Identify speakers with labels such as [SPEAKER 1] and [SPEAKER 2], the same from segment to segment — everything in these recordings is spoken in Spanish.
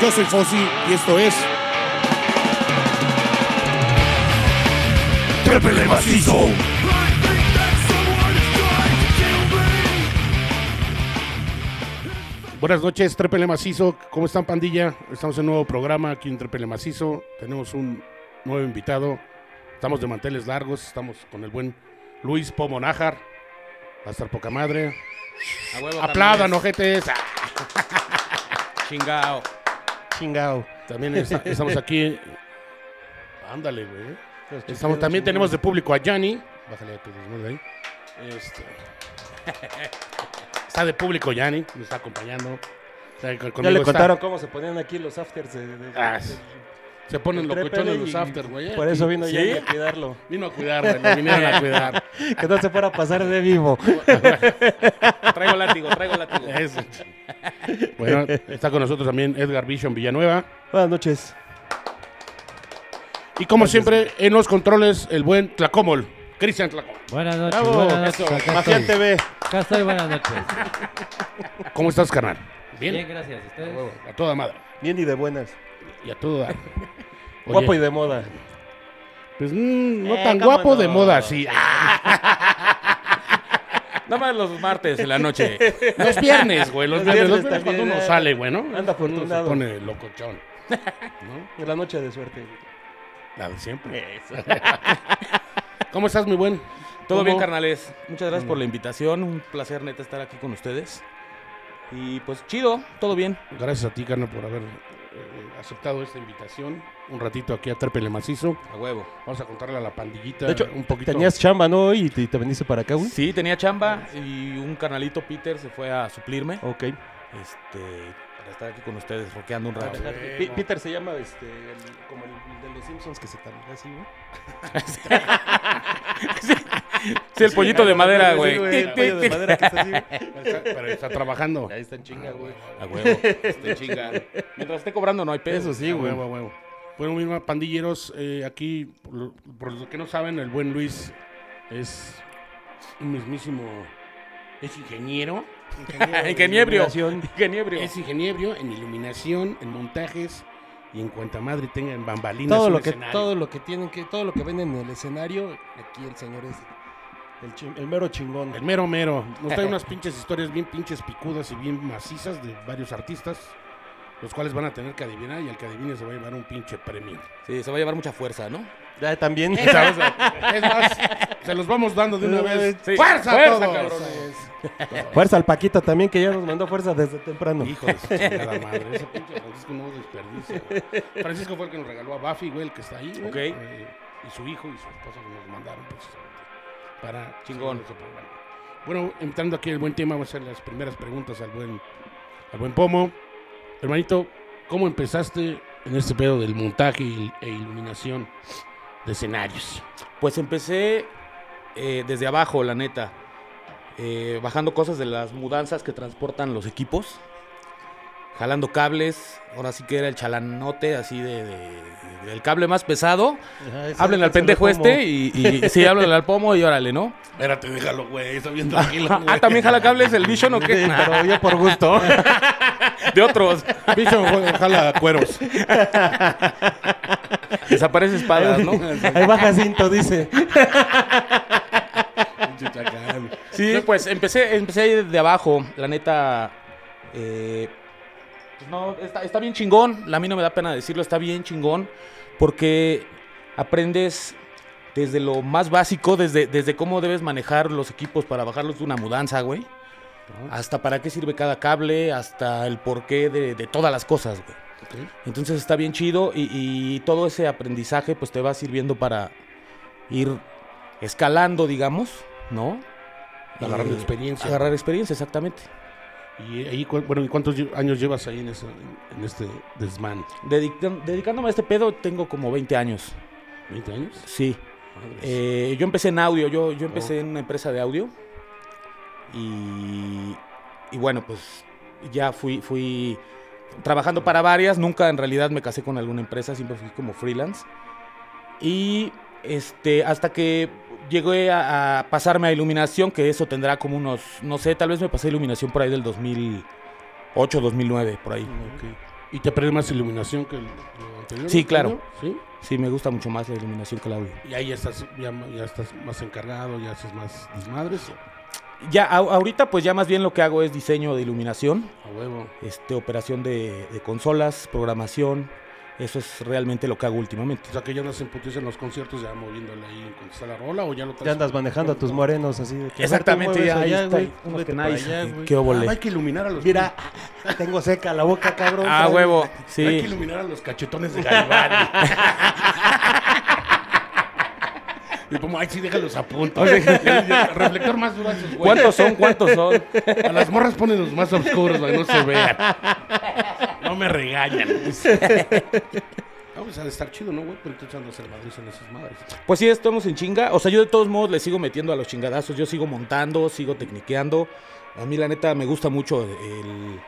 [SPEAKER 1] Yo soy Fossi y esto es.
[SPEAKER 2] Trépele macizo.
[SPEAKER 1] Buenas noches, Trepele Macizo. ¿Cómo están, pandilla? Estamos en un nuevo programa aquí en Trepele Macizo. Tenemos un nuevo invitado. Estamos de manteles largos. Estamos con el buen Luis Pomonájar. Va a estar poca madre.
[SPEAKER 3] A huevo,
[SPEAKER 1] Aplaudan,
[SPEAKER 3] Ramírez.
[SPEAKER 1] ojetes. Ah,
[SPEAKER 3] Chingao.
[SPEAKER 1] chingado. También está- estamos aquí. Ándale, güey. Estamos, también tenemos de público a Yanni. Bájale a tu desmadre ahí. Este. Está de público Yanni, nos está acompañando. Está ahí con-
[SPEAKER 4] Ya
[SPEAKER 1] conmigo
[SPEAKER 4] le
[SPEAKER 1] está-
[SPEAKER 4] contaron cómo se ponían aquí los afters. De, de- de-
[SPEAKER 1] Ah,
[SPEAKER 4] del-
[SPEAKER 1] Se ponen
[SPEAKER 4] del
[SPEAKER 1] los
[SPEAKER 4] Trépele
[SPEAKER 1] cochones los
[SPEAKER 4] y
[SPEAKER 1] after, güey.
[SPEAKER 4] Por eso vino
[SPEAKER 1] ¿Sí?
[SPEAKER 4] Yanni a cuidarlo.
[SPEAKER 1] Vino a cuidarme, lo vinieron a cuidar.
[SPEAKER 4] Que no se fuera a pasar de vivo.
[SPEAKER 3] Traigo látigo, traigo látigo.
[SPEAKER 1] Eso. Bueno, está con nosotros también Edgar Vision Villanueva.
[SPEAKER 4] Buenas noches.
[SPEAKER 1] Y como siempre, en los controles, el buen Tlacomol, Cristian Tlacomol.
[SPEAKER 5] Buenas noches,
[SPEAKER 4] Bravo,
[SPEAKER 5] buenas noches.
[SPEAKER 4] eso,
[SPEAKER 5] acá,
[SPEAKER 4] Mafia
[SPEAKER 5] estoy.
[SPEAKER 4] TV.
[SPEAKER 5] acá estoy, buenas noches.
[SPEAKER 1] ¿Cómo estás, carnal?
[SPEAKER 5] Bien,
[SPEAKER 1] Bien.
[SPEAKER 5] gracias. ¿Ustedes?
[SPEAKER 1] A toda madre.
[SPEAKER 4] Bien y de buenas.
[SPEAKER 1] Y a todo dar. Oye,
[SPEAKER 4] Guapo y de moda.
[SPEAKER 1] Pues mm, no
[SPEAKER 3] Eh,
[SPEAKER 1] tan
[SPEAKER 3] cómo
[SPEAKER 1] guapo de
[SPEAKER 3] no.
[SPEAKER 1] moda, sí. Ah,
[SPEAKER 3] Nada más los martes en la noche.
[SPEAKER 1] los viernes, güey. Los
[SPEAKER 4] Los
[SPEAKER 1] viernes, los viernes
[SPEAKER 4] viernes
[SPEAKER 1] cuando
[SPEAKER 4] también,
[SPEAKER 1] uno
[SPEAKER 4] eh.
[SPEAKER 1] sale, güey, ¿no?
[SPEAKER 4] Anda
[SPEAKER 1] Uno se
[SPEAKER 4] afortunado.
[SPEAKER 1] pone locochón.
[SPEAKER 4] De la noche de suerte.
[SPEAKER 1] La de siempre. ¿Cómo estás, mi buen?
[SPEAKER 3] Todo bien,
[SPEAKER 1] ¿Cómo?
[SPEAKER 3] carnales. Muchas gracias por la invitación. Un placer, neta, estar aquí con ustedes. Y pues chido, todo bien.
[SPEAKER 1] Gracias a ti, carnal, por haber eh, aceptado esta invitación. Un ratito aquí a Trépele Macizo.
[SPEAKER 3] A huevo.
[SPEAKER 1] Vamos a contarle a la pandillita
[SPEAKER 4] De hecho,
[SPEAKER 1] un poquito.
[SPEAKER 4] Tenías chamba, ¿no? Y te, te viniste para acá, güey.
[SPEAKER 3] Sí, tenía chamba y un carnalito Peter se fue a suplirme.
[SPEAKER 4] Ok.
[SPEAKER 1] Eh,
[SPEAKER 3] Este, para estar aquí con ustedes, roqueando un
[SPEAKER 4] Ah,
[SPEAKER 3] rato.
[SPEAKER 4] Pi-
[SPEAKER 1] bueno.
[SPEAKER 4] Peter se llama este, el- como el de los Simpsons que se también así, güey.
[SPEAKER 3] Sí, el pollito de madera, güey.
[SPEAKER 4] El pollo de madera que está así, güey.
[SPEAKER 1] Está- pero está trabajando.
[SPEAKER 4] Ahí está en chinga, güey.
[SPEAKER 3] A huevo. Estoy chingando. Mientras esté cobrando, no hay peso.
[SPEAKER 4] Eso sí,
[SPEAKER 1] A
[SPEAKER 4] güey.
[SPEAKER 1] huevo, a huevo. Bueno, mis pandilleros, eh, aquí, por lo, por los que no saben, el buen Luis es un mismísimo. Es ingeniero.
[SPEAKER 3] Ingeniebrio.
[SPEAKER 4] Iluminación.
[SPEAKER 3] Ingeniebrio.
[SPEAKER 1] Es ingeniero en iluminación, en montajes y en cuanta madre tenga en bambalinas.
[SPEAKER 4] todo
[SPEAKER 1] un
[SPEAKER 4] lo que
[SPEAKER 1] escenario.
[SPEAKER 4] todo lo que tienen que todo lo que ven en el escenario aquí el señor es el, chin- el mero chingón
[SPEAKER 1] El mero mero. Nos trae unas pinches historias bien pinches picudas y bien macizas de varios artistas, los cuales van a tener que adivinar y al que adivine se va a llevar un pinche premio.
[SPEAKER 3] Sí, se va a llevar mucha fuerza, ¿no?
[SPEAKER 4] ya también
[SPEAKER 1] Es más, se los vamos dando de una vez.
[SPEAKER 3] Sí.
[SPEAKER 1] ¡Fuerza, a
[SPEAKER 3] Fuerza,
[SPEAKER 1] todos!
[SPEAKER 3] cabrones.
[SPEAKER 4] fuerza al paquito también que ya nos mandó fuerza desde temprano
[SPEAKER 1] Hijo de su chingada madre, ese pinche Francisco no desperdicia. güey. Francisco fue el que nos regaló a Buffy, güey, el que está ahí, güey.
[SPEAKER 3] Ok.
[SPEAKER 1] Eh, y su hijo y su esposa que nos mandaron precisamente para hacer
[SPEAKER 3] Chingón.
[SPEAKER 1] nuestro programa. Bueno, entrando aquí en el buen tema, vamos a hacer las primeras preguntas al buen, al buen Pomo. Hermanito, ¿cómo empezaste en este pedo del montaje y- e iluminación de escenarios?
[SPEAKER 3] Pues empecé eh, desde abajo, la neta. Eh, bajando cosas de las mudanzas que transportan los equipos. Jalando cables. Ahora sí que era el chalanote, así de, de- de- del cable más pesado.
[SPEAKER 4] Ah,
[SPEAKER 3] Háblenle al pendejo este y, y- sí, háblenle al pomo y órale, ¿no?
[SPEAKER 1] Espérate, déjalo, güey, está bien tranquilo.
[SPEAKER 3] Ah, también jala cables el Vision o qué?
[SPEAKER 4] pero yo por gusto
[SPEAKER 3] De otros.
[SPEAKER 1] Bicho, jala cueros.
[SPEAKER 3] Desaparece espadas, ¿no?
[SPEAKER 4] ahí baja cinto dice
[SPEAKER 1] Pinche chacal.
[SPEAKER 3] Sí, pues empecé, empecé ahí desde abajo. La neta. eh, pues no, está, está bien chingón. A mí no me da pena decirlo, está bien chingón. Porque aprendes desde lo más básico, desde, desde cómo debes manejar los equipos para bajarlos de una mudanza, güey.
[SPEAKER 1] Ah.
[SPEAKER 3] Hasta para qué sirve cada cable, hasta el porqué de, de todas las cosas, güey.
[SPEAKER 1] Ok.
[SPEAKER 3] Entonces está bien chido y, y todo ese aprendizaje pues te va sirviendo para ir escalando, digamos, ¿no?
[SPEAKER 1] Agarrando
[SPEAKER 3] Eh,
[SPEAKER 1] experiencia.
[SPEAKER 3] Agarrar experiencia, exactamente.
[SPEAKER 1] Y ahí, cu- bueno, ¿y cuántos lle- años llevas ahí en, ese- en este desmán?
[SPEAKER 3] Dedican- dedicándome a este pedo tengo como 20 años,
[SPEAKER 1] ¿20 años?
[SPEAKER 3] sí.
[SPEAKER 1] Madres.
[SPEAKER 3] Eh, yo empecé en audio, yo, yo empecé en una empresa de audio y, y bueno, pues ya fui, fui trabajando para varias, nunca en realidad me casé con alguna empresa, siempre fui como freelance. Y Este, hasta que llegué a, a pasarme a iluminación, que eso tendrá como unos, no sé, tal vez me pasé a iluminación por ahí del 2008, 2009, por ahí.
[SPEAKER 1] Ok. ¿Y te prende más iluminación que el lo anterior?
[SPEAKER 3] Sí,
[SPEAKER 1] ¿no?
[SPEAKER 3] claro.
[SPEAKER 1] ¿Sí?
[SPEAKER 3] Sí, me gusta mucho más la iluminación que el audio.
[SPEAKER 1] Y ahí ya estás, ya, ma- ya estás más encargado, ya haces más desmadres.
[SPEAKER 3] Ya, a- ahorita pues ya más bien lo que hago es diseño de iluminación,
[SPEAKER 1] A huevo.
[SPEAKER 3] este, operación de, de consolas, programación. Eso es realmente lo que hago últimamente.
[SPEAKER 1] O sea, que ya andas en putiza en los conciertos, ya moviéndole ahí cuando está la rola o ya lo traes.
[SPEAKER 4] Ya andas manejando a tus morenos así. De que,
[SPEAKER 3] Exactamente,
[SPEAKER 4] a ver, tú
[SPEAKER 3] ya,
[SPEAKER 4] mueves
[SPEAKER 3] ahí
[SPEAKER 4] allá,
[SPEAKER 3] está,
[SPEAKER 4] güey,
[SPEAKER 3] unos
[SPEAKER 4] vete
[SPEAKER 3] que
[SPEAKER 4] para
[SPEAKER 3] nice,
[SPEAKER 4] allá,
[SPEAKER 3] eh,
[SPEAKER 4] güey.
[SPEAKER 3] qué
[SPEAKER 1] Ah,
[SPEAKER 3] óvole.
[SPEAKER 1] hay que iluminar a los.
[SPEAKER 4] Mira, tengo seca la boca, cabrón.
[SPEAKER 3] Ah,
[SPEAKER 4] ¿sabes?
[SPEAKER 3] huevo,
[SPEAKER 1] Hay que
[SPEAKER 3] sí.
[SPEAKER 1] iluminar a los cachetones de Garibaldi. Y como, ay, sí, déjalos a punto. Reflector más duro a esos güeyes.
[SPEAKER 3] ¿Cuántos son? ¿Cuántos son?
[SPEAKER 1] A las morras ponen los más oscuros, güey, no se vean. No me regañan. Vamos a estar chido, ¿no, güey? Pero tú echándose el madriz en esas madres.
[SPEAKER 3] Pues sí, estamos en chinga. O sea, yo de todos modos le sigo metiendo a los chingadazos. Yo sigo montando, sigo tecniqueando. A mí, la neta, me gusta mucho el-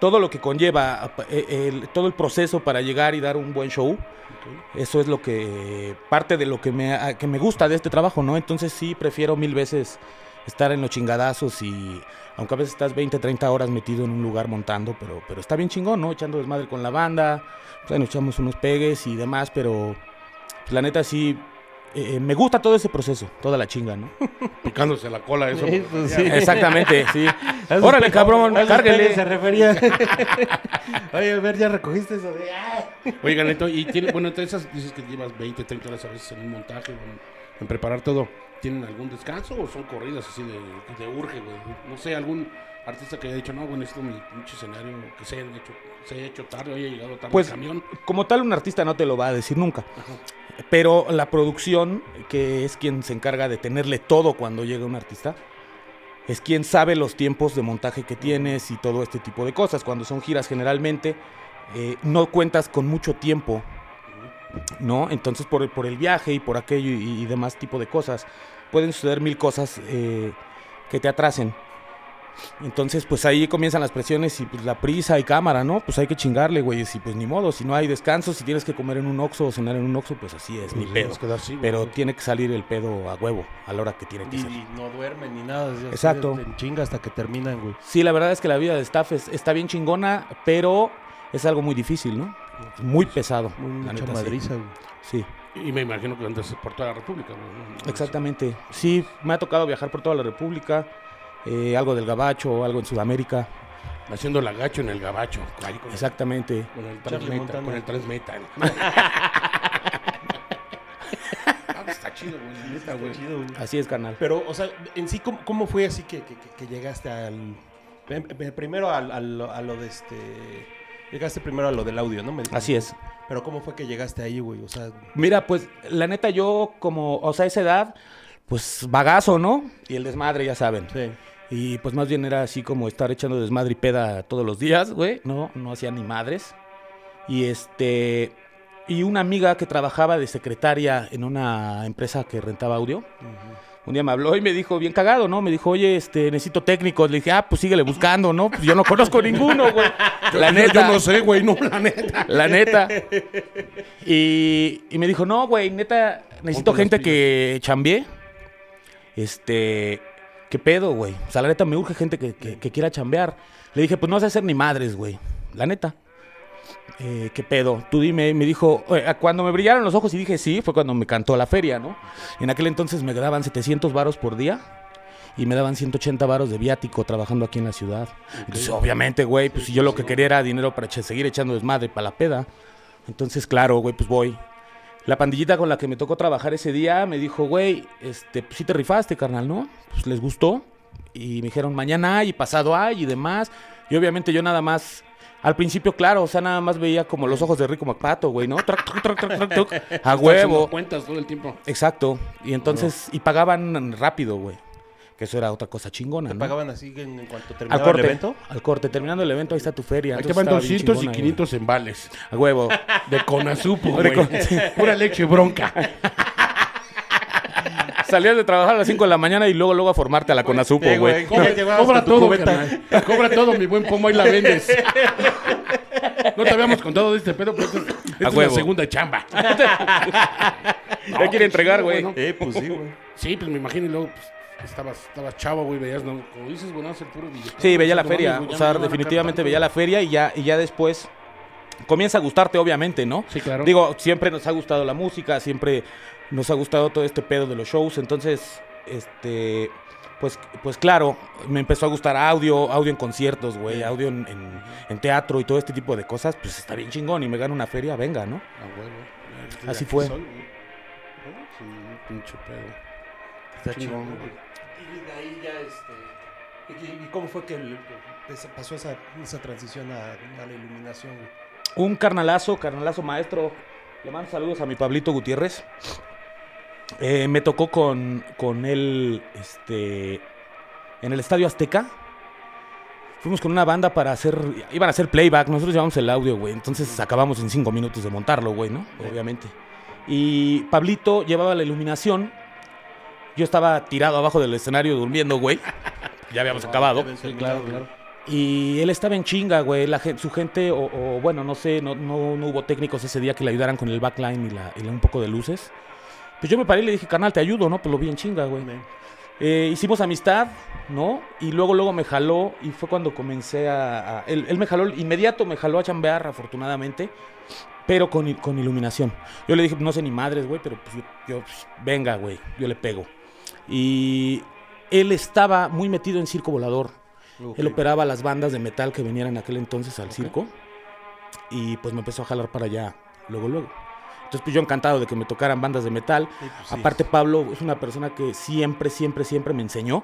[SPEAKER 3] todo lo que conlleva, eh, el- todo el proceso para llegar y dar un buen show.
[SPEAKER 1] Ok.
[SPEAKER 3] Eso es lo que. parte de lo que me, a- que me gusta de este trabajo, ¿no? Entonces sí, prefiero mil veces estar en los chingadazos y. Aunque a veces estás 20, 30 horas metido en un lugar montando, pero, pero está bien chingón, ¿no? Echando desmadre con la banda, pues, ahí nos echamos unos pegues y demás, pero pues, la neta sí, eh, eh, me gusta todo ese proceso, toda la chinga, ¿no?
[SPEAKER 1] Picándose la cola, eso.
[SPEAKER 4] Sí, pues, sí.
[SPEAKER 3] Exactamente, sí.
[SPEAKER 4] A esos
[SPEAKER 3] Órale,
[SPEAKER 4] pe-
[SPEAKER 3] cabrón,
[SPEAKER 4] a esos penes Se
[SPEAKER 3] cárguele.
[SPEAKER 4] refería. Oye, a ver, ya recogiste eso de. ¡ay!
[SPEAKER 1] Oigan, entonces, y tiene, bueno, entre esas dices que llevas 20, 30 horas a veces en un montaje, en, en preparar todo. ¿Tienen algún descanso o son corridas así de, de urge, güey? No sé, algún artista que haya dicho, no, güey, necesito mi pinche escenario, que se, han hecho, se haya hecho tarde, haya llegado tarde
[SPEAKER 3] Pues-
[SPEAKER 1] el camión.
[SPEAKER 3] Como tal, un artista no te lo va a decir nunca. Pero la producción, que es quien se encarga de tenerle todo cuando llega un artista, es quien sabe los tiempos de montaje que tienes y todo este tipo de cosas. Cuando son giras generalmente, eh, no cuentas con mucho tiempo, ¿no? Entonces por, el- por el viaje y por aquello y, y demás tipo de cosas, pueden suceder mil cosas eh, que te atrasen. Entonces, pues ahí comienzan las presiones y pues, la prisa y cámara, ¿no? Pues hay que chingarle, güey. Y pues ni modo, si no hay descanso, si tienes que comer en un oxo o cenar en un oxo, pues así es, ni
[SPEAKER 1] Pues,
[SPEAKER 3] pedo.
[SPEAKER 1] nos queda así, güey.
[SPEAKER 3] Pero tiene que salir el pedo a huevo a la hora que tiene que
[SPEAKER 4] Y,
[SPEAKER 3] salir.
[SPEAKER 4] no duermen ni nada. ya
[SPEAKER 3] Exacto.
[SPEAKER 4] se- En chinga hasta que terminan, güey.
[SPEAKER 3] Sí, la verdad es que la vida de staff es- está bien chingona, pero es algo muy difícil, ¿no? Muy pesado.
[SPEAKER 4] Muy
[SPEAKER 3] la
[SPEAKER 4] mucha
[SPEAKER 3] neta, sí.
[SPEAKER 4] madriza, güey.
[SPEAKER 3] Sí,
[SPEAKER 1] Y me imagino que andas por toda la República, güey. ¿no? No sé.
[SPEAKER 3] exactamente. Sí, me ha tocado viajar por toda la República, eh, algo del Gabacho, algo en Sudamérica.
[SPEAKER 1] Haciendo el agacho en el gabacho. ahí con,
[SPEAKER 3] Exactamente.
[SPEAKER 1] Con el
[SPEAKER 4] Charlie
[SPEAKER 1] transmeta,
[SPEAKER 4] Montana.
[SPEAKER 1] con el transmeta. Ah, está chido, güey. la neta, güey.
[SPEAKER 4] Chido, güey.
[SPEAKER 3] Así es, canal.
[SPEAKER 4] Pero, o sea, en sí, ¿cómo, cómo fue así que, que- que- que llegaste al. em- em- Primero al, al- a lo de este. Llegaste primero a lo del audio, ¿no? Me dijiste.
[SPEAKER 3] Así es.
[SPEAKER 4] Pero, ¿cómo fue que llegaste ahí, güey? O sea,
[SPEAKER 3] Mira, pues la neta yo como, o sea, a esa edad, pues bagazo, ¿no? Y el desmadre, ya saben.
[SPEAKER 4] sí.
[SPEAKER 3] Y pues más bien era así como estar echando desmadre y peda todos los días, güey. No, no hacía ni madres. Y este. Y una amiga que trabajaba de secretaria en una empresa que rentaba audio. Un día me habló y me dijo, bien cagado, ¿no? Me dijo, oye, este, necesito técnicos. Le dije, ah, pues síguele buscando, ¿no? Pues yo no conozco ninguno, güey. La
[SPEAKER 1] Yo-
[SPEAKER 3] neta.
[SPEAKER 1] Yo no sé, güey, no, la neta.
[SPEAKER 3] La neta. Y, y me dijo, no, güey, neta,
[SPEAKER 1] Ponte
[SPEAKER 3] necesito
[SPEAKER 1] las
[SPEAKER 3] gente que chambie. Este, ¿qué pedo, güey? O sea, la neta, me urge gente que, que- que quiera chambear. Le dije, pues no sé hacer ni madres, güey. La neta. Eh, ¿Qué pedo? Tú dime, me dijo, eh, cuando me brillaron los ojos y dije sí, fue cuando me cantó la feria, ¿no? En aquel entonces me daban 700 varos por día y me daban 180 varos de viático trabajando aquí en la ciudad. Entonces, obviamente, güey, pues si yo lo que quería era dinero para che- seguir echando desmadre para la peda. Entonces, claro, güey, pues voy. La pandillita con la que me tocó trabajar ese día me dijo, güey, este, pues sí te rifaste, carnal, ¿no? Pues les gustó. Y me dijeron, mañana hay, y pasado hay, y demás. Y obviamente yo nada más, al principio, claro, o sea, nada más veía como los ojos de Rico MacPato, güey, ¿no? Trac, trac, trac, trac, trac, trac, a
[SPEAKER 1] Está haciendo
[SPEAKER 3] huevo.
[SPEAKER 1] cuentas todo el tiempo.
[SPEAKER 3] Exacto. Y entonces, y pagaban rápido, güey. Que eso era otra cosa chingona,
[SPEAKER 4] ¿Te
[SPEAKER 3] ¿no?
[SPEAKER 4] pagaban así en, en cuanto
[SPEAKER 3] Al
[SPEAKER 4] terminaba
[SPEAKER 3] corte,
[SPEAKER 4] el evento?
[SPEAKER 3] al corte, terminando el evento, ahí está tu feria.
[SPEAKER 1] Ahí te
[SPEAKER 3] Entonces
[SPEAKER 1] van
[SPEAKER 3] estaba bien
[SPEAKER 1] 200 y
[SPEAKER 3] chingona,
[SPEAKER 1] 500 embales.
[SPEAKER 3] güey. A huevo.
[SPEAKER 1] De Conazupo,
[SPEAKER 3] De
[SPEAKER 1] güey.
[SPEAKER 3] con- sí.
[SPEAKER 1] Pura leche bronca.
[SPEAKER 3] Salías de trabajar a las 5 de la mañana y luego luego a formarte a la Conazupo,
[SPEAKER 4] Sí,
[SPEAKER 3] güey.
[SPEAKER 4] güey. Ya
[SPEAKER 1] Cobra,
[SPEAKER 4] llegabas
[SPEAKER 1] cobra
[SPEAKER 4] con tu
[SPEAKER 1] todo,
[SPEAKER 4] cubeta.
[SPEAKER 1] carnal. Cobra todo, mi buen pomo, ahí la vendes. No te habíamos contado de este pedo, pero esta, esta es la
[SPEAKER 3] huevo.
[SPEAKER 1] segunda chamba.
[SPEAKER 3] Ya quiere entregar, güey.
[SPEAKER 1] Bueno,
[SPEAKER 4] Eh, pues sí, güey.
[SPEAKER 1] Sí, pues me imagino y luego pues, estabas, estabas chavo, güey, veías, ¿no? como dices, bueno, hace el puro billete.
[SPEAKER 3] Sí, veía la
[SPEAKER 1] No
[SPEAKER 3] feria.
[SPEAKER 1] mames, güey,
[SPEAKER 3] O
[SPEAKER 1] ya
[SPEAKER 3] sea,
[SPEAKER 1] me van a sacar
[SPEAKER 3] definitivamente
[SPEAKER 1] tanto,
[SPEAKER 3] veía la feria y ya, y ya después comienza a gustarte, obviamente, ¿no?
[SPEAKER 1] Sí, claro.
[SPEAKER 3] Digo, siempre nos ha gustado la música, siempre nos ha gustado todo este pedo de los shows. Entonces, este. Pues, pues claro, me empezó a gustar audio, audio en conciertos, güey, audio en, en- en teatro y todo este tipo de cosas, pues está bien chingón y me gano una feria, venga, ¿no?
[SPEAKER 1] A
[SPEAKER 4] Ah,
[SPEAKER 1] huevo.
[SPEAKER 3] Así fue.
[SPEAKER 1] soy, güey. ¿No? Sí, un pinche pedo.
[SPEAKER 4] Está
[SPEAKER 1] chingón,
[SPEAKER 4] chingón,
[SPEAKER 1] güey.
[SPEAKER 4] Y de ahí ya, este... ¿Y, y cómo fue que el- esa- pasó esa, esa transición a, a la iluminación, güey?
[SPEAKER 3] Un carnalazo, carnalazo maestro. Le mando saludos a mi Pablito Gutiérrez. Eh, me tocó con, con él este, en el Estadio Azteca. Fuimos con una banda para hacer. Iban a hacer playback. Nosotros llevamos el audio, güey. Entonces acabamos en cinco minutos de montarlo, güey, ¿no? Obviamente. Y Pablito llevaba la iluminación. Yo estaba tirado abajo del escenario durmiendo, güey. Ah, Ya habíamos acabado.
[SPEAKER 1] Sí, claro, claro.
[SPEAKER 3] Y él estaba en chinga, güey. La gen- su gente, o, o, bueno, no sé, no, no, no hubo técnicos ese día que le ayudaran con el backline y, la, y la- un poco de luces. Pues yo me paré y le dije, carnal, te ayudo, ¿no? Pues lo vi en chinga, güey. Eh, hicimos amistad, ¿no? Y luego, luego me jaló y fue cuando comencé a... a- él, él me jaló, inmediato me jaló a chambear, afortunadamente, pero con, il- con iluminación. Yo le dije, no sé ni madres, güey, pero pues yo, yo, pues, venga, güey, yo le pego. Y él estaba muy metido en circo volador. Él operaba las bandas de metal que venían en aquel entonces al circo. Y pues me empezó a jalar para allá, luego, luego. Entonces, pues yo encantado de que me tocaran bandas de metal.
[SPEAKER 4] Sí, pues, sí.
[SPEAKER 3] Aparte, Pablo es una persona que siempre, siempre, siempre me enseñó.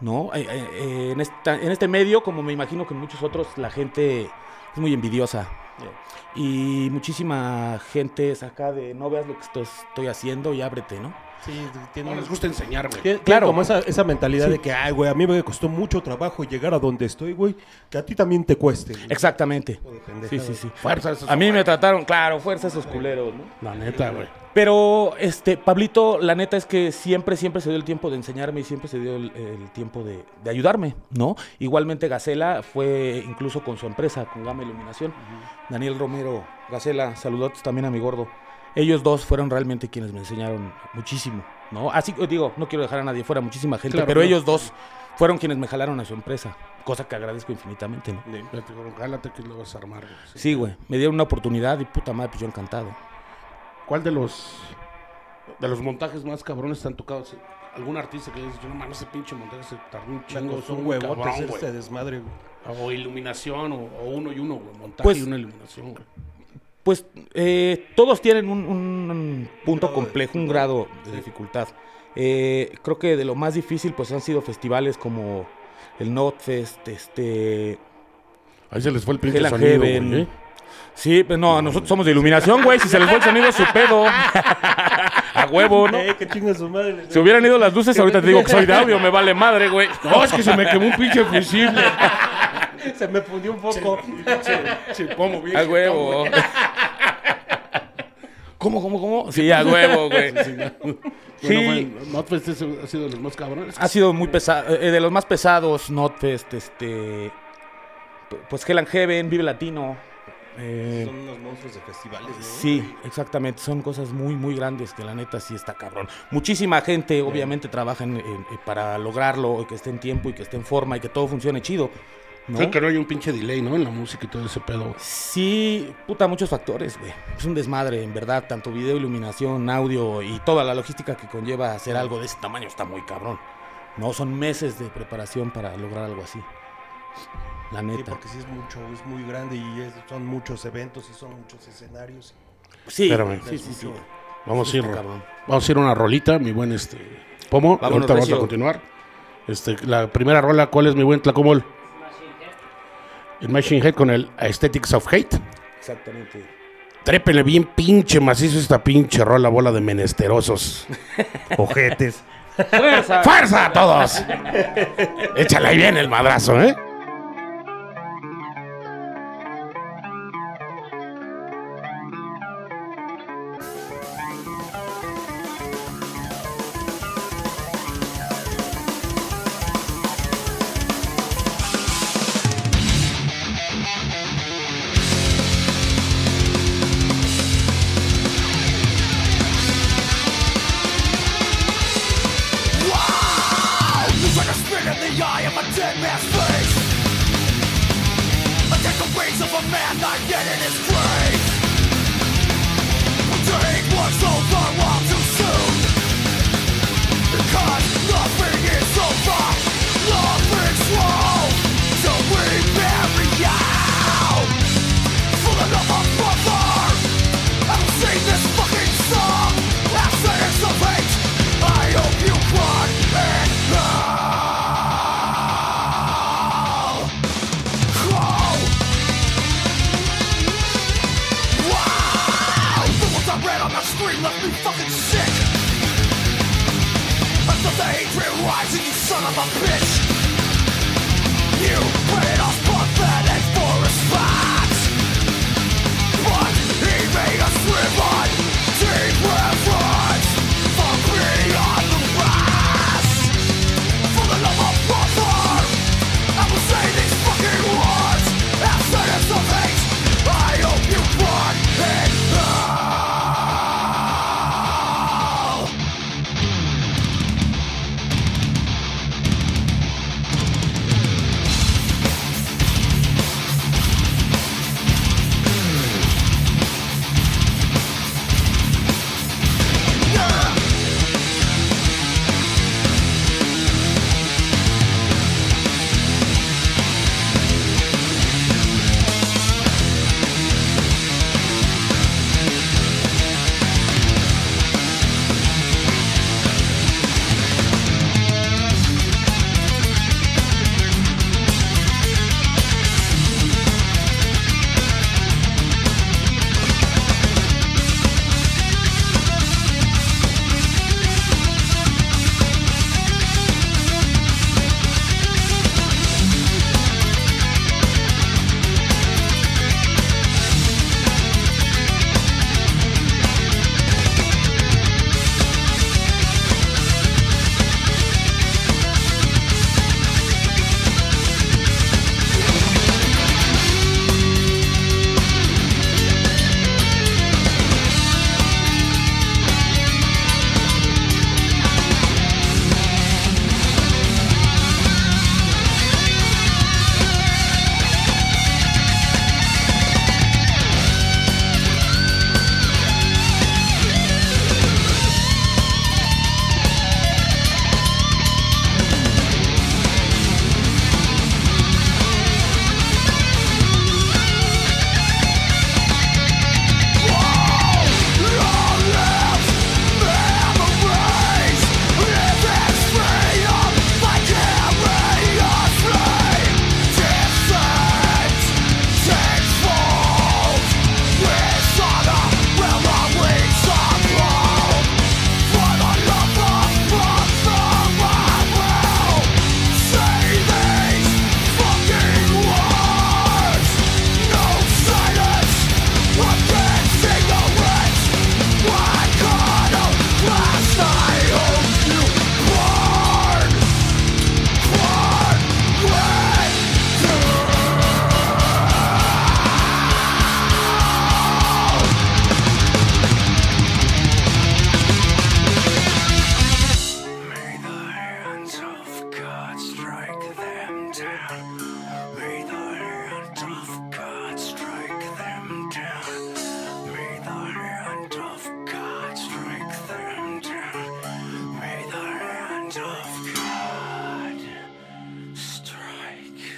[SPEAKER 3] ¿No? Eh, eh, eh, en, esta- en este medio, como me imagino que en muchos otros, la gente es muy envidiosa. Y muchísima gente es acá de no veas lo que esto- estoy haciendo y ábrete, ¿no?
[SPEAKER 4] Sí, tiene
[SPEAKER 1] No
[SPEAKER 4] un
[SPEAKER 1] les gusta enseñar, güey.
[SPEAKER 4] Tiene- tiene
[SPEAKER 3] Claro.
[SPEAKER 4] Como esa, esa mentalidad
[SPEAKER 3] Sí.
[SPEAKER 4] de que, ay, güey, a mí me costó mucho trabajo llegar a donde estoy, güey, que a ti también te cueste. güey".
[SPEAKER 3] Exactamente.
[SPEAKER 4] Tipo de pendejada.
[SPEAKER 3] Sí, sí, sí.
[SPEAKER 1] Fuerza, esos
[SPEAKER 3] A mí me trataron, claro, fuerza esos culeros, ¿no?
[SPEAKER 1] La neta, güey.
[SPEAKER 3] Pero, este, Pablito, la neta es que siempre, siempre se dio el tiempo de enseñarme y siempre se dio el, el tiempo de, de ayudarme, ¿no? Igualmente Gacela fue incluso con su empresa, con Gama Iluminación. Daniel Romero, Gacela, saludos también a mi gordo. Ellos dos fueron realmente quienes me enseñaron muchísimo, ¿no? Así que digo, no quiero dejar a nadie fuera, muchísima gente,
[SPEAKER 1] Claro,
[SPEAKER 3] pero
[SPEAKER 1] no.
[SPEAKER 3] ellos dos fueron quienes me jalaron a su empresa, cosa que agradezco infinitamente, ¿no?
[SPEAKER 1] Ya te dijeron, jálate que lo vas a armar, güey. Sí.
[SPEAKER 3] Sí, güey, me dieron una oportunidad y puta madre, pues yo encantado.
[SPEAKER 1] ¿Cuál de los de los montajes más cabrones te han tocado? Sí, ¿Algún artista que le dices, no mames, ese pinche montaje se tardó un
[SPEAKER 4] Me
[SPEAKER 1] chingo,
[SPEAKER 4] costó
[SPEAKER 1] son
[SPEAKER 4] un
[SPEAKER 1] huevos,
[SPEAKER 4] huevote
[SPEAKER 1] cabrón,
[SPEAKER 4] hacer
[SPEAKER 1] güey"?
[SPEAKER 4] este desmadre, güey.
[SPEAKER 1] O iluminación, o, o uno y uno, güey. Montaje
[SPEAKER 3] Pues-
[SPEAKER 1] y una iluminación, güey.
[SPEAKER 3] Pues eh, todos tienen un, un punto
[SPEAKER 4] grado de
[SPEAKER 3] complejo, un grado de dificultad. Eh, creo que de lo más difícil pues han sido festivales como el Notfest, este...
[SPEAKER 1] Ahí se les fue el pinche
[SPEAKER 3] Hell and
[SPEAKER 1] sonido,
[SPEAKER 3] Heaven.
[SPEAKER 1] güey. ¿eh?
[SPEAKER 3] Sí, pero no, nosotros somos de iluminación, güey. Si se les fue el sonido, su pedo. A huevo, ¿no?
[SPEAKER 4] Eh, qué chinga su madre.
[SPEAKER 3] Si hubieran ido las luces, ahorita te digo que soy de audio, me vale madre, güey.
[SPEAKER 1] No, es que se me quemó un pinche fusible.
[SPEAKER 4] Se me fundió un poco.
[SPEAKER 1] Chipomo, bien.
[SPEAKER 3] A huevo. ¿Cómo, cómo, cómo? Sí, a huevo, güey.
[SPEAKER 1] Bueno,
[SPEAKER 3] Sí.
[SPEAKER 1] güey, Notfest es- ha sido de los más cabrones.
[SPEAKER 3] Ha sido muy pesado, de los más pesados, Notfest, este... p- Pues Hell and Heaven, Vive Latino. eh,
[SPEAKER 4] Son unos monstruos de festivales, ¿no?
[SPEAKER 3] sí, exactamente, son cosas muy, muy grandes que la neta sí está cabrón. Muchísima gente obviamente trabaja en- en- eh, para lograrlo, y que esté en tiempo y que esté en forma y que todo funcione chido. ¿no?
[SPEAKER 1] Creo que no hay un pinche delay, ¿no? En la música y todo ese pedo. güey.
[SPEAKER 3] Sí, puta, muchos factores, güey. Es un desmadre, en verdad, tanto video, iluminación, audio y toda la logística que conlleva hacer algo de ese tamaño está muy cabrón. No, son meses de preparación para lograr algo así. La
[SPEAKER 4] Sí,
[SPEAKER 3] neta.
[SPEAKER 4] porque sí es mucho, es muy grande y es- son muchos eventos y son muchos escenarios.
[SPEAKER 3] Sí,
[SPEAKER 1] Espérame.
[SPEAKER 3] sí, sí, sí.
[SPEAKER 1] Vamos a ir,
[SPEAKER 3] cabrón.
[SPEAKER 1] Este, vamos a ir a una rolita, mi buen este Pomo.
[SPEAKER 3] Vámonos,
[SPEAKER 1] Ahorita vamos a
[SPEAKER 3] Recio.
[SPEAKER 1] continuar. Este, la primera rola, ¿cuál es mi buen Tlacomol? El Machine Head con el Aesthetics of Hate.
[SPEAKER 3] Exactamente.
[SPEAKER 1] Trépele bien pinche macizo esta pinche rola, bola de menesterosos. Ojetes. ¡Fuerza a todos! Échale ahí bien el madrazo, ¿eh?
[SPEAKER 2] in man's face. Attack the wings of a man not yet in his grave. Take what's over all too soon. Because nothing is over, nothing's wrong. So we bury you. For the love of mother, I've seen this fucking song. I've seen it so hate. I hope you want it now. Oh. Wow! The ones I read on the screen left me fucking sick. I felt the hatred rising, you son of a bitch. You paid us pathetic for response, but he made us live on deep reverence for beyond the rest. For the love of brother, I will say these fucking words. After this of hate, I hope you want it now. May the hands of God strike them down. May the hand of God strike them down. May the hand of God strike them down. May the hand of God strike.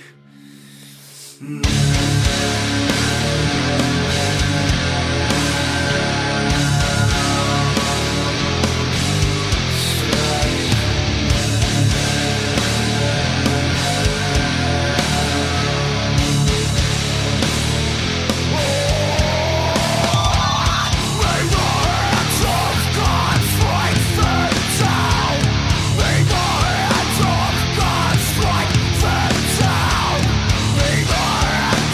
[SPEAKER 2] Strike them down!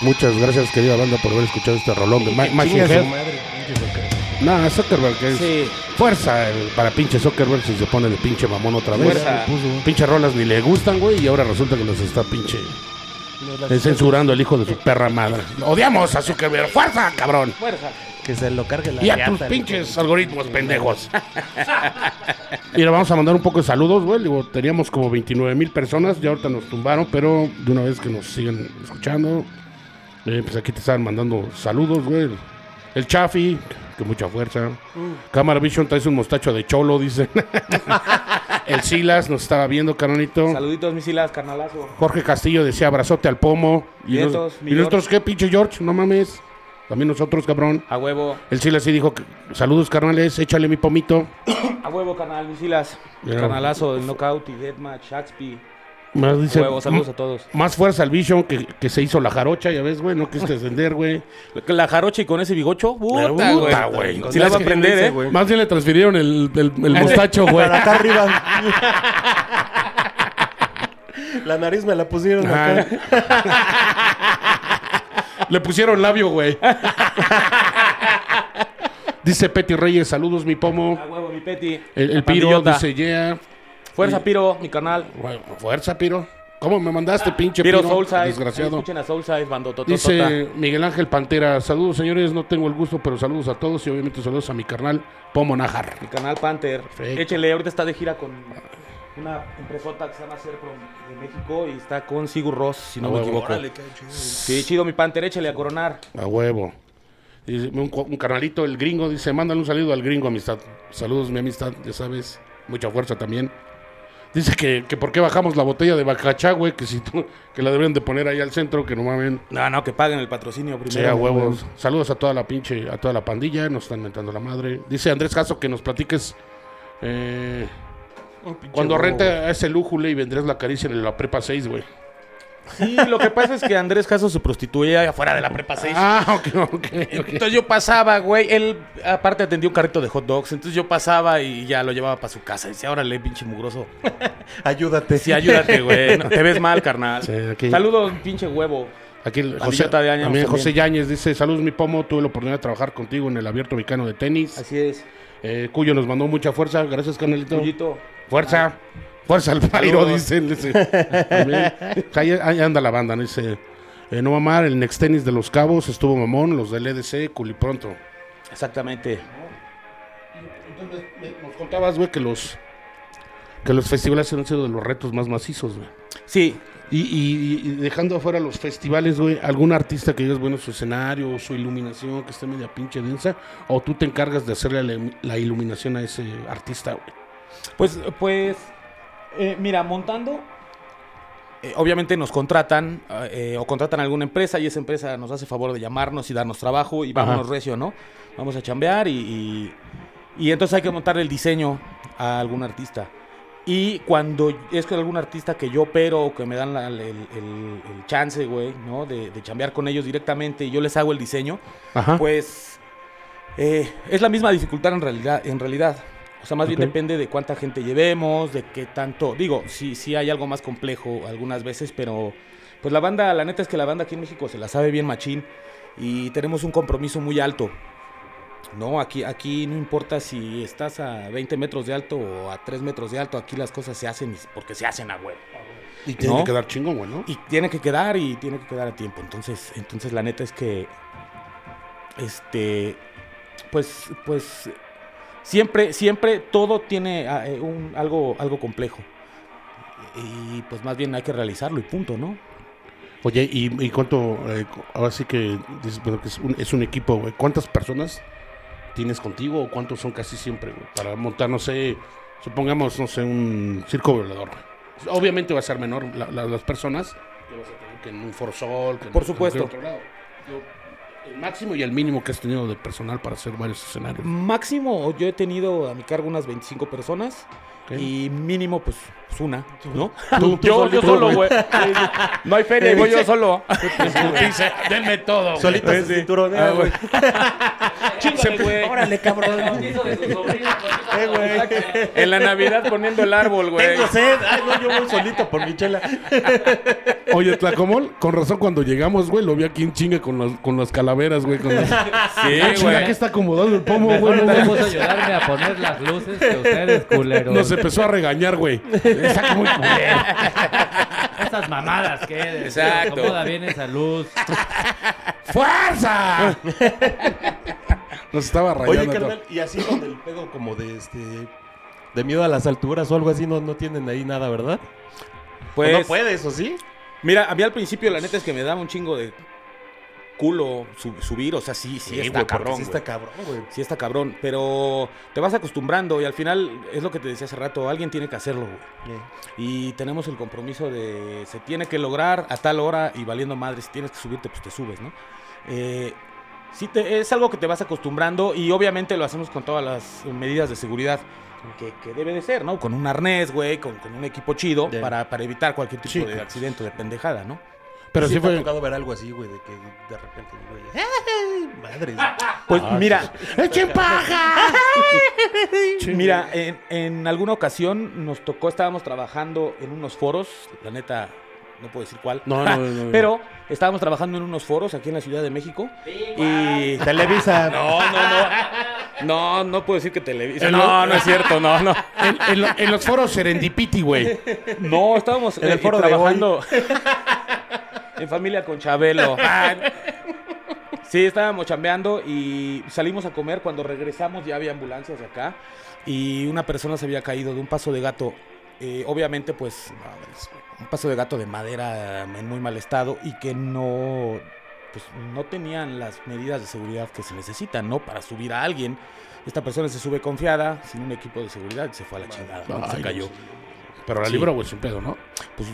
[SPEAKER 1] Muchas gracias, querida banda, por haber escuchado este rolón de Ma- Machine
[SPEAKER 4] Chinga
[SPEAKER 1] Head.
[SPEAKER 4] su madre, pinche Zucker.
[SPEAKER 1] Nah, Zuckerberg es
[SPEAKER 3] Sí.
[SPEAKER 1] fuerza el- para pinche Zuckerberg si se pone de pinche mamón otra vez.
[SPEAKER 3] Fuerza.
[SPEAKER 1] Pinche rolas ni le gustan, güey, y ahora resulta que nos está pinche
[SPEAKER 4] Nos la-
[SPEAKER 1] eh, censurando el hijo de su perra madre. Odiamos a Zuckerberg. ¡Fuerza, cabrón!
[SPEAKER 3] Fuerza.
[SPEAKER 4] Que se lo cargue la
[SPEAKER 1] Y a
[SPEAKER 4] gata,
[SPEAKER 1] tus
[SPEAKER 4] loco.
[SPEAKER 1] pinches algoritmos pendejos. Mira, vamos a mandar un poco de saludos, güey. Digo, teníamos como 29 mil personas, ya ahorita nos tumbaron, pero de una vez que nos siguen escuchando, eh, pues aquí te están mandando saludos, güey. El Chafi, que mucha fuerza. Cámara Vision traes un mostacho de cholo, dice. El Silas nos estaba viendo, canonito.
[SPEAKER 3] Saluditos, misilas, carnalazo.
[SPEAKER 1] Jorge Castillo decía abrazote al pomo. Y, nos-
[SPEAKER 3] Vientos, mi
[SPEAKER 1] y nosotros, ¿qué pinche George? No mames. También nosotros, cabrón.
[SPEAKER 3] A huevo.
[SPEAKER 1] El Silas sí dijo, que- saludos carnales, échale mi pomito.
[SPEAKER 3] A huevo, carnal, misilas.
[SPEAKER 1] Mira.
[SPEAKER 3] Carnalazo, el knockout y deathmatch, Shakespeare.
[SPEAKER 1] Más dice,
[SPEAKER 3] Huevo, saludos
[SPEAKER 1] "M-
[SPEAKER 3] a todos.
[SPEAKER 1] Más fuerza al Vision que, que se hizo la jarocha, ya ves, güey, no quisiste ascender, güey.
[SPEAKER 3] La jarocha y con ese bigocho.
[SPEAKER 1] Puta,
[SPEAKER 3] Puta,
[SPEAKER 1] güey.
[SPEAKER 3] güey. Si la va a aprender,
[SPEAKER 4] Ese,
[SPEAKER 3] eh.
[SPEAKER 4] güey.
[SPEAKER 1] Más bien le transfirieron el, el, el mostacho, güey.
[SPEAKER 4] Para acá arriba. La nariz me la pusieron
[SPEAKER 1] Ajá.
[SPEAKER 4] acá.
[SPEAKER 1] Le pusieron labio, güey. dice Petty Reyes, saludos, mi pomo.
[SPEAKER 3] A huevo, mi peti.
[SPEAKER 1] El, el
[SPEAKER 3] La
[SPEAKER 1] Piro
[SPEAKER 3] pandillota.
[SPEAKER 1] dice, eh, yeah.
[SPEAKER 3] Fuerza, Piro, mi canal.
[SPEAKER 1] Bueno, fuerza, Piro. ¿Cómo me mandaste, pinche
[SPEAKER 3] Ah, Piro
[SPEAKER 1] Piro?
[SPEAKER 3] Soulside.
[SPEAKER 1] desgraciado.
[SPEAKER 3] Escuchen a Soulside, bandotototota.
[SPEAKER 1] Dice Miguel Ángel Pantera, saludos señores, no tengo el gusto, pero saludos a todos y obviamente saludos a mi carnal Pomo Najar.
[SPEAKER 3] Mi canal Panther.
[SPEAKER 1] Perfecto.
[SPEAKER 3] Échele, ahorita está de gira con una empresota que se llama Serpro de México y está con Sigur Ross, si no
[SPEAKER 1] A
[SPEAKER 3] me
[SPEAKER 1] huevo.
[SPEAKER 3] equivoco.
[SPEAKER 4] Órale, qué chido.
[SPEAKER 3] Sí, chido, mi Panther, échele a coronar.
[SPEAKER 1] A huevo. Dice, un, co- un carnalito, el gringo, dice, mándale un saludo al gringo, amistad. Saludos, mi amistad, ya sabes, mucha fuerza también. Dice que, que por qué bajamos la botella de bacachá, güey, que, si tú- que la deberían de poner ahí al centro, que no mamen.
[SPEAKER 3] No, no, que paguen el patrocinio primero.
[SPEAKER 1] Sea huevos. Saludos a toda la pinche, a toda la pandilla, nos están mentando la madre. Dice Andrés Caso que nos platiques eh, cuando renta a ese lújule y vendrás la caricia en la prepa 6, güey.
[SPEAKER 3] Sí, lo que pasa es que Andrés Caso se prostituía afuera de la prepa 6.
[SPEAKER 1] Ah, ok, ok, ok.
[SPEAKER 3] Entonces yo pasaba, güey. Él, aparte, atendía un carrito de hot dogs. Entonces yo pasaba y ya lo llevaba para su casa. Y decía, órale, pinche mugroso.
[SPEAKER 4] Ayúdate.
[SPEAKER 3] Sí, ayúdate, güey. No, te ves mal, carnal.
[SPEAKER 1] Sí, aquí-
[SPEAKER 3] Saludos, pinche huevo.
[SPEAKER 1] Aquí el José,
[SPEAKER 3] Pandillota de Áñez
[SPEAKER 1] también
[SPEAKER 3] también.
[SPEAKER 1] José Yáñez dice, saludos mi pomo, tuve la oportunidad de trabajar contigo en el abierto mexicano de tenis,
[SPEAKER 3] Así es.
[SPEAKER 1] eh, Cuyo nos mandó mucha fuerza, gracias canalito.
[SPEAKER 3] Tuyito.
[SPEAKER 1] Fuerza, fuerza al Pairo,
[SPEAKER 3] Saludos.
[SPEAKER 1] dicen. dice. También. ahí, ahí anda la banda, ¿no? dice, eh, no mamar, el Next Tenis de los Cabos, estuvo mamón, los del E EDC, culipronto.
[SPEAKER 3] Exactamente.
[SPEAKER 1] Entonces me- Eh, nos contabas, güey, que los, que los festivales han sido de los retos más macizos, güey.
[SPEAKER 3] Sí,
[SPEAKER 1] Y, y- y dejando afuera los festivales, güey, algún artista que digas, bueno, su escenario o su iluminación que esté media pinche densa, o tú te encargas de hacerle la, la iluminación a ese artista, güey.
[SPEAKER 3] Pues, pues, eh, mira, montando, eh, obviamente nos contratan eh, o contratan a alguna empresa y esa empresa nos hace favor de llamarnos y darnos trabajo y
[SPEAKER 1] Ajá.
[SPEAKER 3] vámonos recio, ¿no? Vamos a chambear y, y- y entonces hay que montar el diseño a algún artista. Y cuando es que algún artista que yo opero o que me dan la- el, el- el chance, güey, ¿no? De, de chambear con ellos directamente y yo les hago el diseño,
[SPEAKER 1] Ajá.
[SPEAKER 3] pues eh, es la misma dificultad en realidad, en realidad. O sea, más
[SPEAKER 1] Ok.
[SPEAKER 3] bien depende de cuánta gente llevemos, de qué tanto. Digo, sí, sí hay algo más complejo algunas veces, pero pues la banda, la neta es que la banda aquí en México se la sabe bien machín y tenemos un compromiso muy alto. No, aquí, aquí no importa si estás a 20 metros de alto o a 3 metros de alto, aquí las cosas se hacen y- porque se hacen a huevo
[SPEAKER 1] y tiene
[SPEAKER 3] ¿no?
[SPEAKER 1] que quedar chingón, güey, ¿no?
[SPEAKER 3] y tiene que quedar y tiene que quedar a tiempo. Entonces, entonces la neta es que este pues pues siempre siempre todo tiene ah, eh, un algo algo complejo. Y pues más bien hay que realizarlo y punto, ¿no?
[SPEAKER 1] Oye, ¿y, y cuánto? eh, cu- ahora sí que dices, bueno, que es un, es un equipo, güey. ¿Cuántas personas tienes contigo o cuántos son casi siempre, güey? Para montar, no sé, supongamos, no sé, un circo violador, güey. Obviamente va a ser menor la- la- las personas que vas a tener que en un forzol, que en-
[SPEAKER 3] Por
[SPEAKER 1] que en
[SPEAKER 3] supuesto.
[SPEAKER 1] otro lado. Yo, El máximo y el mínimo que has tenido de personal para hacer varios escenarios.
[SPEAKER 3] Máximo yo he tenido a mi cargo unas 25 personas
[SPEAKER 1] Ok.
[SPEAKER 3] y mínimo pues pues una, ¿no?
[SPEAKER 1] Tú- tú
[SPEAKER 3] yo,
[SPEAKER 1] solito,
[SPEAKER 3] yo solo,
[SPEAKER 1] güey.
[SPEAKER 3] güey. No hay feria, y voy yo solo.
[SPEAKER 1] Dice, denme todo. güey.
[SPEAKER 4] Solito su cinturón, eh,
[SPEAKER 3] Ah,
[SPEAKER 4] güey.
[SPEAKER 3] güey. Siempre-
[SPEAKER 4] Órale, cabrón. Eh, güey.
[SPEAKER 3] En la Navidad poniendo el árbol, güey.
[SPEAKER 4] Tengo sed. Ay, no, yo voy solito por mi chela.
[SPEAKER 1] Oye, Tlacomol, con razón cuando llegamos, güey, lo vi aquí en chinga con las, con las calaveras, güey. Con las...
[SPEAKER 3] Sí,
[SPEAKER 1] Chinga, que
[SPEAKER 3] güey.
[SPEAKER 1] está acomodado el pomo, güey.
[SPEAKER 5] Mejor
[SPEAKER 1] no
[SPEAKER 5] no me
[SPEAKER 1] mames.
[SPEAKER 5] puso a ayudarme a poner las luces que ustedes, culeros.
[SPEAKER 1] Nos empezó a regañar, güey. Está muy culero.
[SPEAKER 5] Estas mamadas que...
[SPEAKER 3] Exacto.
[SPEAKER 5] Acomoda bien esa luz.
[SPEAKER 1] ¡Fuerza! Nos estaba rayando.
[SPEAKER 4] Oye, carnal, y así con el pedo como de este. De miedo a las alturas o algo así, no, no tienen ahí nada, ¿verdad?
[SPEAKER 3] Pues,
[SPEAKER 4] ¿O no puedes, ¿o sí?
[SPEAKER 3] Mira, a mí al principio la neta es que me daba un chingo de culo sub- subir, o sea, sí, sí, está
[SPEAKER 4] güey, porque
[SPEAKER 3] cabrón,
[SPEAKER 4] Sí
[SPEAKER 3] güey.
[SPEAKER 4] está cabrón, güey.
[SPEAKER 3] Sí está cabrón, pero te vas acostumbrando y al final es lo que te decía hace rato, alguien tiene que hacerlo, güey. Y tenemos el compromiso de se tiene que lograr a tal hora y valiendo madre, si tienes que subirte, pues te subes, ¿no? Eh, sí te- es algo que te vas acostumbrando y obviamente lo hacemos con todas las medidas de seguridad que, que debe de ser, ¿no? Con un arnés, güey, con, con un equipo chido
[SPEAKER 4] Ya.
[SPEAKER 3] para, para evitar cualquier tipo
[SPEAKER 1] Sí.
[SPEAKER 3] de accidente, de pendejada, ¿no?
[SPEAKER 1] Pero sí,
[SPEAKER 4] sí me ha
[SPEAKER 1] fue.
[SPEAKER 4] tocado ver algo así, güey, de que de repente, güey, ¡ay, madres!
[SPEAKER 3] Pues mira,
[SPEAKER 1] ¡Echen paja!
[SPEAKER 3] Mira, en, en alguna ocasión nos tocó, estábamos trabajando en unos foros, la neta, no puedo decir cuál.
[SPEAKER 1] No, no, no, no.
[SPEAKER 3] Pero estábamos trabajando en unos foros aquí en la Ciudad de México. Y.
[SPEAKER 4] Televisa.
[SPEAKER 3] No, no, no. No, no puedo decir que Televisa. No, no es cierto, no, no.
[SPEAKER 1] En, en lo- en los foros Serendipity, güey.
[SPEAKER 3] No, estábamos
[SPEAKER 4] En el
[SPEAKER 3] eh,
[SPEAKER 4] foro de
[SPEAKER 3] trabajando en familia con Chabelo. Ah, Sí, estábamos chambeando y salimos a comer. Cuando regresamos ya había ambulancias de acá y una persona se había caído de un paso de gato. Eh, obviamente, pues, madres, un paso de gato de madera en muy mal estado y que no, pues, no tenían las medidas de seguridad que se necesitan, ¿no? Para subir a alguien. Esta persona se sube confiada, sin un equipo de seguridad, y se fue a la chingada. ¿no?
[SPEAKER 1] Ay,
[SPEAKER 3] se cayó.
[SPEAKER 1] Pero la
[SPEAKER 3] Sí.
[SPEAKER 1] libro, güey, sin pedo, ¿no?
[SPEAKER 3] Pues,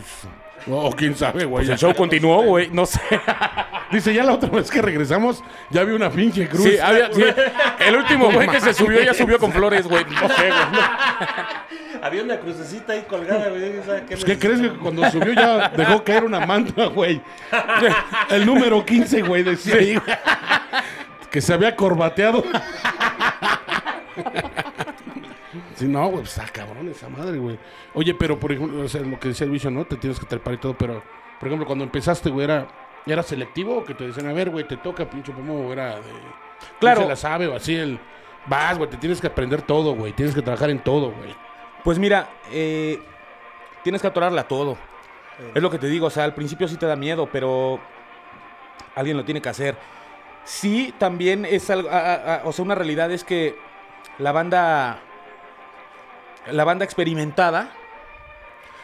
[SPEAKER 1] O quién sabe, güey.
[SPEAKER 3] pues el show continuó, güey. No sé.
[SPEAKER 1] Dice, ya la otra vez que regresamos, ya vi una pinche cruz.
[SPEAKER 3] Sí, había- sí. El último güey que se subió ya subió con flores, güey. No sé, güey. no.
[SPEAKER 4] Había una crucecita ahí colgada, güey. ¿sabes
[SPEAKER 1] Pues, ¿Qué crees que cuando subió ya dejó caer una manta, güey? El número 15, güey, decía ahí, güey. Que se había corbateado. Sí, no, güey, pues, está cabrón esa madre, güey. Oye, pero por ejemplo, o sea, lo que decía el bicho, ¿no? Te tienes que trepar y todo, pero, por ejemplo, cuando empezaste, güey, era, ¿era selectivo o que te decían, a ver, güey, te toca, pinche pomo, o era de.
[SPEAKER 3] Claro.
[SPEAKER 1] ¿quién Se la sabe o así el. Vas, güey, te tienes que aprender todo, güey. Tienes que trabajar en todo, güey.
[SPEAKER 3] Pues mira, eh, tienes que atorarla a todo. Es lo que te digo, o sea, al principio sí te da miedo, pero alguien lo tiene que hacer. Sí, también es algo, a- a- a- o sea, una realidad es que la banda, la banda experimentada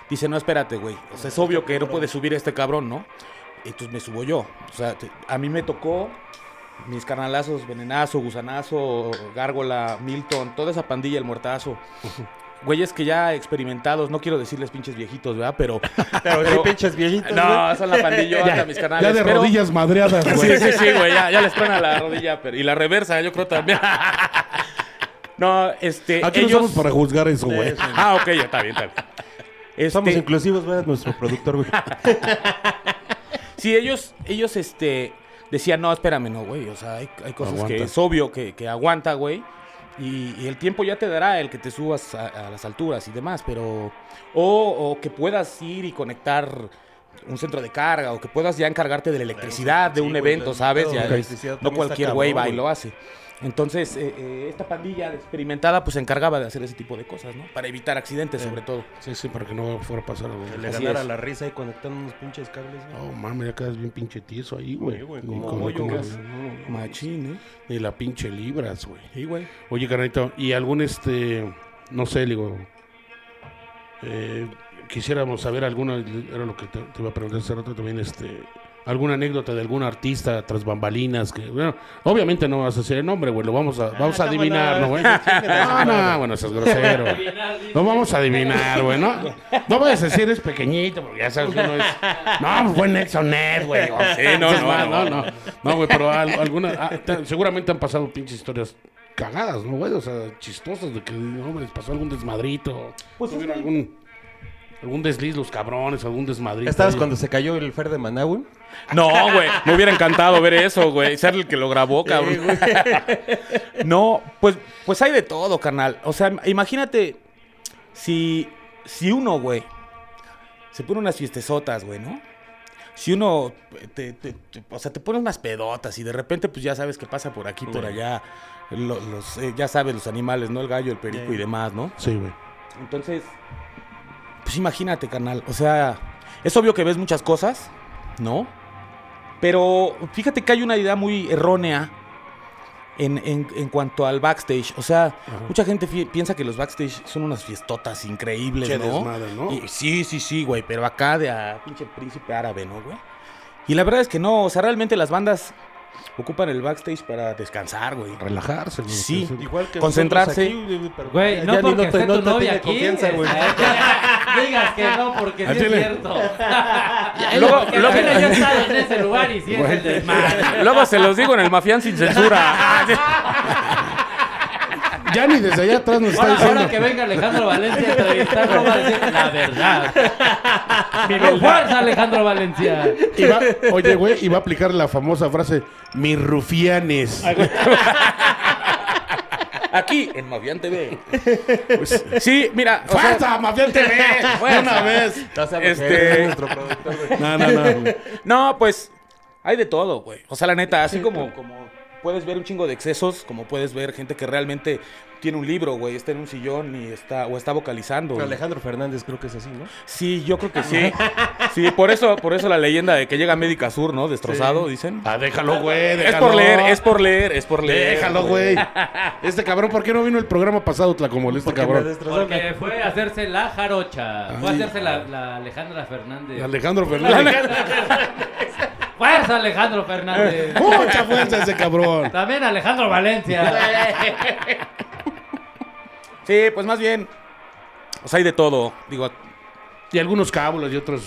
[SPEAKER 3] dice, no, espérate, güey, o sea, es obvio que no puede subir este cabrón, ¿no? Entonces me subo yo, o sea, te- a mí me tocó mis carnalazos, Venenazo, Gusanazo, Gárgola, Milton, toda esa pandilla, el Muertazo. Güeyes que ya experimentados, no quiero decirles pinches viejitos, ¿verdad? Pero
[SPEAKER 4] Pero sí,
[SPEAKER 3] Pero-
[SPEAKER 4] pinches viejitos,
[SPEAKER 3] no, son la pandillota, mis
[SPEAKER 1] ya
[SPEAKER 3] carnales.
[SPEAKER 1] de
[SPEAKER 3] pero-
[SPEAKER 1] rodillas madreadas, güey.
[SPEAKER 3] Sí, sí, sí, güey, ya, ya les truena la rodilla. Pero, y la reversa, yo creo también. No, este.
[SPEAKER 1] Aquí no
[SPEAKER 3] ellos...
[SPEAKER 1] estamos para juzgar eso,
[SPEAKER 4] güey.
[SPEAKER 1] güey.
[SPEAKER 4] Sí, sí.
[SPEAKER 3] Ah, ok, ya está bien, está bien.
[SPEAKER 4] Somos
[SPEAKER 3] Este,
[SPEAKER 4] inclusivos, güey, nuestro productor, güey.
[SPEAKER 3] Sí, ellos, ellos, este, decían, no, espérame, no, güey, o sea, hay, hay cosas
[SPEAKER 1] Aguanta.
[SPEAKER 3] que es obvio que, que aguanta, güey, y, y el tiempo ya te dará el que te subas a, a las alturas y demás, pero, o, o que puedas ir y conectar un centro de carga, o que puedas ya encargarte de la electricidad
[SPEAKER 4] sí,
[SPEAKER 3] de un
[SPEAKER 4] güey,
[SPEAKER 3] evento,
[SPEAKER 4] el
[SPEAKER 3] ¿sabes?
[SPEAKER 4] pedo
[SPEAKER 3] Ya,
[SPEAKER 4] de la electricidad
[SPEAKER 3] no
[SPEAKER 4] también
[SPEAKER 3] cualquier
[SPEAKER 4] está
[SPEAKER 3] güey
[SPEAKER 4] cabrón,
[SPEAKER 3] va y
[SPEAKER 4] güey.
[SPEAKER 3] lo hace. Entonces, eh, eh, esta pandilla de experimentada pues se encargaba de hacer ese tipo de cosas, ¿no? Para evitar accidentes,
[SPEAKER 4] Eh,
[SPEAKER 3] sobre todo.
[SPEAKER 1] Sí, sí, para que no fuera a pasar algo.
[SPEAKER 4] Que le
[SPEAKER 3] Así
[SPEAKER 4] ganara
[SPEAKER 3] es.
[SPEAKER 4] la risa y conectando unos pinches cables, güey.
[SPEAKER 1] No, mames, ya quedas bien pinche tieso ahí, güey.
[SPEAKER 4] Sí, güey,
[SPEAKER 1] Ni
[SPEAKER 4] como
[SPEAKER 1] como-
[SPEAKER 4] hoyo,
[SPEAKER 1] como-
[SPEAKER 4] güey.
[SPEAKER 3] Machín, ¿eh?
[SPEAKER 1] Ni la pinche libras, güey.
[SPEAKER 3] Sí, güey.
[SPEAKER 1] Oye, carnalito, ¿y algún este. No sé, digo. eh, quisiéramos saber alguna. Era lo que te, te iba a preguntar hace rato también, este. ¿Alguna anécdota de algún artista tras bambalinas? que bueno, Obviamente no vas a decir el nombre, güey. Lo vamos a, vamos a
[SPEAKER 4] cámara.
[SPEAKER 1] adivinar, Ah, ¿no, güey? No, no, bueno, seas grosero. No vamos a adivinar, güey, ¿no? No vayas a decir es pequeñito, porque ya sabes que uno es. No, fue Nelson Ned, güey. o-
[SPEAKER 3] Sí, no,
[SPEAKER 1] no,
[SPEAKER 3] no,
[SPEAKER 1] no, no. No, güey, pero al- alguna, ah, te- seguramente han pasado pinches historias cagadas, ¿no, güey? O sea, chistosas de que no les pasó algún desmadrito.
[SPEAKER 3] Pues
[SPEAKER 1] tuvieron
[SPEAKER 3] es que-
[SPEAKER 1] algún Algún desliz, los cabrones, algún desmadrito.
[SPEAKER 4] ¿Estabas
[SPEAKER 1] ahí.
[SPEAKER 4] cuando se cayó el Fer de Manawi?
[SPEAKER 3] No, güey. Me hubiera encantado ver eso, güey. Ser el que lo grabó, cabrón. no, pues, pues hay de todo, carnal. O sea, imagínate si, si uno, güey, se pone unas fiestezotas, güey, ¿no? Si uno, te- te- te- o sea, te pone unas pedotas y de repente, pues ya sabes que pasa por aquí, por allá. Lo- los, eh, ya sabes, los animales, ¿no? El gallo, el perico y demás, ¿no?
[SPEAKER 1] Sí, güey.
[SPEAKER 3] Entonces, pues imagínate, carnal. O sea, es obvio que ves muchas cosas, ¿no? Pero fíjate que hay una idea muy errónea en, en- en cuanto al backstage. O sea, mucha gente fi- piensa que los backstage son unas fiestotas increíbles,
[SPEAKER 1] Che
[SPEAKER 3] ¿no?
[SPEAKER 1] desmadre, ¿no?
[SPEAKER 3] Y- sí, sí, sí, güey. Pero acá de a pinche príncipe árabe, ¿no, güey? Y la verdad es que no. O sea, realmente las bandas ocupan el backstage para descansar, güey.
[SPEAKER 1] Relajarse, güey.
[SPEAKER 3] Sí.
[SPEAKER 4] Igual que
[SPEAKER 3] Concentrarse.
[SPEAKER 4] nosotros aquí, pero-
[SPEAKER 5] Güey, no
[SPEAKER 4] Ya ni
[SPEAKER 5] porque
[SPEAKER 4] te-
[SPEAKER 5] esté
[SPEAKER 4] no
[SPEAKER 5] tu
[SPEAKER 4] te
[SPEAKER 5] novia
[SPEAKER 4] tiene
[SPEAKER 5] aquí.
[SPEAKER 4] confianza, güey.
[SPEAKER 5] este, Digas que no, porque sí
[SPEAKER 1] Al
[SPEAKER 5] es
[SPEAKER 1] chile.
[SPEAKER 5] cierto.
[SPEAKER 3] Luego-
[SPEAKER 5] Porque
[SPEAKER 3] luego-
[SPEAKER 5] apenas yo he estado en ese lugar y sí es el desmadre.
[SPEAKER 3] Luego se los digo en el Mafián sin censura.
[SPEAKER 1] Ya ni desde allá atrás nos está
[SPEAKER 5] Ahora,
[SPEAKER 1] diciendo.
[SPEAKER 5] ahora que venga Alejandro Valencia a entrevistar, no va a decir la verdad. Mi fuerza, Alejandro Valencia.
[SPEAKER 1] Y va- oye, güey, y va a aplicar la famosa frase, mis rufianes.
[SPEAKER 3] Aquí, en Mafián TV. sí, mira. o sea,
[SPEAKER 1] ¡Falsa, Mafián TV!
[SPEAKER 3] Bueno.
[SPEAKER 1] ¡De una vez!
[SPEAKER 4] No sabes
[SPEAKER 3] Este-
[SPEAKER 4] que eres nuestro productor, güey.
[SPEAKER 1] No, no, no.
[SPEAKER 3] no, pues hay de todo, güey. O sea, la neta, así como, como puedes ver un chingo de excesos, como puedes ver gente que realmente tiene un libro, güey, está en un sillón y está, o está vocalizando. güey.
[SPEAKER 4] Alejandro Fernández creo que es así, ¿no?
[SPEAKER 1] Este
[SPEAKER 3] Sí, yo creo que sí. Sí, por eso, por eso la leyenda de que llega Médica Sur, ¿no? Destrozado, dicen.
[SPEAKER 1] Ah, déjalo, güey,
[SPEAKER 3] Es
[SPEAKER 1] déjalo.
[SPEAKER 3] por leer, es por leer, es por leer.
[SPEAKER 1] Déjalo, güey. Este cabrón, ¿por qué no vino el programa pasado, Tlacomol? Este
[SPEAKER 4] Porque me
[SPEAKER 1] cabrón.
[SPEAKER 4] destrozó la-
[SPEAKER 5] Porque fue a hacerse la jarocha. Fue a hacerse la, la Alejandra Fernández.
[SPEAKER 1] Alejandro Fernández.
[SPEAKER 5] ¡Fuerza, Alejandro Fernández!
[SPEAKER 1] Mucha fuerza ese cabrón.
[SPEAKER 5] También Alejandro Valencia.
[SPEAKER 1] Eh.
[SPEAKER 3] Sí, pues más bien. O sea, hay de todo. Digo,
[SPEAKER 1] Y algunos cábulas y otros.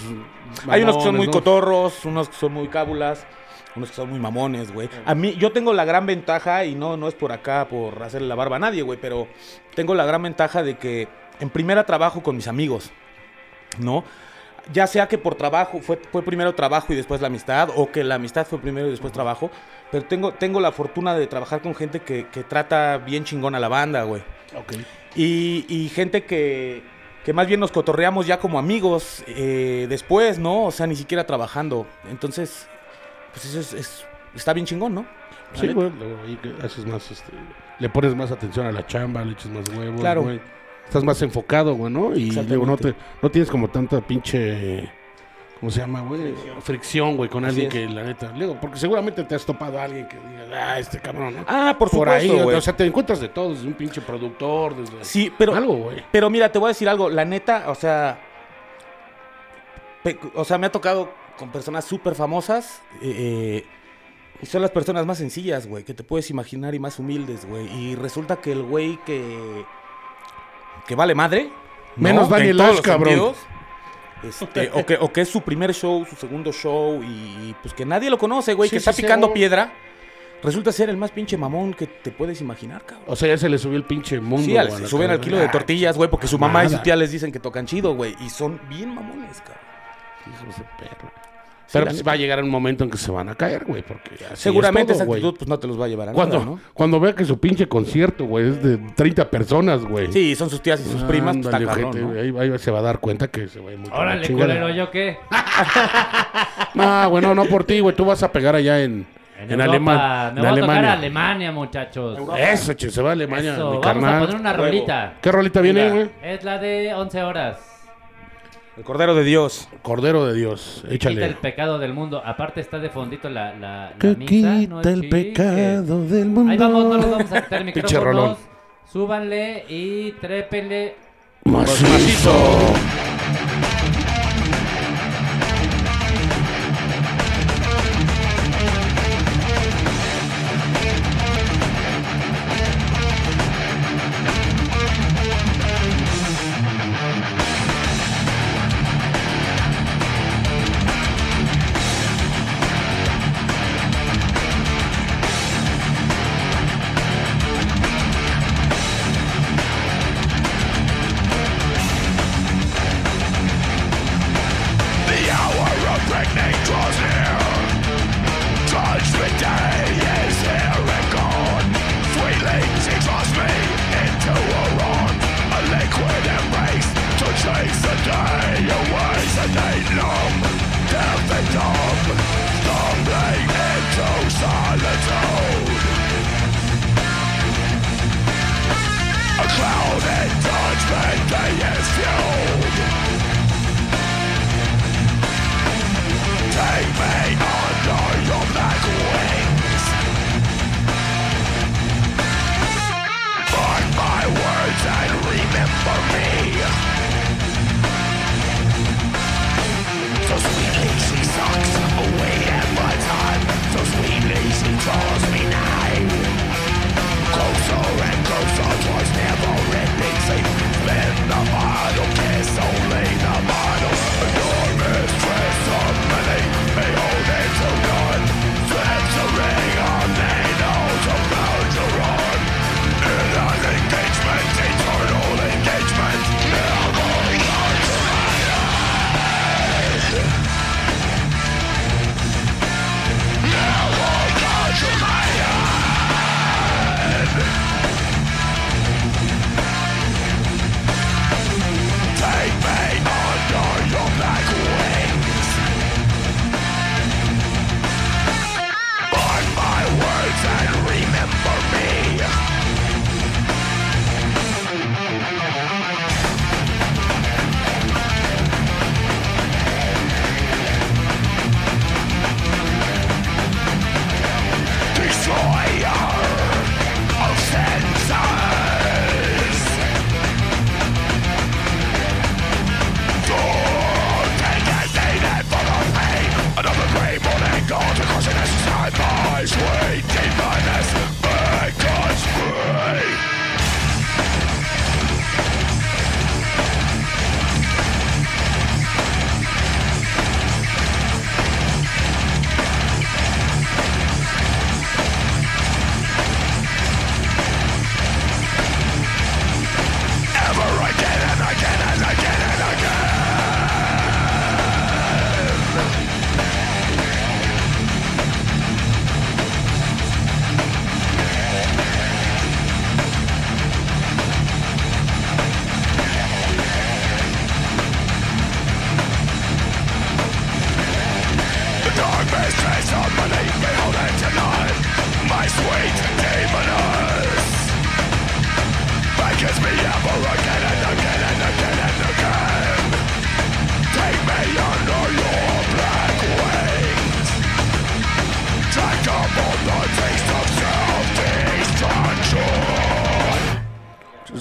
[SPEAKER 3] Hay unos que son
[SPEAKER 1] mamones,
[SPEAKER 3] muy
[SPEAKER 1] ¿no?
[SPEAKER 3] cotorros, unos que son muy cábulas, unos que son muy mamones, güey. A mí, yo tengo la gran ventaja, y no, no es por acá por hacerle la barba a nadie, güey, pero tengo la gran ventaja de que en primera trabajo con mis amigos, ¿no? Ya sea que por trabajo, fue, fue primero trabajo y después la amistad, o que la amistad fue primero y después trabajo, pero tengo, tengo la fortuna de trabajar con gente que, que trata bien chingón a la banda, güey. Y, y gente que, que más bien nos cotorreamos ya como amigos eh, después, ¿no? O sea, ni siquiera trabajando. Entonces, pues eso es, es- está bien chingón, ¿no?
[SPEAKER 1] Sí, güey. luego ahí que haces más, este, le pones más atención a la chamba, le echas más huevos,
[SPEAKER 3] Claro.
[SPEAKER 1] güey. Estás más enfocado, güey, ¿no? Y
[SPEAKER 3] Exactamente.
[SPEAKER 1] luego no, te, no tienes como tanta pinche. ¿Cómo se llama, güey? Fricción, güey, con alguien que, la neta. Digo, porque seguramente te has topado a alguien que diga, ah, este cabrón, ¿no?
[SPEAKER 3] Ah, por
[SPEAKER 1] Por ahí,
[SPEAKER 3] supuesto, güey.
[SPEAKER 1] o sea, te encuentras de todo, desde un pinche productor, desde.
[SPEAKER 3] sí, pero,
[SPEAKER 1] Algo, güey.
[SPEAKER 3] pero mira, te voy a decir algo. La neta, o sea, pe- o sea, me ha tocado con personas súper famosas eh, eh, y son las personas más sencillas, güey, que te puedes imaginar y más humildes, güey. Y resulta que el güey que, que vale madre,
[SPEAKER 1] Menos
[SPEAKER 3] ¿no?
[SPEAKER 1] Daniel
[SPEAKER 3] En todos
[SPEAKER 1] Ash,
[SPEAKER 3] los
[SPEAKER 1] cabrón.
[SPEAKER 3] sentidos. Este, o, que, o que es su primer show, su segundo show, y pues que nadie lo conoce, güey,
[SPEAKER 1] Sí,
[SPEAKER 3] que
[SPEAKER 1] sí,
[SPEAKER 3] está
[SPEAKER 1] sí,
[SPEAKER 3] picando
[SPEAKER 1] güey.
[SPEAKER 3] piedra. Resulta ser el más pinche mamón que te puedes imaginar, cabrón.
[SPEAKER 1] O sea, ya se le subió el pinche mundo.
[SPEAKER 3] Sí,
[SPEAKER 1] güey, a
[SPEAKER 3] al,
[SPEAKER 1] la
[SPEAKER 3] suben al
[SPEAKER 1] cabeza.
[SPEAKER 3] kilo de tortillas, güey, porque su mamá y su
[SPEAKER 1] nada.
[SPEAKER 3] tía les dicen que tocan chido, güey. Y son bien mamones, cabrón.
[SPEAKER 1] Hijos de perra.
[SPEAKER 3] Sí,
[SPEAKER 1] Pero
[SPEAKER 3] la
[SPEAKER 1] pues,
[SPEAKER 3] neta.
[SPEAKER 1] va a llegar un momento en que se van a caer, güey, porque así es
[SPEAKER 3] Seguramente
[SPEAKER 1] todo,
[SPEAKER 3] esa
[SPEAKER 1] güey.
[SPEAKER 3] actitud pues, no te los va a llevar a
[SPEAKER 1] Cuando,
[SPEAKER 3] nada, ¿no?
[SPEAKER 1] cuando vea que su pinche concierto, güey, es de 30 personas, güey.
[SPEAKER 3] Sí, son sus tías y sus primas, pues está
[SPEAKER 1] Ándale,
[SPEAKER 3] cabrón,
[SPEAKER 1] ojete,
[SPEAKER 3] ¿no?
[SPEAKER 1] güey, ahí, ahí se va a dar cuenta que se va a ir muy
[SPEAKER 5] Órale,
[SPEAKER 1] chingada.
[SPEAKER 5] culero, ¿yo qué?
[SPEAKER 1] No, güey, no, no por ti, güey. Tú vas a pegar allá en, en, Alema-
[SPEAKER 5] Europa. Me
[SPEAKER 1] en
[SPEAKER 5] voy a tocar a
[SPEAKER 1] Alemania.
[SPEAKER 5] Alemania, muchachos.
[SPEAKER 1] Eso, che, se va a Alemania,
[SPEAKER 5] Eso,
[SPEAKER 1] mi
[SPEAKER 5] vamos a poner
[SPEAKER 1] carnal.
[SPEAKER 5] una rolita.
[SPEAKER 1] ¿Qué rolita viene,
[SPEAKER 3] Mira.
[SPEAKER 1] güey?
[SPEAKER 5] Es la de 11 horas.
[SPEAKER 3] El Cordero de Dios.
[SPEAKER 1] Cordero de Dios,
[SPEAKER 5] Quita el
[SPEAKER 1] échale.
[SPEAKER 5] pecado del mundo. Aparte está de fondito la, la, la
[SPEAKER 1] Que
[SPEAKER 5] misa. no chingues.
[SPEAKER 1] del
[SPEAKER 5] Ahí vamos, no les vamos a quitar
[SPEAKER 1] Pinche rolón.
[SPEAKER 5] micrófonos. Súbanle y trépenle.
[SPEAKER 1] Macizo.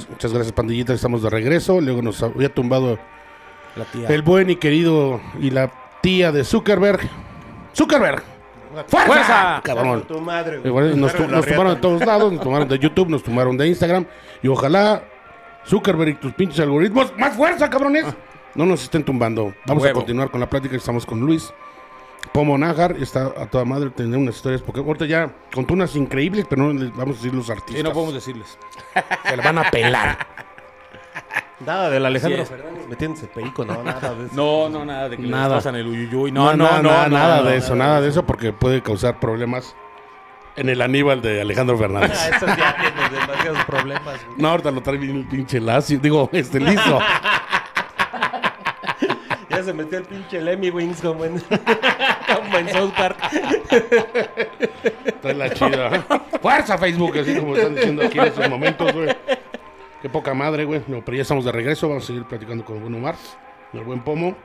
[SPEAKER 1] Muchas gracias, pandillita. Estamos de regreso. Luego nos había tumbado
[SPEAKER 3] La tía.
[SPEAKER 1] el buen y querido y la tía de Zuckerberg. ¡Zuckerberg! ¡Fuerza!
[SPEAKER 3] ¡Fuerza!
[SPEAKER 1] Cabrón.
[SPEAKER 4] Tu madre, güey.
[SPEAKER 1] Igual Nos,
[SPEAKER 4] Claro,
[SPEAKER 1] tu-
[SPEAKER 4] la
[SPEAKER 1] nos
[SPEAKER 4] riata.
[SPEAKER 1] tomaron de todos lados, nos tomaron de YouTube, nos tomaron de Instagram. Y ojalá Zuckerberg y tus pinches algoritmos, más fuerza, cabrones. No nos estén tumbando. Vamos a
[SPEAKER 3] Huevo.
[SPEAKER 1] continuar con la plática. Estamos con Luis Pomo Nájar. Está a toda madre tener unas historias. Porque ahorita ya contó unas increíbles, pero no les vamos a decir los artistas.
[SPEAKER 3] Sí, no podemos decirles.
[SPEAKER 1] Se le van a pelar.
[SPEAKER 4] Nada del Alejandro
[SPEAKER 3] Así es.
[SPEAKER 4] Fernández metiéndose perico, no, nada de eso.
[SPEAKER 3] No, no, nada de que
[SPEAKER 1] Nada.
[SPEAKER 3] nada. le destrozan el uyuyuy.
[SPEAKER 1] No,
[SPEAKER 3] No,
[SPEAKER 1] no,
[SPEAKER 3] no, no,
[SPEAKER 1] nada,
[SPEAKER 3] no,
[SPEAKER 1] nada
[SPEAKER 3] no,
[SPEAKER 1] de eso, nada de eso, porque puede causar problemas en el Aníbal de Alejandro Fernández.
[SPEAKER 4] Ah, eso ya tienes demasiados problemas, güey.
[SPEAKER 1] no, ahorita lo trae bien el pinche lacio. Digo, este liso.
[SPEAKER 4] Ya se metió el pinche Lemmy Wings como en, como en South Park.
[SPEAKER 1] Trae la chida. Fuerza, Facebook, así como están diciendo aquí en estos momentos, güey. Qué poca madre, güey. No, pero ya estamos de regreso. Vamos a seguir platicando con el buen Omar, con el buen Pomo.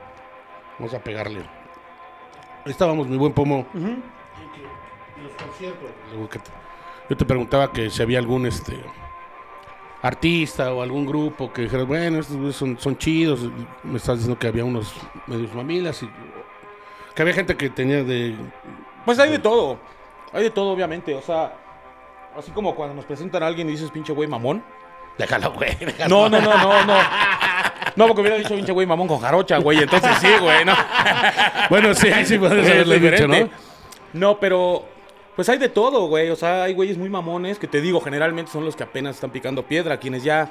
[SPEAKER 1] Vamos a pegarle. Ahí estábamos, mi buen Pomo. Luego que te- Yo te preguntaba que si había algún este artista o algún grupo que dijeras, bueno, estos güeyes son, son chidos. Me estás diciendo que había unos medios mamilas y que había gente que tenía de
[SPEAKER 3] Pues hay de todo. Hay de todo, obviamente. O sea, así como cuando nos presentan a alguien y dices pinche güey mamón.
[SPEAKER 1] déjalo, güey, déjalo.
[SPEAKER 3] No, no, no, no, no. No, porque hubiera dicho pinche güey mamón con jarocha, güey. Entonces sí, güey, no.
[SPEAKER 1] Bueno, sí, ahí sí puedes
[SPEAKER 3] Es
[SPEAKER 1] haberle dicho, ¿no?
[SPEAKER 3] diferente. No, pero pues hay de todo, güey. O sea, hay güeyes muy mamones que te digo, generalmente son los que apenas están picando piedra, quienes ya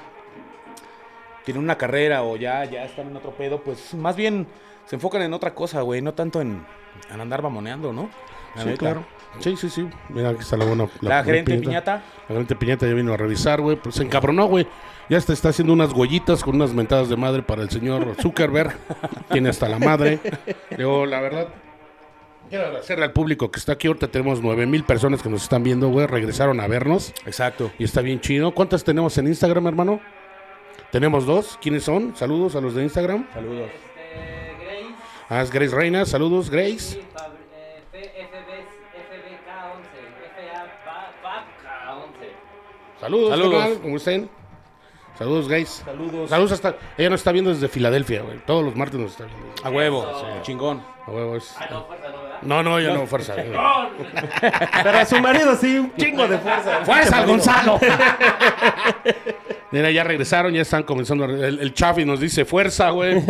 [SPEAKER 3] tienen una carrera o ya, ya están en otro pedo, pues más bien se enfocan en otra cosa, güey, no tanto en, en andar mamoneando, ¿no? La
[SPEAKER 1] Sí,
[SPEAKER 3] neta.
[SPEAKER 1] claro. Sí, sí, sí. Mira, aquí está la buena.
[SPEAKER 3] La,
[SPEAKER 1] buena
[SPEAKER 3] gerente piñata.
[SPEAKER 1] La gerente Piñata ya vino a revisar, güey. Pues se encabronó, güey. Ya hasta está haciendo unas gollitas con unas mentadas de madre para el señor Zuckerberg. Tiene hasta la madre. Digo, la verdad, quiero agradecerle al público que está aquí. Ahorita tenemos 9 mil personas que nos están viendo, güey. Regresaron a vernos.
[SPEAKER 3] Exacto.
[SPEAKER 1] Y está bien chido. ¿Cuántas tenemos en Instagram, hermano? Tenemos dos. ¿Quiénes son? Saludos a los de Instagram.
[SPEAKER 3] Saludos.
[SPEAKER 6] Este, Grace,
[SPEAKER 1] Ah, es Grace Reina. Saludos, Grace.
[SPEAKER 6] sí, Fab- eh, FFB, FBK11, FABK11.
[SPEAKER 1] Saludos,
[SPEAKER 3] Saludos.
[SPEAKER 1] carnal, como estén. Saludos, Grace.
[SPEAKER 4] Saludos.
[SPEAKER 1] Saludos hasta. Ella nos está viendo desde Filadelfia, güey. Todos los martes nos está viendo.
[SPEAKER 3] A huevo. Chingón.
[SPEAKER 1] A huevo, es-
[SPEAKER 6] Ah, no, fuerza, no, ¿verdad?
[SPEAKER 1] No, no, ya no, fuerza.
[SPEAKER 4] Pero a su marido sí, un chingo de fuerza.
[SPEAKER 1] ¡Fuerza, Gonzalo! Mira, ya regresaron, ya están comenzando. a re- El, el Chafi nos dice fuerza, güey.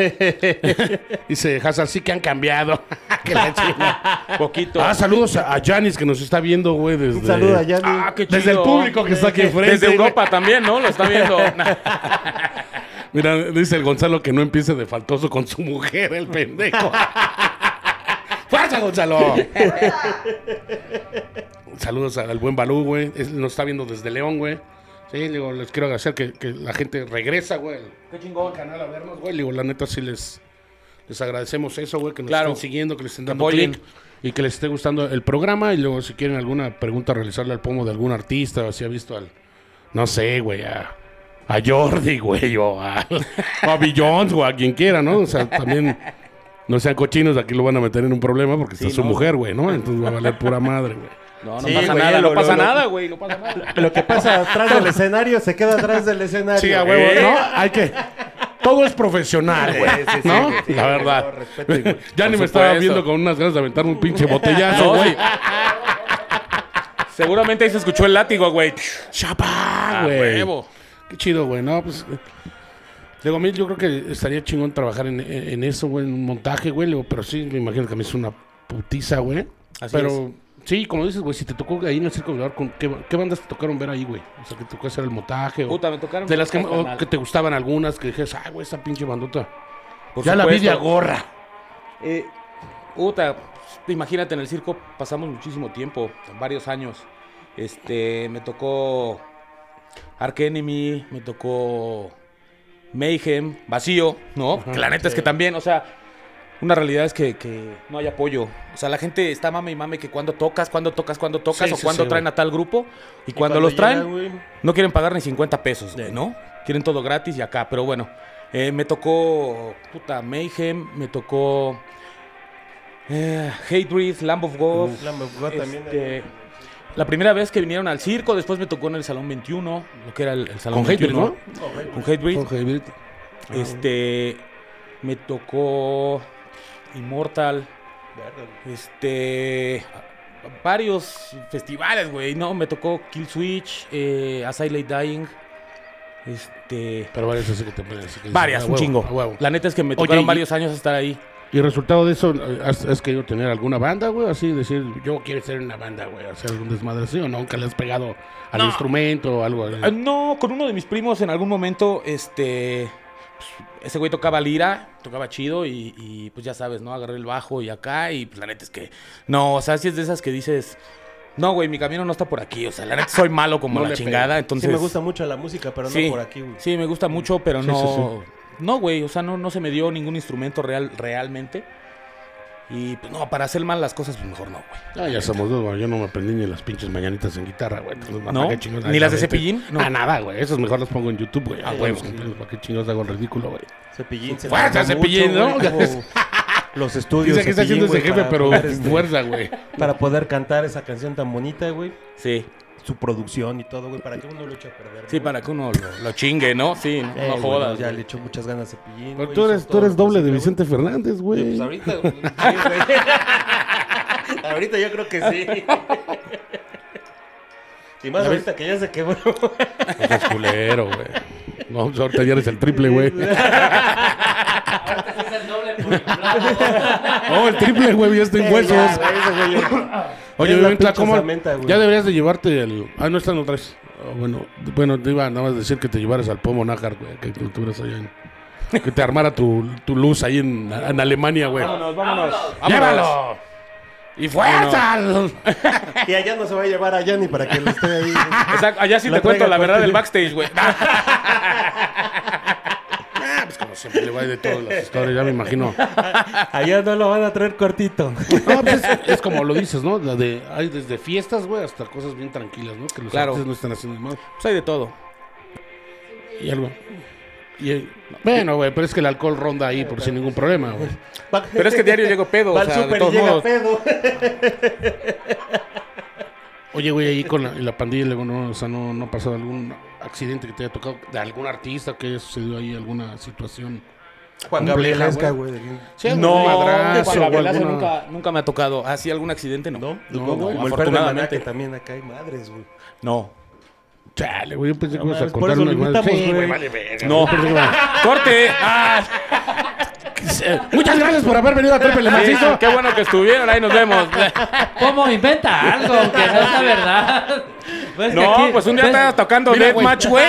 [SPEAKER 1] dice Hazard, sí que han cambiado. Que la chinga.
[SPEAKER 3] Poquito.
[SPEAKER 1] ah, saludos a a Janis que nos está viendo, güey. Desde...
[SPEAKER 4] Un saludo a Yanni.
[SPEAKER 3] Ah, qué
[SPEAKER 1] Desde el
[SPEAKER 3] chido.
[SPEAKER 1] público que está aquí enfrente.
[SPEAKER 3] Desde
[SPEAKER 1] güey.
[SPEAKER 3] Europa también, ¿no? Lo está viendo. Nah.
[SPEAKER 1] Mira, dice el Gonzalo que no empiece de faltoso con su mujer, el pendejo. ¡Fuerza, Gonzalo! Saludos al buen Balú, güey. Es- Nos está viendo desde León, güey. Sí, digo, les quiero agradecer que, que la gente regresa, güey. Qué chingón canal a vernos, güey. Digo, la neta sí les, les agradecemos eso, güey, que nos
[SPEAKER 3] Claro.
[SPEAKER 1] estén siguiendo, que les estén dando
[SPEAKER 3] apoyen.
[SPEAKER 1] click y que les esté gustando el programa. Y luego, si quieren alguna pregunta, realizarle al pomo de algún artista, o si ha visto al, no sé, güey, a, a Jordi, güey, o a, o a Bill Jones, o a quien quiera, ¿no? O sea, también no sean cochinos, aquí lo van a meter en un problema porque está su mujer, güey, ¿no? Entonces va a valer pura madre, güey.
[SPEAKER 3] No, no
[SPEAKER 4] Sí,
[SPEAKER 3] pasa
[SPEAKER 4] güey,
[SPEAKER 3] nada,
[SPEAKER 4] lo-
[SPEAKER 3] no pasa
[SPEAKER 4] lo-
[SPEAKER 3] nada, güey. No pasa nada.
[SPEAKER 4] Lo que pasa atrás del escenario se queda atrás del escenario.
[SPEAKER 3] Eh.
[SPEAKER 4] Eh,
[SPEAKER 1] Sí, a huevo, ¿no? Hay que. Todo es profesional, güey. ¿No? la verdad. ya ni
[SPEAKER 3] Por
[SPEAKER 1] me estaba
[SPEAKER 3] supuesto.
[SPEAKER 1] viendo con unas ganas de aventarme un pinche botellazo,
[SPEAKER 3] No,
[SPEAKER 1] güey.
[SPEAKER 3] sí. Seguramente ahí se escuchó el látigo, güey.
[SPEAKER 1] ¡Chapa,
[SPEAKER 3] A
[SPEAKER 1] güey!
[SPEAKER 3] Ah, huevo.
[SPEAKER 1] Qué chido, güey. No, pues. eh, Digo, a mí yo creo que estaría chingón trabajar en, en- en eso, güey, en un montaje, güey. Digo, pero sí, me imagino que a mí es una putiza, güey.
[SPEAKER 3] Así
[SPEAKER 1] pero sí, como dices, güey, si te tocó ahí en el Circo Volador, ¿con qué, ba- qué bandas te tocaron ver ahí, güey? O sea, que te tocó hacer el montaje. O,
[SPEAKER 3] Puta, me tocaron
[SPEAKER 1] De las que,
[SPEAKER 3] cosas
[SPEAKER 1] o
[SPEAKER 3] mal.
[SPEAKER 1] que te gustaban algunas, que dijes, ay, güey, esa pinche bandota.
[SPEAKER 3] Por
[SPEAKER 1] ya la vi de
[SPEAKER 3] supuesto.
[SPEAKER 1] agorra.
[SPEAKER 3] Eh, puta, pues, imagínate, en el circo pasamos muchísimo tiempo, varios años. Este, me tocó Ark Enemy, me tocó Mayhem, Vacío, ¿no? Que la neta es que también, o sea, una realidad es que, que no hay apoyo. O sea, la gente está mame y mame que cuando tocas, cuando tocas, cuando tocas,
[SPEAKER 1] Sí,
[SPEAKER 3] o
[SPEAKER 1] sí,
[SPEAKER 3] cuando
[SPEAKER 1] sí,
[SPEAKER 3] traen
[SPEAKER 1] güey.
[SPEAKER 3] a tal grupo. Y, cuando, los traen, no quieren pagar ni 50 pesos, güey, ¿no? Quieren todo gratis y acá, pero bueno. Eh, me tocó, puta, Mayhem, me tocó eh, Hatebreed, Lamb of God.
[SPEAKER 4] eh.
[SPEAKER 3] este, la primera vez que vinieron al circo, después me tocó en el Salón 21, lo que era el, el Salón
[SPEAKER 1] Con Hatebreed,
[SPEAKER 3] 21. Con Hatebreed.
[SPEAKER 1] Jorge,
[SPEAKER 3] Este, me tocó Immortal. Este. Varios festivales, güey. No, me tocó Kill Switch, eh, As I Lay Dying. Este.
[SPEAKER 1] pero varias así que te así que-
[SPEAKER 3] Varias,
[SPEAKER 1] Pues, a
[SPEAKER 3] un
[SPEAKER 1] huevo,
[SPEAKER 3] chingo.
[SPEAKER 1] a huevo.
[SPEAKER 3] La neta es que me
[SPEAKER 1] Oye,
[SPEAKER 3] tocaron
[SPEAKER 1] y-
[SPEAKER 3] varios años estar ahí.
[SPEAKER 1] Y resultado de eso, eh, ¿has, has querido tener alguna banda, güey? Así, decir, yo quiero ser una banda, güey, hacer algún desmadre así, o nunca le has pegado al instrumento o algo.
[SPEAKER 3] Ah, No, con uno de mis primos en algún momento, este. pues, ese güey tocaba lira, tocaba chido y, y, pues ya sabes, ¿no? Agarré el bajo y acá y pues la neta es que. No, o sea, si es de esas que dices. No, güey, mi camino no está por aquí. O sea, la neta soy malo como
[SPEAKER 1] No
[SPEAKER 3] la
[SPEAKER 1] le
[SPEAKER 3] chingada.
[SPEAKER 4] Sí,
[SPEAKER 3] Entonces.
[SPEAKER 4] me gusta mucho la música, pero no por aquí, güey.
[SPEAKER 3] Sí, me gusta mucho, pero
[SPEAKER 1] Sí,
[SPEAKER 3] no.
[SPEAKER 1] sí,
[SPEAKER 3] No, güey, o sea, no, no se me dio ningún instrumento real, realmente. Y pues no, para hacer mal las cosas, pues mejor no,
[SPEAKER 1] Ah,
[SPEAKER 3] güey.
[SPEAKER 1] ya somos dos, güey. Yo no me aprendí ni las pinches mañanitas en guitarra, güey. entonces, ¿para
[SPEAKER 3] ¿No?
[SPEAKER 1] qué chingados
[SPEAKER 3] ¿Ni las de
[SPEAKER 1] hago, güey?
[SPEAKER 3] Cepillín? No.
[SPEAKER 1] Ah, nada, güey. Esas mejor las pongo en YouTube, güey. Ah,
[SPEAKER 4] Sí,
[SPEAKER 1] güey,
[SPEAKER 4] sí.
[SPEAKER 1] ¿para qué chingados hago el ridículo, güey?
[SPEAKER 4] Cepillín se
[SPEAKER 1] Fuerza,
[SPEAKER 4] tarda mucho,
[SPEAKER 1] Cepillín,
[SPEAKER 4] güey,
[SPEAKER 1] ¿no?
[SPEAKER 4] tuvo Los estudios.
[SPEAKER 1] Dice que está haciendo
[SPEAKER 4] Cepillín,
[SPEAKER 1] ese
[SPEAKER 4] güey,
[SPEAKER 1] jefe, pero
[SPEAKER 4] para poder, este,
[SPEAKER 1] fuerza, güey.
[SPEAKER 4] Para poder cantar esa canción tan bonita, güey.
[SPEAKER 3] Sí,
[SPEAKER 4] Su producción y todo, güey. Para que uno lo eche a perder.
[SPEAKER 3] sí,
[SPEAKER 4] ¿no?
[SPEAKER 3] para que uno lo, lo chingue, ¿no? Sí, no,
[SPEAKER 4] Eh,
[SPEAKER 3] no
[SPEAKER 4] güey,
[SPEAKER 3] jodas.
[SPEAKER 4] Ya
[SPEAKER 3] güey.
[SPEAKER 4] le echó muchas ganas a Cepillín.
[SPEAKER 1] Pero
[SPEAKER 4] güey,
[SPEAKER 1] tú
[SPEAKER 4] hizo
[SPEAKER 1] eres, tú
[SPEAKER 4] todo
[SPEAKER 1] eres
[SPEAKER 4] lo
[SPEAKER 1] doble de Vicente
[SPEAKER 4] posible,
[SPEAKER 1] Fernández,
[SPEAKER 4] güey.
[SPEAKER 1] güey.
[SPEAKER 4] Pues ahorita, güey, sí, güey. ahorita yo creo que sí. Y más ahorita que ya se quebró.
[SPEAKER 1] No seas culero, güey. No, pues ahorita ya eres el triple, güey.
[SPEAKER 6] Ahorita sí es el doble por el plato.
[SPEAKER 1] Oh, el triple, güey, ya
[SPEAKER 4] Eh,
[SPEAKER 1] estoy en huesos. Oye,
[SPEAKER 4] Es la
[SPEAKER 1] ven, Tla,
[SPEAKER 4] pinche
[SPEAKER 1] ¿cómo?
[SPEAKER 4] samenta, güey.
[SPEAKER 1] Ya deberías de llevarte el. Ah, no están otra vez. Ah, bueno, bueno, te iba nada más a decir que te llevaras al pomo nácar, güey. Que tú estuvieras allá en- Que te armara tu, tu luz ahí en, en Alemania, güey.
[SPEAKER 3] Vámonos, vámonos.
[SPEAKER 1] ¡Llévalo!
[SPEAKER 3] Y
[SPEAKER 1] ¡Fuerza! Ah,
[SPEAKER 4] Y allá no se va a llevar a Yanni para que lo esté ahí.
[SPEAKER 3] Exacto, allá sí
[SPEAKER 4] La
[SPEAKER 3] te cuento
[SPEAKER 4] traiga
[SPEAKER 3] la verdad
[SPEAKER 4] aparte
[SPEAKER 3] del
[SPEAKER 4] de-
[SPEAKER 3] backstage, güey.
[SPEAKER 1] Ah, pues como siempre le va de todas las historias, ya me imagino.
[SPEAKER 4] allá no lo van a traer cortito.
[SPEAKER 1] No, pues es, es como lo dices, ¿no? La de, hay desde fiestas, güey, hasta cosas bien tranquilas, ¿no? Que los
[SPEAKER 3] Claro.
[SPEAKER 1] artistas no están haciendo mal.
[SPEAKER 3] Pues hay de todo.
[SPEAKER 1] Y algo. y el- bueno, güey, pero es que el alcohol ronda ahí por sin ningún problema, güey.
[SPEAKER 3] Pero es que diario llego pedo,
[SPEAKER 4] Va
[SPEAKER 3] o
[SPEAKER 4] al
[SPEAKER 3] sea, de
[SPEAKER 4] súper y
[SPEAKER 3] todos
[SPEAKER 4] llega
[SPEAKER 3] modos.
[SPEAKER 4] pedo.
[SPEAKER 1] Oye, güey, ahí con la, en la pandilla, luego no, o sea, no, no ha pasado algún accidente que te haya tocado de algún artista que haya sucedido ahí alguna situación.
[SPEAKER 4] Juan
[SPEAKER 1] Compleja,
[SPEAKER 4] Gabrielesca,
[SPEAKER 1] güey.
[SPEAKER 4] güey.
[SPEAKER 1] Sí, algún
[SPEAKER 3] No,
[SPEAKER 1] madrazo
[SPEAKER 3] Juan
[SPEAKER 1] o
[SPEAKER 3] Gabrielazo
[SPEAKER 1] alguna-
[SPEAKER 3] nunca, nunca me ha tocado. Así algún accidente, no. No,
[SPEAKER 1] No, güey,
[SPEAKER 4] Como el perro de Maná, que
[SPEAKER 3] afortunadamente.
[SPEAKER 4] también acá hay madres, güey.
[SPEAKER 3] No.
[SPEAKER 1] Chale, güey, yo pensé que
[SPEAKER 4] No
[SPEAKER 1] ibas a
[SPEAKER 4] mames, Pues por
[SPEAKER 1] contar
[SPEAKER 4] eso
[SPEAKER 1] una
[SPEAKER 4] lo
[SPEAKER 1] igual.
[SPEAKER 4] invitamos,
[SPEAKER 1] Sí, güey,
[SPEAKER 4] güey.
[SPEAKER 1] vale, verga.
[SPEAKER 3] No. ¡Corte! ¡Ah!
[SPEAKER 1] Eh, Muchas gracias por haber venido a Trépele
[SPEAKER 3] Sí,
[SPEAKER 1] Macizo.
[SPEAKER 3] ¡Qué bueno que estuvieron! Ahí nos vemos.
[SPEAKER 5] ¿Cómo inventa algo? Aunque no es la verdad. Pues que
[SPEAKER 3] No,
[SPEAKER 5] aquí-
[SPEAKER 3] pues un día
[SPEAKER 5] ves-
[SPEAKER 3] estaba tocando
[SPEAKER 1] Mira,
[SPEAKER 3] Dead
[SPEAKER 1] güey.
[SPEAKER 3] Match, güey.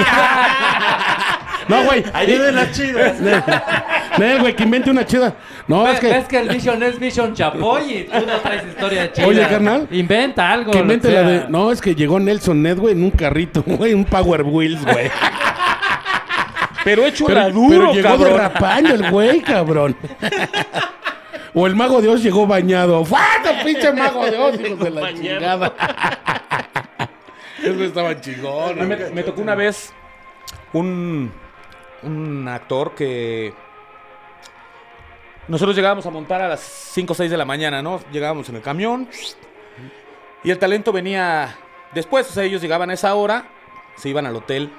[SPEAKER 1] No, güey.
[SPEAKER 4] Ayuden las chidas.
[SPEAKER 1] No, güey, que invente una chida. No,
[SPEAKER 5] ve-
[SPEAKER 1] es que,
[SPEAKER 5] Ves que el Vision es Vision Chapoy y tú no traes historia chida.
[SPEAKER 1] Oye, carnal.
[SPEAKER 5] Inventa algo.
[SPEAKER 1] que
[SPEAKER 5] lo
[SPEAKER 1] invente
[SPEAKER 5] que
[SPEAKER 1] la
[SPEAKER 5] sea.
[SPEAKER 1] de. No, es que llegó Nelson Ned, güey, en un carrito, güey, un Power Wheels, güey.
[SPEAKER 3] Pero hecho era
[SPEAKER 1] Pero,
[SPEAKER 3] duro,
[SPEAKER 1] pero llegó de
[SPEAKER 3] cabrón.
[SPEAKER 1] rapaño el güey, cabrón. O el mago de Dios llegó bañado. ¡Fuata, pinche mago de Dios! Hijos de la chingada. Esos güeyes estaban chingones.
[SPEAKER 3] Me, me tocó una vez un, un actor que... Nosotros llegábamos a montar a las 5 o 6 de la mañana, ¿no? Llegábamos en el camión y el talento venía después. O sea, ellos llegaban a esa hora, se iban al hotel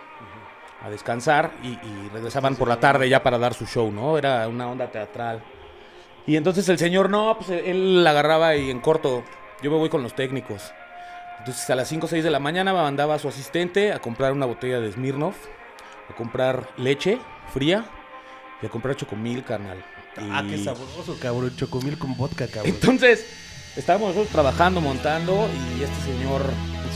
[SPEAKER 3] a descansar y, y regresaban por la tarde ya para dar su show, ¿no? Era una onda teatral. Y entonces el señor, no, pues él la agarraba y en corto, yo me voy con los técnicos. Entonces a las 5 o 6 de la mañana mandaba a su asistente a comprar una botella de Smirnoff, a comprar leche fría y a comprar chocomil, carnal.
[SPEAKER 4] Ah, qué
[SPEAKER 3] Y-
[SPEAKER 4] sabroso, cabrón. Chocomil con vodka, cabrón.
[SPEAKER 3] Entonces, estábamos nosotros trabajando, montando y este señor,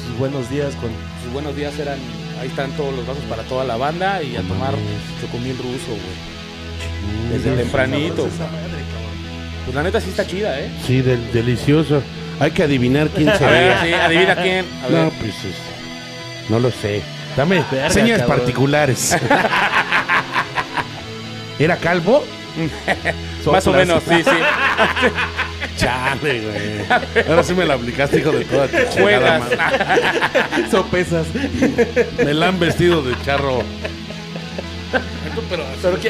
[SPEAKER 4] Sus buenos días con...
[SPEAKER 3] sus Pues, buenos días eran, ahí están todos los vasos para toda la banda y a tomar chocomil ruso, güey. Desde tempranito.
[SPEAKER 4] Sabroso esa madre, cabrón.
[SPEAKER 3] Pues la neta sí está chida, ¿eh?
[SPEAKER 1] Sí, del- delicioso. Hay que adivinar quién
[SPEAKER 3] A ver,
[SPEAKER 1] sería.
[SPEAKER 3] sí, adivina quién. A ver.
[SPEAKER 1] No, pues es- no lo sé. Dame señas
[SPEAKER 4] cabrón.
[SPEAKER 1] particulares. ¿Era calvo?
[SPEAKER 3] Más o
[SPEAKER 1] Soplas.
[SPEAKER 3] menos, sí, sí.
[SPEAKER 1] Chale, güey. Ahora sí me la aplicaste, hijo de toda tu chingada
[SPEAKER 3] Juegas.
[SPEAKER 1] madre.
[SPEAKER 4] Sopesas.
[SPEAKER 1] Me la han vestido de charro.
[SPEAKER 4] Pero que,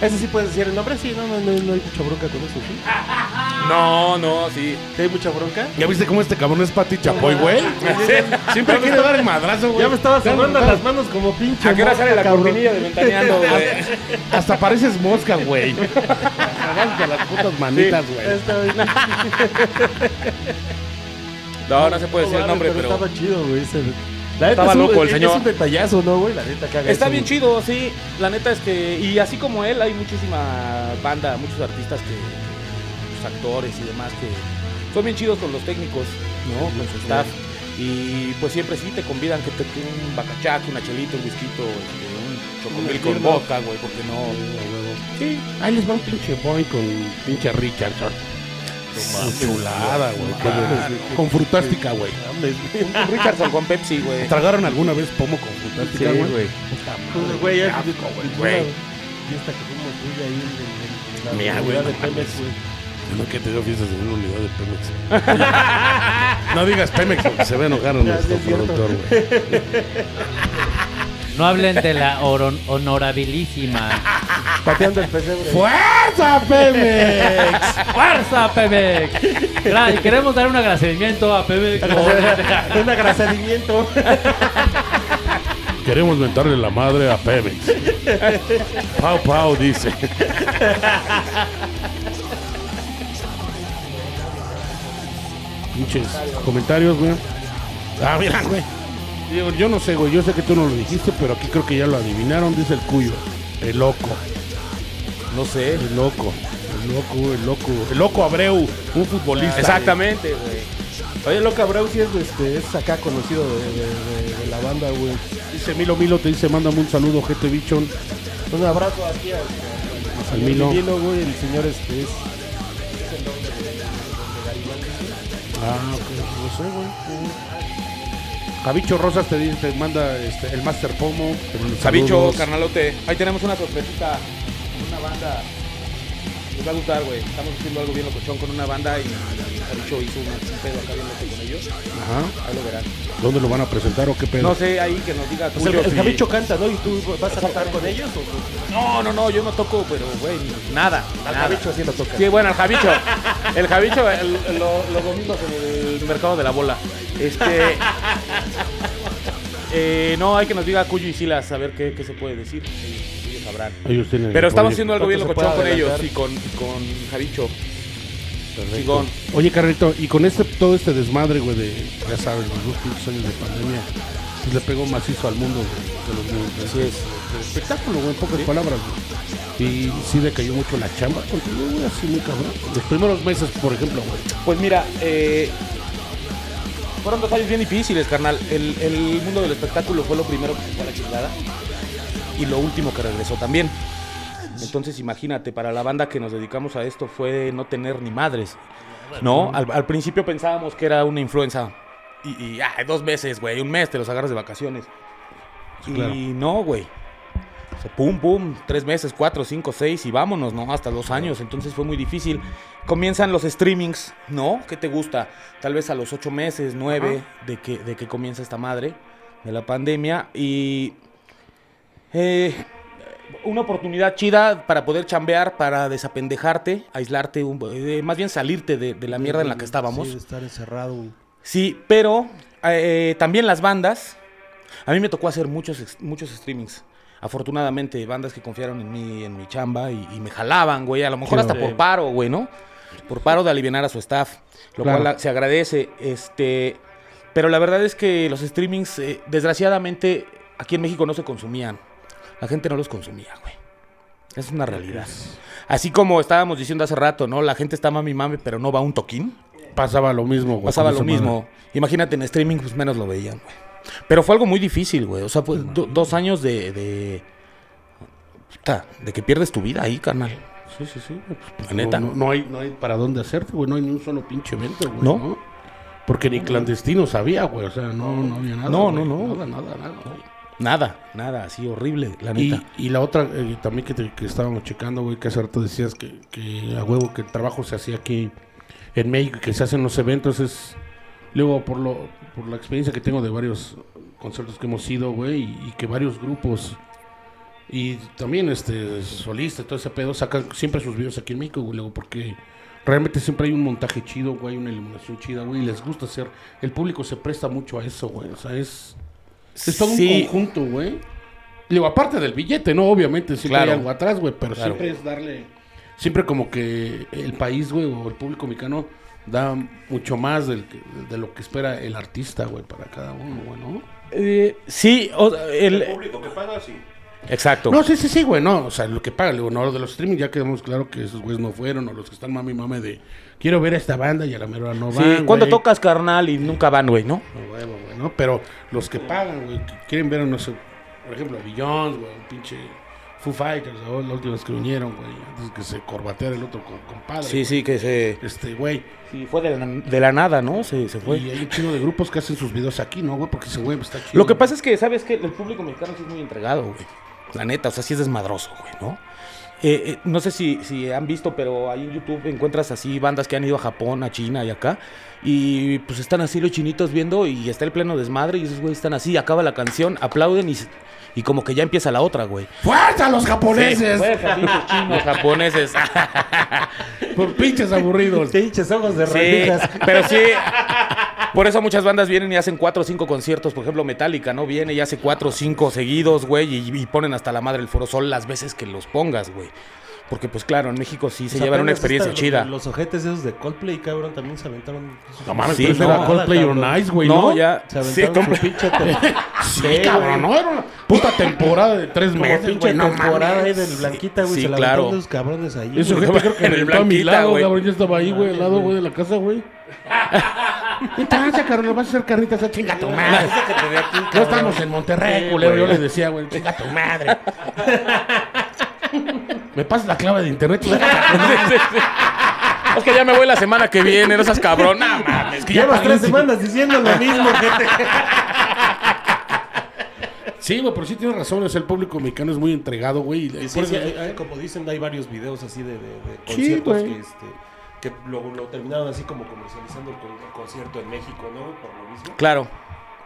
[SPEAKER 4] ¿Ese sí puedes decir el nombre? Sí, no, no, no, no hay mucha bronca con eso. ¿sí?
[SPEAKER 3] Ah, No, no, sí.
[SPEAKER 4] ¿Sí ¿Hay mucha bronca?
[SPEAKER 1] ¿Ya viste cómo este cabrón es Pati Chapoy, güey? Siempre
[SPEAKER 4] Ya me
[SPEAKER 1] quiere
[SPEAKER 4] estaba-
[SPEAKER 1] dar el madrazo, güey.
[SPEAKER 4] Ya me estaba sonando
[SPEAKER 1] Ya me
[SPEAKER 4] las manos como pinche.
[SPEAKER 3] ¿A qué hora
[SPEAKER 4] mosca,
[SPEAKER 3] sale la
[SPEAKER 4] cabrón.
[SPEAKER 3] cortinilla de Ventaneando, güey?
[SPEAKER 1] estaba- Hasta pareces mosca, güey. Agarraste las putas manitas, güey.
[SPEAKER 4] Está bien.
[SPEAKER 3] No, no se puede decir el
[SPEAKER 4] mames,
[SPEAKER 3] nombre, pero...
[SPEAKER 4] Estaba chido, güey. ese- La neta
[SPEAKER 3] Estaba
[SPEAKER 4] es un-
[SPEAKER 3] loco el
[SPEAKER 4] es-
[SPEAKER 3] señor.
[SPEAKER 4] Es un detallazo, ¿no, güey? La neta caga.
[SPEAKER 3] Está
[SPEAKER 4] eso,
[SPEAKER 3] bien
[SPEAKER 4] güey.
[SPEAKER 3] chido, sí. La neta es que. Y así como él, hay muchísima banda, muchos artistas que. Muchos actores y demás que. Son bien chidos con los técnicos, ¿no? Con su staff. Y pues siempre sí te convidan que te que un bacachac, una chelita, un whisky, este, un chocomil con vodka, güey, porque no. Sí.
[SPEAKER 1] Ahí les va un pinche boy con pinche Richardson. Chulada, güey. Con- Con frutástica, güey.
[SPEAKER 3] Un, un Richardson con Pepsi, güey.
[SPEAKER 1] ¿Tragaron alguna vez pomo con frutástica,
[SPEAKER 3] Sí,
[SPEAKER 1] güey?
[SPEAKER 4] Pues, güey, ya-
[SPEAKER 1] güey.
[SPEAKER 4] Fiesta que fuimos, güey, ahí en- en- en la
[SPEAKER 1] Mira, güey,
[SPEAKER 4] unidad de
[SPEAKER 1] no
[SPEAKER 4] Pemex,
[SPEAKER 1] mames.
[SPEAKER 4] güey.
[SPEAKER 1] No que te digo fiestas en una unidad de Pemex. no digas Pemex porque se va a enojar
[SPEAKER 4] Ya, sí
[SPEAKER 1] nuestro
[SPEAKER 4] es cierto.
[SPEAKER 1] productor, güey.
[SPEAKER 5] No hablen de la oron- honorabilísima.
[SPEAKER 4] Pateando el pesebre.
[SPEAKER 1] ¡Fuerza, Pemex!
[SPEAKER 5] ¡Fuerza, Pemex! Gra- y queremos dar un agradecimiento a Pemex.
[SPEAKER 4] Un agradecimiento.
[SPEAKER 1] Queremos mentarle la madre a Pemex. Pau Pau dice. Pinches comentarios, güey. Ah, mira, güey. Digo, yo no sé, güey. Yo sé que tú no lo dijiste, pero aquí creo que ya lo adivinaron. Dice el cuyo. El loco.
[SPEAKER 3] No sé.
[SPEAKER 1] El loco. El loco, el loco. El loco Abreu. Un futbolista.
[SPEAKER 3] Exactamente, güey.
[SPEAKER 4] Oye, Loca Brau sí es, este, es acá conocido de, de- de- de la banda, güey.
[SPEAKER 1] eh. Dice Milo Milo, te dice, mándame un saludo, gente bichón.
[SPEAKER 4] Un abrazo aquí al
[SPEAKER 1] Al Milo.
[SPEAKER 4] güey. El señor este es. es el hombre de- de- de
[SPEAKER 1] Ah, ok, no sé, güey. Javicho Rosas te, dice- te manda este, el Master Pomo. te manda
[SPEAKER 3] Sabicho,
[SPEAKER 1] saludos.
[SPEAKER 3] carnalote. Ahí tenemos una sorpresita. Una banda. Les va a gustar, güey. Estamos haciendo algo bien locochón con una banda y Sabicho hizo un un pedo acá bien loco con ellos.
[SPEAKER 1] Ajá.
[SPEAKER 3] Ahí lo verán.
[SPEAKER 1] ¿Dónde lo van a presentar o qué pedo?
[SPEAKER 3] No sé, ahí que nos diga
[SPEAKER 4] O sea,
[SPEAKER 3] Tulio
[SPEAKER 4] el, el
[SPEAKER 3] si-
[SPEAKER 4] Javicho canta, ¿no? ¿Y tú vas a cantar con ellos? ¿O pues,
[SPEAKER 3] No, no, no, yo no toco, pero, güey, nada.
[SPEAKER 4] Al
[SPEAKER 3] nada.
[SPEAKER 4] Javicho sí lo toca.
[SPEAKER 3] Sí, bueno, el Javicho. El Javicho, el- el- lo- los domingos en el mercado de la bola. Este. eh, no, hay que nos diga Cuyo y Silas a ver qué, qué se puede decir. Ellos- ellos sabrán.
[SPEAKER 1] Ellos tienen
[SPEAKER 3] Pero
[SPEAKER 1] el
[SPEAKER 3] estamos
[SPEAKER 1] proyecto.
[SPEAKER 3] haciendo algo bien
[SPEAKER 4] ¿Cuánto se
[SPEAKER 3] locochón con
[SPEAKER 4] puede
[SPEAKER 3] ellos y
[SPEAKER 4] adelantar?
[SPEAKER 3] con, y con Javicho. Chingón.
[SPEAKER 1] Oye, Carrito, y con este todo este desmadre, güey, de, ya sabes, los dos pinches años de pandemia, pues le pegó macizo al mundo güey, de los de- de- del espectáculo, güey, en pocas palabras, güey. Y sí decayó mucho la chamba contigo, güey, así muy cabrón. Los primeros meses, por ejemplo, güey.
[SPEAKER 3] Pues mira, eh, fueron dos años bien difíciles, carnal. El, el mundo del espectáculo fue lo primero que se fue a la chingada y lo último que regresó también. Entonces imagínate, para la banda que nos dedicamos a esto fue no tener ni madres. No, al, al principio pensábamos que era una influenza. Y, y, ah, dos meses, güey, un mes te los agarras de vacaciones.
[SPEAKER 1] claro.
[SPEAKER 3] Y no, güey. O sea, pum, pum, tres meses, cuatro, cinco, seis y vámonos, ¿no? Hasta dos años. Entonces fue muy difícil. Comienzan los streamings, ¿no? ¿Qué te gusta? Tal vez a los ocho meses, nueve, de que, de que comienza esta madre de la pandemia. Y eh, una oportunidad chida para poder chambear, para desapendejarte, aislarte, un- eh, más bien salirte de, de la mierda en la que estábamos.
[SPEAKER 4] Sí, de estar encerrado, güey.
[SPEAKER 3] Sí, pero eh, también las bandas. A mí me tocó hacer muchos, ex- muchos streamings. Afortunadamente, bandas que confiaron en mí, en mi chamba y, y me jalaban, güey. A lo mejor hasta por paro, güey, ¿no? Por paro de aliviar a su staff. Lo
[SPEAKER 1] Claro.
[SPEAKER 3] cual la- se agradece. Este. Pero la verdad es que los streamings, eh, desgraciadamente, aquí en México no se consumían. La gente no los consumía, güey. Es una realidad. Así como estábamos diciendo hace rato, ¿no? La gente está mami mami, pero no va a un toquín.
[SPEAKER 1] Pasaba lo mismo, güey.
[SPEAKER 3] Pasaba
[SPEAKER 1] con
[SPEAKER 3] lo
[SPEAKER 1] esa
[SPEAKER 3] mismo.
[SPEAKER 1] madre.
[SPEAKER 3] Imagínate, en streaming, pues menos lo veían, güey. Pero fue algo muy difícil, güey. O sea, fue do- dos años de. de... puta, de que pierdes tu vida ahí, carnal.
[SPEAKER 1] Sí, sí, sí. güey, pues,
[SPEAKER 3] La neta.
[SPEAKER 1] No, no- no hay, no hay para dónde hacerte, güey. No hay ni un solo pinche evento, güey.
[SPEAKER 3] No.
[SPEAKER 1] Porque ni clandestino sabía, güey. O sea, no, no había nada.
[SPEAKER 3] No,
[SPEAKER 1] güey,
[SPEAKER 3] no, no.
[SPEAKER 1] Nada, nada, nada. güey.
[SPEAKER 3] Nada, nada, así horrible, la
[SPEAKER 1] Y,
[SPEAKER 3] neta.
[SPEAKER 1] y la otra, eh, también que, te- que estábamos checando, güey, que hace rato decías que, que a huevo que el trabajo se hacía aquí en México y que se hacen los eventos es, luego por lo por la experiencia que tengo de varios conciertos que hemos ido, güey, y, y que varios grupos y también este solista, todo ese pedo, sacan siempre sus videos aquí en México, güey, luego porque realmente siempre hay un montaje chido, güey, una iluminación chida, güey, y les gusta hacer, el público se presta mucho a eso, güey, o sea, es... Es todo
[SPEAKER 3] Sí.
[SPEAKER 1] un conjunto, güey. Digo, aparte del billete, ¿no? Obviamente siempre
[SPEAKER 3] Claro.
[SPEAKER 1] hay algo atrás, güey, pero
[SPEAKER 3] Claro.
[SPEAKER 1] siempre es darle... Siempre como que el país, güey, o el público mexicano da mucho más del que- de lo que espera el artista, güey, para cada uno, güey, ¿no?
[SPEAKER 3] Eh, sí, o- el,
[SPEAKER 7] público que paga, sí.
[SPEAKER 3] exacto.
[SPEAKER 1] No, sí, sí, sí, güey, no, o sea, lo que paga, digo, no, lo de los streaming ya quedamos claro que esos güeyes no fueron, o los que están mami mame de quiero ver a esta banda y a la mera hora no
[SPEAKER 3] Sí,
[SPEAKER 1] van,
[SPEAKER 3] cuando
[SPEAKER 1] güey.
[SPEAKER 3] tocas, carnal, y nunca van, güey, ¿no?
[SPEAKER 1] A huevo, güey, ¿no? Pero los que pagan, güey, que quieren ver, no sé, por ejemplo, a Billions, güey, un pinche Foo Fighters, ¿no? la última vez que vinieron, güey, antes que se corbateara el otro co- compadre.
[SPEAKER 3] Sí, sí, que se.
[SPEAKER 1] güey. Este, güey.
[SPEAKER 3] Sí, fue de la, de la nada, ¿no? Se, se fue.
[SPEAKER 1] Y hay un chingo de grupos que hacen sus videos aquí, ¿no, güey? Porque ese güey pues, está chido.
[SPEAKER 3] Lo que pasa es que, ¿sabes que El público mexicano sí es muy entregado, güey. La neta, o sea, sí es desmadroso, güey, ¿no? Eh, eh, no sé si, si han visto, pero ahí en YouTube encuentras así bandas que han ido a Japón, a China y acá. Y pues están así los chinitos viendo y está el pleno desmadre y esos güeyes están así, acaba la canción, aplauden y, se- y como que ya empieza la otra, güey.
[SPEAKER 1] ¡Fuerza a los japoneses!
[SPEAKER 3] Los japoneses.
[SPEAKER 1] por pinches aburridos.
[SPEAKER 4] Pinches ojos de
[SPEAKER 3] Sí,
[SPEAKER 4] rendijas.
[SPEAKER 3] pero sí. Por eso muchas bandas vienen y hacen cuatro o cinco conciertos. Por ejemplo, Metallica, ¿no? Viene y hace cuatro o cinco seguidos, güey, y, y ponen hasta la madre el Foro Sol las veces que los pongas, güey. Porque, pues claro, en México sí se
[SPEAKER 4] Pues
[SPEAKER 3] llevan una
[SPEAKER 4] apenas
[SPEAKER 3] experiencia
[SPEAKER 4] esta-
[SPEAKER 3] chida.
[SPEAKER 4] Los, los ojetes esos de Coldplay, cabrón, también se aventaron.
[SPEAKER 1] No mames,
[SPEAKER 3] Sí,
[SPEAKER 1] pero eso
[SPEAKER 3] no.
[SPEAKER 1] era Coldplay or
[SPEAKER 4] Cabrón.
[SPEAKER 1] Nice, güey,
[SPEAKER 3] no,
[SPEAKER 1] ¿no?
[SPEAKER 3] ya.
[SPEAKER 4] Se
[SPEAKER 3] Sí,
[SPEAKER 4] aventaron
[SPEAKER 3] compra-
[SPEAKER 4] su pinche, tem-
[SPEAKER 1] Sí, cabrón, ¿no? Era una puta temporada de tres
[SPEAKER 4] como
[SPEAKER 1] meses,
[SPEAKER 4] pinche
[SPEAKER 1] güey, no
[SPEAKER 4] temporada
[SPEAKER 1] mames.
[SPEAKER 4] ahí del Blanquita, güey.
[SPEAKER 3] sí,
[SPEAKER 4] se la
[SPEAKER 3] claro.
[SPEAKER 4] aventaron de esos cabrones ahí.
[SPEAKER 1] Eso
[SPEAKER 4] güey.
[SPEAKER 1] gente creo que
[SPEAKER 3] En el
[SPEAKER 1] rentó a mi
[SPEAKER 3] Blanquita,
[SPEAKER 1] lado,
[SPEAKER 3] güey.
[SPEAKER 1] cabrón. Yo estaba ahí, güey, al lado, güey, de la casa, güey. ¿Qué pasa, cabrón? ¿Vas a hacer carnitas? Ah, chinga tu madre. No estamos en Monterrey, culero. Yo les decía, güey, chinga tu madre. Me pasas la clave de internet. chinga tu madre.
[SPEAKER 3] Es que ya me voy la semana que viene, no seas cabrón. No mames, que ya
[SPEAKER 4] Llevas tres
[SPEAKER 3] perdiste.
[SPEAKER 4] semanas diciendo lo mismo, gente.
[SPEAKER 1] Sí, güey, pero sí tienes razón. O sea, el público mexicano es muy entregado, güey. y por
[SPEAKER 4] Y sí,
[SPEAKER 1] eso-
[SPEAKER 4] sí, hay- hay- como dicen, hay varios videos así de, de- de
[SPEAKER 1] Sí,
[SPEAKER 4] conciertos
[SPEAKER 1] güey.
[SPEAKER 4] que, este, que lo, lo terminaron así como comercializando el, con- el concierto en México, ¿no? Por lo mismo.
[SPEAKER 3] Claro.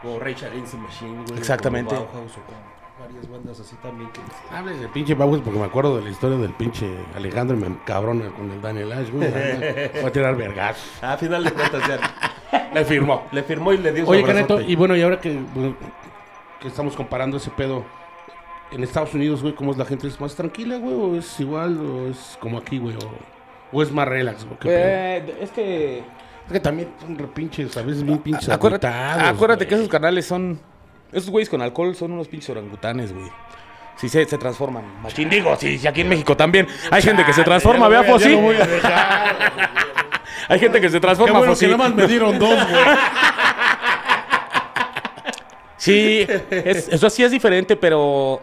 [SPEAKER 4] Como Rage Against the Machine, güey.
[SPEAKER 3] Exactamente.
[SPEAKER 4] Como Bauhaus o como varias bandas así también que... este,
[SPEAKER 1] Hables de pinche Bauhaus porque me acuerdo de la historia del pinche Alejandro y me encabrona con el Daniel Ash, güey. Voy a tirar vergas.
[SPEAKER 4] Ah, A final de cuentas ya
[SPEAKER 1] Le firmó.
[SPEAKER 4] le firmó y le dio su
[SPEAKER 1] Oye,
[SPEAKER 4] abrazote.
[SPEAKER 1] Caneto, y bueno, y ahora que, bueno, que estamos comparando ese pedo, en Estados Unidos, güey, ¿cómo es la gente? ¿Es más tranquila, güey? ¿O es igual? ¿O es como aquí, güey? ¿O, o es más relax, güey? ¿Qué pedo?
[SPEAKER 3] Eh, es que.
[SPEAKER 1] Es que también son re pinches, a veces bien pinches.
[SPEAKER 3] Acuérdate,
[SPEAKER 1] agüitados,
[SPEAKER 3] acuérdate
[SPEAKER 1] güey.
[SPEAKER 3] que esos canales son. Esos güeyes con alcohol son unos pinches orangutanes, güey. Sí, se, se transforman. Machín, digo, sí, sí, aquí en México también. Hay gente que se transforma, vea, Fossi. Hay gente que se
[SPEAKER 1] Qué
[SPEAKER 3] transforma,
[SPEAKER 1] bueno
[SPEAKER 3] Fossi.
[SPEAKER 1] que nomás me dieron dos, güey.
[SPEAKER 3] Sí, es- eso sí es diferente, pero.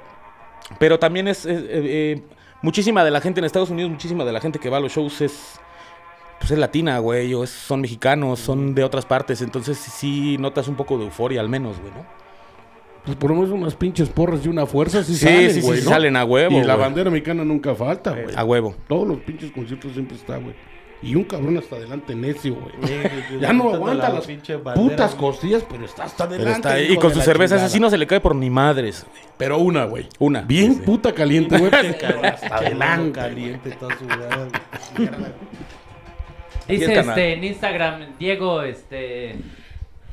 [SPEAKER 3] Pero también es. es- eh, eh, muchísima de la gente en Estados Unidos, muchísima de la gente que va a los shows es. Pues es latina, güey, o es- son mexicanos, son de otras partes, entonces sí notas un poco de euforia al menos, güey, ¿no?
[SPEAKER 1] Pues por lo menos unas pinches porras y una fuerza sí,
[SPEAKER 3] Sí,
[SPEAKER 1] salen,
[SPEAKER 3] sí, sí,
[SPEAKER 1] güey,
[SPEAKER 3] sí
[SPEAKER 1] ¿no?
[SPEAKER 3] salen a huevo,
[SPEAKER 1] Y la
[SPEAKER 3] güey.
[SPEAKER 1] bandera mexicana nunca falta, güey.
[SPEAKER 3] A huevo.
[SPEAKER 1] Todos los pinches conciertos siempre está, güey. Y un cabrón hasta adelante necio, güey.
[SPEAKER 4] Sí, sí, sí,
[SPEAKER 1] Ya no
[SPEAKER 4] levantando
[SPEAKER 1] aguanta
[SPEAKER 4] la
[SPEAKER 1] las
[SPEAKER 4] pinche bandera,
[SPEAKER 1] putas
[SPEAKER 4] güey.
[SPEAKER 1] costillas, pero está hasta adelante.
[SPEAKER 3] Pero está ahí,
[SPEAKER 1] hijo
[SPEAKER 3] y con
[SPEAKER 1] de
[SPEAKER 3] sus
[SPEAKER 1] la
[SPEAKER 3] cervezas
[SPEAKER 1] chingada. Ah,
[SPEAKER 3] así no se le cae por ni madres. güey.
[SPEAKER 1] Pero una, güey.
[SPEAKER 3] Una.
[SPEAKER 1] Bien
[SPEAKER 3] Sí, sí.
[SPEAKER 1] puta caliente, güey. pero hasta
[SPEAKER 4] Pinche mano
[SPEAKER 1] adelante.
[SPEAKER 4] caliente, está sudada.
[SPEAKER 3] Y
[SPEAKER 5] Dice
[SPEAKER 3] el canal.
[SPEAKER 5] este, en Instagram Diego, este,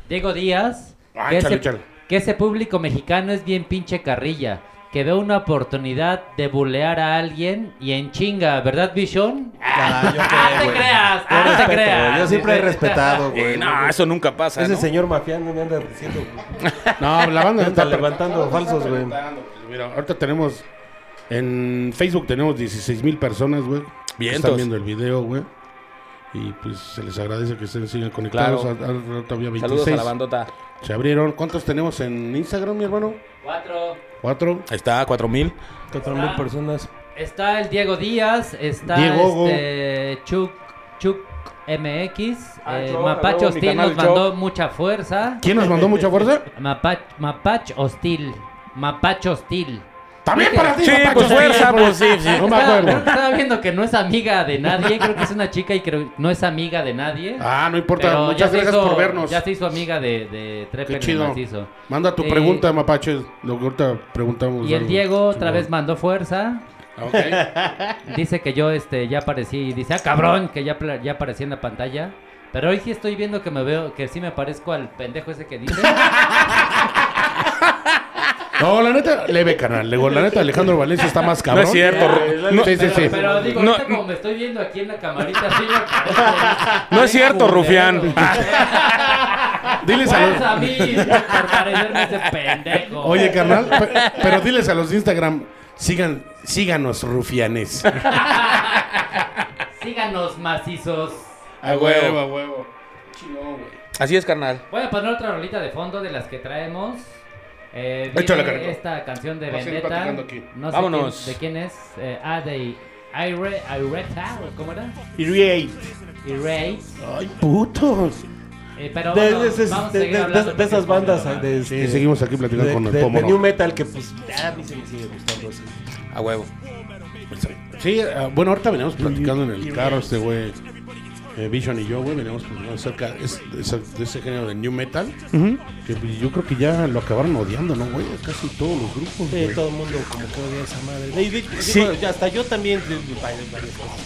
[SPEAKER 5] Diego Díaz
[SPEAKER 1] Ah,
[SPEAKER 5] que,
[SPEAKER 1] chale,
[SPEAKER 5] ese,
[SPEAKER 1] chale.
[SPEAKER 5] que ese público mexicano es bien pinche carrilla. Que ve una oportunidad de bulear a alguien y en chinga, ¿verdad, Bichón?
[SPEAKER 4] Ah, yo
[SPEAKER 5] Ah,
[SPEAKER 4] qué,
[SPEAKER 5] te
[SPEAKER 4] güey.
[SPEAKER 5] creas,
[SPEAKER 4] Yo
[SPEAKER 5] ah, te
[SPEAKER 4] respeto,
[SPEAKER 5] creas.
[SPEAKER 4] güey, Yo siempre he respetado,
[SPEAKER 3] Eh,
[SPEAKER 4] güey.
[SPEAKER 3] no, eso nunca pasa.
[SPEAKER 4] Ese
[SPEAKER 3] ¿no?
[SPEAKER 4] señor mafiano me anda diciendo. güey.
[SPEAKER 1] No, la banda
[SPEAKER 4] Anda
[SPEAKER 1] está pues,
[SPEAKER 4] levantando falsos, güey.
[SPEAKER 1] Mira, ahorita tenemos. En Facebook tenemos 16 mil personas, güey. que Están
[SPEAKER 3] Vientos.
[SPEAKER 1] viendo el video, güey. Y pues se les agradece que estén sigan conectados.
[SPEAKER 3] Claro.
[SPEAKER 1] Ahora- Ahorita había
[SPEAKER 3] Saludos
[SPEAKER 1] 26.
[SPEAKER 3] a la bandota.
[SPEAKER 1] Se abrieron. ¿Cuántos tenemos en Instagram, mi hermano?
[SPEAKER 5] Cuatro.
[SPEAKER 1] ¿Cuatro?
[SPEAKER 3] Ahí está, 4000.
[SPEAKER 4] Cuatro mil personas.
[SPEAKER 5] Está el Diego Díaz, está
[SPEAKER 1] Diego.
[SPEAKER 5] este Chuck, Chuck MX,
[SPEAKER 4] Ah,
[SPEAKER 5] eh,
[SPEAKER 4] yo,
[SPEAKER 5] Mapache
[SPEAKER 4] luego, mi
[SPEAKER 5] Hostil
[SPEAKER 4] canal,
[SPEAKER 5] nos
[SPEAKER 4] yo.
[SPEAKER 5] mandó mucha fuerza.
[SPEAKER 1] ¿Quién nos mandó mucha fuerza?
[SPEAKER 5] Mapache, Mapache Hostil, Mapache Hostil.
[SPEAKER 1] También para ti,
[SPEAKER 3] Sí,
[SPEAKER 1] Mapacho,
[SPEAKER 3] pues fuerza,
[SPEAKER 1] también,
[SPEAKER 3] pues sí, sí.
[SPEAKER 1] No me
[SPEAKER 5] Estaba- creo
[SPEAKER 1] acuerdo.
[SPEAKER 5] que Estaba viendo que no es amiga de nadie, creo que es una chica y creo no es amiga de nadie.
[SPEAKER 1] Ah, no importa.
[SPEAKER 5] Pero ya
[SPEAKER 1] Muchas
[SPEAKER 5] se
[SPEAKER 1] gracias
[SPEAKER 5] hizo-
[SPEAKER 1] por vernos.
[SPEAKER 5] Ya se hizo amiga de, de Trepen
[SPEAKER 1] Qué
[SPEAKER 5] y
[SPEAKER 1] chido.
[SPEAKER 5] Macizo.
[SPEAKER 1] Manda tu
[SPEAKER 5] Eh,
[SPEAKER 1] pregunta, Mapache. Lo que ahorita preguntamos.
[SPEAKER 5] Y el
[SPEAKER 1] algo
[SPEAKER 5] Diego otra
[SPEAKER 1] Pues chingón.
[SPEAKER 5] vez mandó fuerza.
[SPEAKER 1] Ah, ok.
[SPEAKER 5] Dice que yo este ya aparecí y dice, ah cabrón, que ya, pla- ya aparecí en la pantalla. Pero hoy sí estoy viendo que me veo, que sí me parezco al pendejo ese que dice.
[SPEAKER 1] No, la neta, leve, canal. La neta, Alejandro Valencia está más cabrón.
[SPEAKER 3] No es cierto. Ru- No,
[SPEAKER 1] Sí, sí,
[SPEAKER 5] Pero,
[SPEAKER 1] sí.
[SPEAKER 5] pero digo,
[SPEAKER 3] No,
[SPEAKER 5] ahorita
[SPEAKER 3] no.
[SPEAKER 5] como me estoy viendo aquí en la camarita, sí me parezco.
[SPEAKER 3] No es cierto,
[SPEAKER 5] Culero.
[SPEAKER 3] Rufián.
[SPEAKER 1] Diles a
[SPEAKER 5] Fuerza a
[SPEAKER 1] los...
[SPEAKER 5] mí por parecerme ese pendejo.
[SPEAKER 1] Oye, carnal, pe- pero diles a los de Instagram, sigan, síganos, rufianes.
[SPEAKER 5] Síganos macizos.
[SPEAKER 1] A
[SPEAKER 3] huevo,
[SPEAKER 1] a huevo.
[SPEAKER 3] Así es, carnal.
[SPEAKER 5] Voy a poner otra rolita de fondo de las que traemos. Eh,
[SPEAKER 1] Échale,
[SPEAKER 5] viene
[SPEAKER 1] Carito.
[SPEAKER 5] esta canción de
[SPEAKER 1] Vamos a ir
[SPEAKER 5] Vendetta.
[SPEAKER 1] platicando aquí.
[SPEAKER 5] No sé
[SPEAKER 3] Vámonos.
[SPEAKER 5] quién- de quién es. Eh, ah, de Ire, Ireta, ¿cómo era? Irate.
[SPEAKER 1] Ay, putos.
[SPEAKER 5] Eh, pero
[SPEAKER 4] De,
[SPEAKER 5] vamos,
[SPEAKER 4] de-
[SPEAKER 5] vamos a
[SPEAKER 4] de-
[SPEAKER 5] seguir
[SPEAKER 4] de-
[SPEAKER 5] hablando
[SPEAKER 4] de
[SPEAKER 5] porque
[SPEAKER 4] esas
[SPEAKER 5] es muy
[SPEAKER 4] bandas
[SPEAKER 5] normal.
[SPEAKER 4] de,
[SPEAKER 1] Sí,
[SPEAKER 4] este,
[SPEAKER 1] seguimos aquí platicando
[SPEAKER 4] de-
[SPEAKER 1] con el
[SPEAKER 4] de- de
[SPEAKER 1] Pómoro.
[SPEAKER 4] New Metal que pues a mí se me sigue gustando así.
[SPEAKER 3] A huevo.
[SPEAKER 1] Sí, ah, bueno, ahorita veníamos platicando en el carro este güey. eh, Vision y yo, güey, veníamos platicando acerca es- de esa- de ese género de New Metal. Que pues, yo creo que ya lo acabaron odiando, ¿no, güey? Casi todos los grupos,
[SPEAKER 4] Sí,
[SPEAKER 1] güey.
[SPEAKER 4] todo el mundo como que odia esa madre. Y de- digo,
[SPEAKER 3] Sí.
[SPEAKER 4] ya hasta yo también de- de- varias- varias cosas.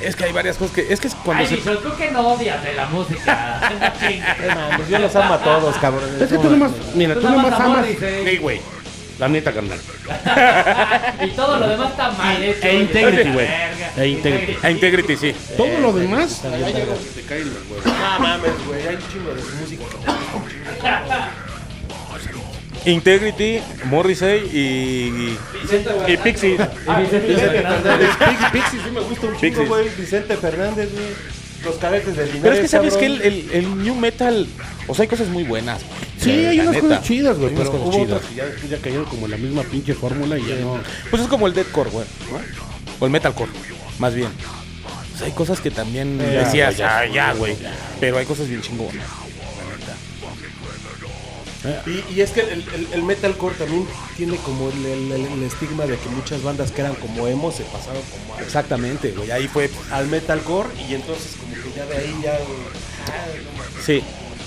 [SPEAKER 3] Es que hay varias cosas que. Es que es cuando
[SPEAKER 5] Ay,
[SPEAKER 3] se.
[SPEAKER 5] Bicho, tú que no odias de la música. No chingues.
[SPEAKER 4] Eh, man, pues, yo los amo a todos, cabrón.
[SPEAKER 1] Es que tú nomás, mira,
[SPEAKER 5] Tú
[SPEAKER 1] tú,
[SPEAKER 5] nada
[SPEAKER 1] nomás
[SPEAKER 5] más amor,
[SPEAKER 1] amas.
[SPEAKER 5] dices.
[SPEAKER 1] Sí, güey. La neta, carnal.
[SPEAKER 5] Y todo lo demás está mal hecho.
[SPEAKER 1] E integrity, güey.
[SPEAKER 5] Verga.
[SPEAKER 1] E integrity.
[SPEAKER 3] A Integrity, sí.
[SPEAKER 1] Todo lo demás.
[SPEAKER 4] No mames, güey, hay un chingo de música.
[SPEAKER 3] Integrity, Morrissey y. Y, y Pixies.
[SPEAKER 5] Y Vicente Fernández.
[SPEAKER 4] Pix- Pixie sí me gusta un chingo,
[SPEAKER 3] Pixies.
[SPEAKER 4] güey. Vicente Fernández, güey. Los cadetes del dinero.
[SPEAKER 3] Pero es que sabes que el, el- el New Metal. O sea, hay cosas muy buenas.
[SPEAKER 1] Sí,
[SPEAKER 3] La
[SPEAKER 1] hay unas
[SPEAKER 3] neta.
[SPEAKER 1] cosas chidas, güey.
[SPEAKER 3] Hay unas
[SPEAKER 1] Pero
[SPEAKER 3] cosas
[SPEAKER 1] hubo
[SPEAKER 3] chidas.
[SPEAKER 1] otras que ya, ya cayeron como en la misma pinche fórmula y ya no.
[SPEAKER 3] Pues es como el Deadcore, güey. O el Metalcore, más bien. O pues hay cosas que también
[SPEAKER 4] Ya,
[SPEAKER 3] decías,
[SPEAKER 1] ya,
[SPEAKER 3] "Ah, ya, güey. Pero hay cosas bien chingonas.
[SPEAKER 4] Y, y es que el, el, el metalcore también tiene como el, el- el- el estigma de que muchas bandas que eran como emo se pasaron como al,
[SPEAKER 3] Exactamente, güey. Ahí fue.
[SPEAKER 4] al metalcore y entonces como que ya de ahí ya...
[SPEAKER 3] Sí.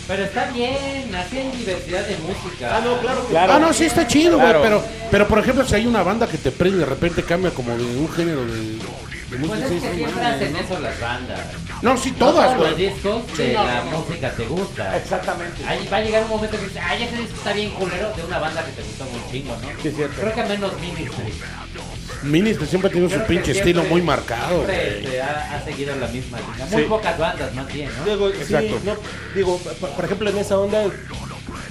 [SPEAKER 5] Pero está bien, hacen diversidad de música.
[SPEAKER 4] Ah, no, claro que
[SPEAKER 3] Claro.
[SPEAKER 1] Ah, no, sí está chido, güey,
[SPEAKER 3] Claro.
[SPEAKER 1] pero, pero por ejemplo, si hay una banda que te prende y de repente cambia como de un género de, de música,
[SPEAKER 5] Pues es
[SPEAKER 1] dices, "No
[SPEAKER 5] que siempre
[SPEAKER 1] mames,
[SPEAKER 5] hacen
[SPEAKER 1] ¿no?".
[SPEAKER 5] eso las bandas.
[SPEAKER 1] No, sí,
[SPEAKER 5] No pues,
[SPEAKER 1] todas,
[SPEAKER 5] todos los
[SPEAKER 1] güey.
[SPEAKER 5] discos de la música te gusta.
[SPEAKER 3] Exactamente.
[SPEAKER 5] Ahí va a llegar un momento que dices, ah, ya ese disco está bien culero de una banda que te gustó muy chingo, ¿no?
[SPEAKER 3] Sí, es cierto.
[SPEAKER 5] Creo que menos Ministry.
[SPEAKER 1] Ministry siempre tiene su
[SPEAKER 5] Creo que
[SPEAKER 1] pinche
[SPEAKER 5] siempre-
[SPEAKER 1] estilo muy marcado,
[SPEAKER 5] siempre,
[SPEAKER 1] güey.
[SPEAKER 5] este, ha, ha seguido la misma línea. Muy pocas bandas, más bien, ¿no?
[SPEAKER 4] Digo,
[SPEAKER 1] Exacto.
[SPEAKER 4] sí, no, digo, pa- pa- por ejemplo, en esa onda,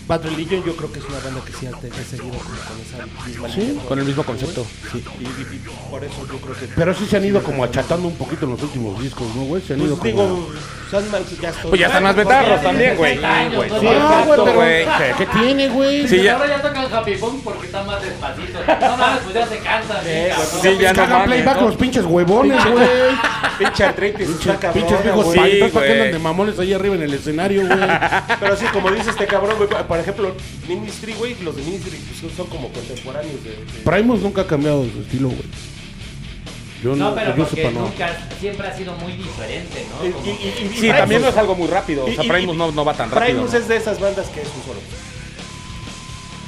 [SPEAKER 4] Bad Religion yo creo que es una banda que sí ha te- ha seguido como con esa misma línea, ¿no?
[SPEAKER 3] Con el mismo concepto. Sí.
[SPEAKER 4] Y, y- y por eso yo creo que...
[SPEAKER 1] Pero sí se han ido como achatando un poquito en los últimos discos, ¿no, güey? Se han ido
[SPEAKER 4] Pues
[SPEAKER 1] como...
[SPEAKER 4] digo, Sandman ya estoy...
[SPEAKER 3] Pues ya están más betarros
[SPEAKER 5] ya
[SPEAKER 3] también,
[SPEAKER 5] tienen
[SPEAKER 3] güey.
[SPEAKER 5] 60 años, ¿no?
[SPEAKER 3] Sí,
[SPEAKER 1] Ah,
[SPEAKER 5] Ya,
[SPEAKER 1] güey,
[SPEAKER 3] exacto,
[SPEAKER 1] pero-
[SPEAKER 3] güey.
[SPEAKER 1] ¿Qué tiene, güey?
[SPEAKER 3] Sí, ya-
[SPEAKER 5] Ahora ya tocan Happy Punk porque está más despacito. No mames, pues ya se cansa. bien, cabrón.
[SPEAKER 3] sí, ya
[SPEAKER 1] Les
[SPEAKER 3] no
[SPEAKER 1] cagan
[SPEAKER 3] mames,
[SPEAKER 1] playback
[SPEAKER 3] ¿no?
[SPEAKER 1] los pinches huevones, güey.
[SPEAKER 4] Pinche artritis, está cabrona,
[SPEAKER 1] pinches viejos
[SPEAKER 4] güey.
[SPEAKER 3] Sí,
[SPEAKER 1] palitos, ¿para qué
[SPEAKER 3] güey.
[SPEAKER 1] andan de mamones ahí arriba en el escenario, güey?
[SPEAKER 4] Pero sí, como dice este cabrón, güey, por ejemplo, Ministry, güey, los de Ministry pues, son- son como contemporáneos de... de-
[SPEAKER 1] Primus nunca ha cambiado de su estilo, güey. Yo no,
[SPEAKER 5] No, pero
[SPEAKER 1] que yo
[SPEAKER 5] porque
[SPEAKER 1] sepa, no.
[SPEAKER 5] nunca, siempre ha sido muy diferente, ¿no?
[SPEAKER 4] Y-
[SPEAKER 5] Como
[SPEAKER 4] y- y- y- y
[SPEAKER 3] Sí,
[SPEAKER 4] Primus-
[SPEAKER 3] también no es algo muy rápido. O sea,
[SPEAKER 4] pues, y- y-
[SPEAKER 3] Primus no, no va tan rápido.
[SPEAKER 4] Primus
[SPEAKER 3] ¿no?
[SPEAKER 4] es de esas bandas que es un solo.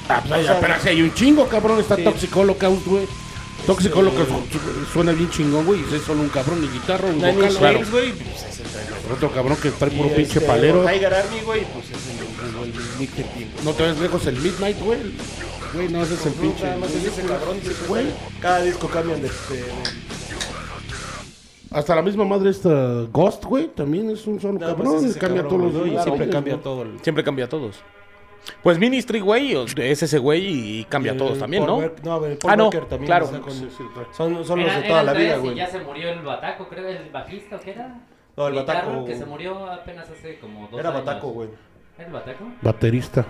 [SPEAKER 1] Ah, pues, ay, pero si hay un chingo, cabrón. Está
[SPEAKER 4] Sí.
[SPEAKER 1] Toxic Holocaust, güey. Toxic Holocaust oh, su- suena bien chingón, güey. Y es solo un cabrón, ni guitarra, ni
[SPEAKER 4] Nine
[SPEAKER 1] vocal.
[SPEAKER 4] Inch
[SPEAKER 1] Claro.
[SPEAKER 4] Nails, güey, pues es el traidor.
[SPEAKER 1] Otro cabrón que trae
[SPEAKER 4] Y,
[SPEAKER 1] puro pinche
[SPEAKER 4] este,
[SPEAKER 1] palero.
[SPEAKER 4] Tiger Army, güey, pues es el, el- el Nick Terpin, güey.
[SPEAKER 1] No te ves lejos el Midnight, güey. Güey, no, ese es el pinche.
[SPEAKER 4] Nada más es ese cabrón,
[SPEAKER 1] Güey.
[SPEAKER 4] güey. Cada disco cambian de... este, de- de-
[SPEAKER 1] Hasta la misma madre esta Ghost, güey, también es un solo
[SPEAKER 4] nada más
[SPEAKER 1] cabrón.
[SPEAKER 4] es
[SPEAKER 1] y
[SPEAKER 4] ese
[SPEAKER 1] cambia
[SPEAKER 4] cabrón,
[SPEAKER 1] todos los
[SPEAKER 4] güey,
[SPEAKER 1] días.
[SPEAKER 4] Siempre
[SPEAKER 1] güey.
[SPEAKER 4] cambia todo. el-
[SPEAKER 3] Siempre cambia a todos. Pues Ministry, güey, o- es ese güey y cambia a todos
[SPEAKER 4] el
[SPEAKER 3] también,
[SPEAKER 4] Paul
[SPEAKER 3] ¿no?
[SPEAKER 4] Walker- no, el Paul
[SPEAKER 3] Ah, no,
[SPEAKER 4] Walker también
[SPEAKER 3] claro.
[SPEAKER 4] está con- son, son los
[SPEAKER 5] Eran-
[SPEAKER 4] de toda
[SPEAKER 5] eran
[SPEAKER 4] la vida,
[SPEAKER 5] tres y
[SPEAKER 4] güey.
[SPEAKER 5] Ya se murió el Bataco, creo, el bajista, ¿o qué era?
[SPEAKER 4] No, el
[SPEAKER 5] Guitarro,
[SPEAKER 4] Bataco.
[SPEAKER 5] Que se murió apenas hace como dos
[SPEAKER 4] Era
[SPEAKER 5] años.
[SPEAKER 4] Bataco, güey.
[SPEAKER 5] ¿Era el Bataco?
[SPEAKER 1] Baterista.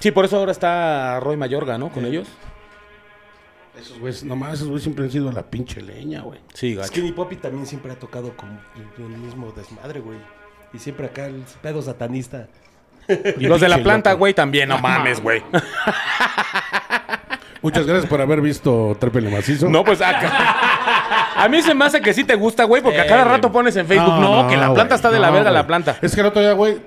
[SPEAKER 3] Sí, por eso ahora está Roy Mayorga, ¿no? Con ellos.
[SPEAKER 1] Esos güeyes, nomás esos güeyes siempre han sido la pinche leña, güey.
[SPEAKER 3] Sí, gacho.
[SPEAKER 4] Skinny Poppy también siempre ha tocado con el mismo desmadre, güey. Y siempre acá el pedo satanista.
[SPEAKER 3] Los de la
[SPEAKER 1] Pinche
[SPEAKER 3] planta,
[SPEAKER 1] loco.
[SPEAKER 3] güey, también, no mames, güey.
[SPEAKER 1] Muchas gracias por haber visto Trépele Macizo.
[SPEAKER 3] No, pues acá. A mí se me hace que sí te gusta, güey, porque a cada rato pones en Facebook, no, que la
[SPEAKER 1] Ah, güey,
[SPEAKER 3] planta está de la
[SPEAKER 1] no,
[SPEAKER 3] verga,
[SPEAKER 1] güey.
[SPEAKER 3] la planta.
[SPEAKER 1] Es que el otro día, güey,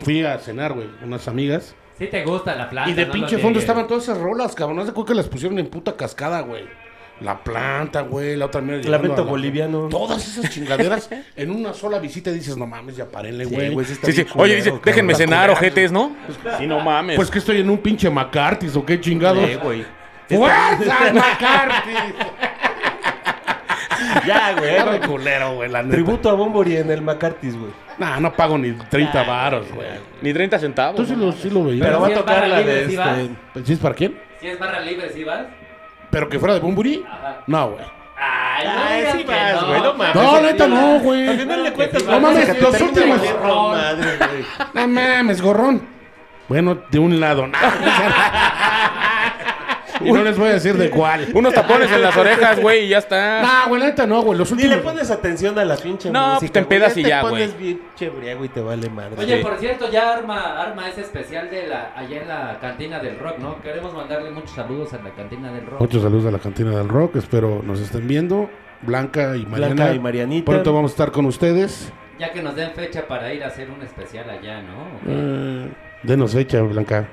[SPEAKER 1] fui a cenar, güey, con unas amigas.
[SPEAKER 5] Sí te gusta la planta.
[SPEAKER 1] Y de
[SPEAKER 5] no
[SPEAKER 1] pinche
[SPEAKER 5] lo
[SPEAKER 1] fondo
[SPEAKER 5] niegues.
[SPEAKER 1] estaban todas esas rolas, cabrón. No sé cuál que las pusieron en puta cascada, güey. La planta, güey, la otra mierda. llegando
[SPEAKER 4] Lamento
[SPEAKER 1] a la-
[SPEAKER 4] boliviano.
[SPEAKER 1] Todas esas chingaderas en una sola visita dices, no mames, ya parenle, güey.
[SPEAKER 4] güey, sí está
[SPEAKER 3] Sí, sí.
[SPEAKER 4] bien
[SPEAKER 3] Oye,
[SPEAKER 4] culero,
[SPEAKER 3] dice,
[SPEAKER 4] cabrón.
[SPEAKER 3] déjenme
[SPEAKER 4] Está
[SPEAKER 3] cenar,
[SPEAKER 4] culero.
[SPEAKER 3] ojetes, ¿no? Sí, no mames.
[SPEAKER 1] pues que estoy en un pinche McCarthy's o qué chingados.
[SPEAKER 4] Sí, güey.
[SPEAKER 1] ¡Fuerza, McCarthy's!
[SPEAKER 4] Ya, güey.
[SPEAKER 1] Está re
[SPEAKER 4] güey.
[SPEAKER 1] culero, güey, la neta.
[SPEAKER 4] Tributo a Bombori en el McCarthy's, güey.
[SPEAKER 1] Nah, no pago ni 30 varos, güey.
[SPEAKER 3] ni 30 centavos.
[SPEAKER 1] Tú sí lo, sí lo veías.
[SPEAKER 4] Pero va a
[SPEAKER 5] si es
[SPEAKER 4] tocar
[SPEAKER 5] barra
[SPEAKER 4] la de
[SPEAKER 5] libre, sí va.
[SPEAKER 4] este.
[SPEAKER 1] ¿Sí es para quién?
[SPEAKER 5] Si es barra libre, ¿sí vas?
[SPEAKER 1] ¿Pero que fuera de Bumburi?
[SPEAKER 5] Ajá.
[SPEAKER 1] No, güey.
[SPEAKER 4] Ah,
[SPEAKER 5] Ay, no
[SPEAKER 4] Ay,
[SPEAKER 5] digas
[SPEAKER 4] sí
[SPEAKER 5] que
[SPEAKER 4] vas, güey, no mames.
[SPEAKER 1] No, neta, no, güey.
[SPEAKER 4] Al final le cuentas,
[SPEAKER 1] No mames,
[SPEAKER 4] que te
[SPEAKER 1] los
[SPEAKER 4] termina
[SPEAKER 1] últimos-
[SPEAKER 4] valiendo madre, güey.
[SPEAKER 1] No mames, gorrón. Bueno, de un lado, y no les voy a decir de cuál.
[SPEAKER 3] Unos tapones en las orejas, güey, y ya está.
[SPEAKER 1] No, güey, la neta no, güey. Los
[SPEAKER 4] Ni
[SPEAKER 1] últimos.
[SPEAKER 4] le pones atención a la pinche
[SPEAKER 3] No, pues,
[SPEAKER 4] música.
[SPEAKER 3] te
[SPEAKER 4] güey.
[SPEAKER 3] empedas y ya,
[SPEAKER 4] Te
[SPEAKER 3] güey.
[SPEAKER 4] pones bien chebreago y te vale madre.
[SPEAKER 5] Oye,
[SPEAKER 4] Sí.
[SPEAKER 5] por cierto, ya arma, arma ese especial de la, allá en la cantina del rock, ¿no? Queremos mandarle muchos saludos a la cantina del rock.
[SPEAKER 1] Muchos saludos a la cantina del rock. Espero nos estén viendo. Blanca y Mariana.
[SPEAKER 4] Blanca y Marianita.
[SPEAKER 1] Pronto vamos a estar con ustedes.
[SPEAKER 5] Ya que nos den fecha para ir a hacer un especial allá, ¿no?
[SPEAKER 1] Eh, denos fecha, Blanca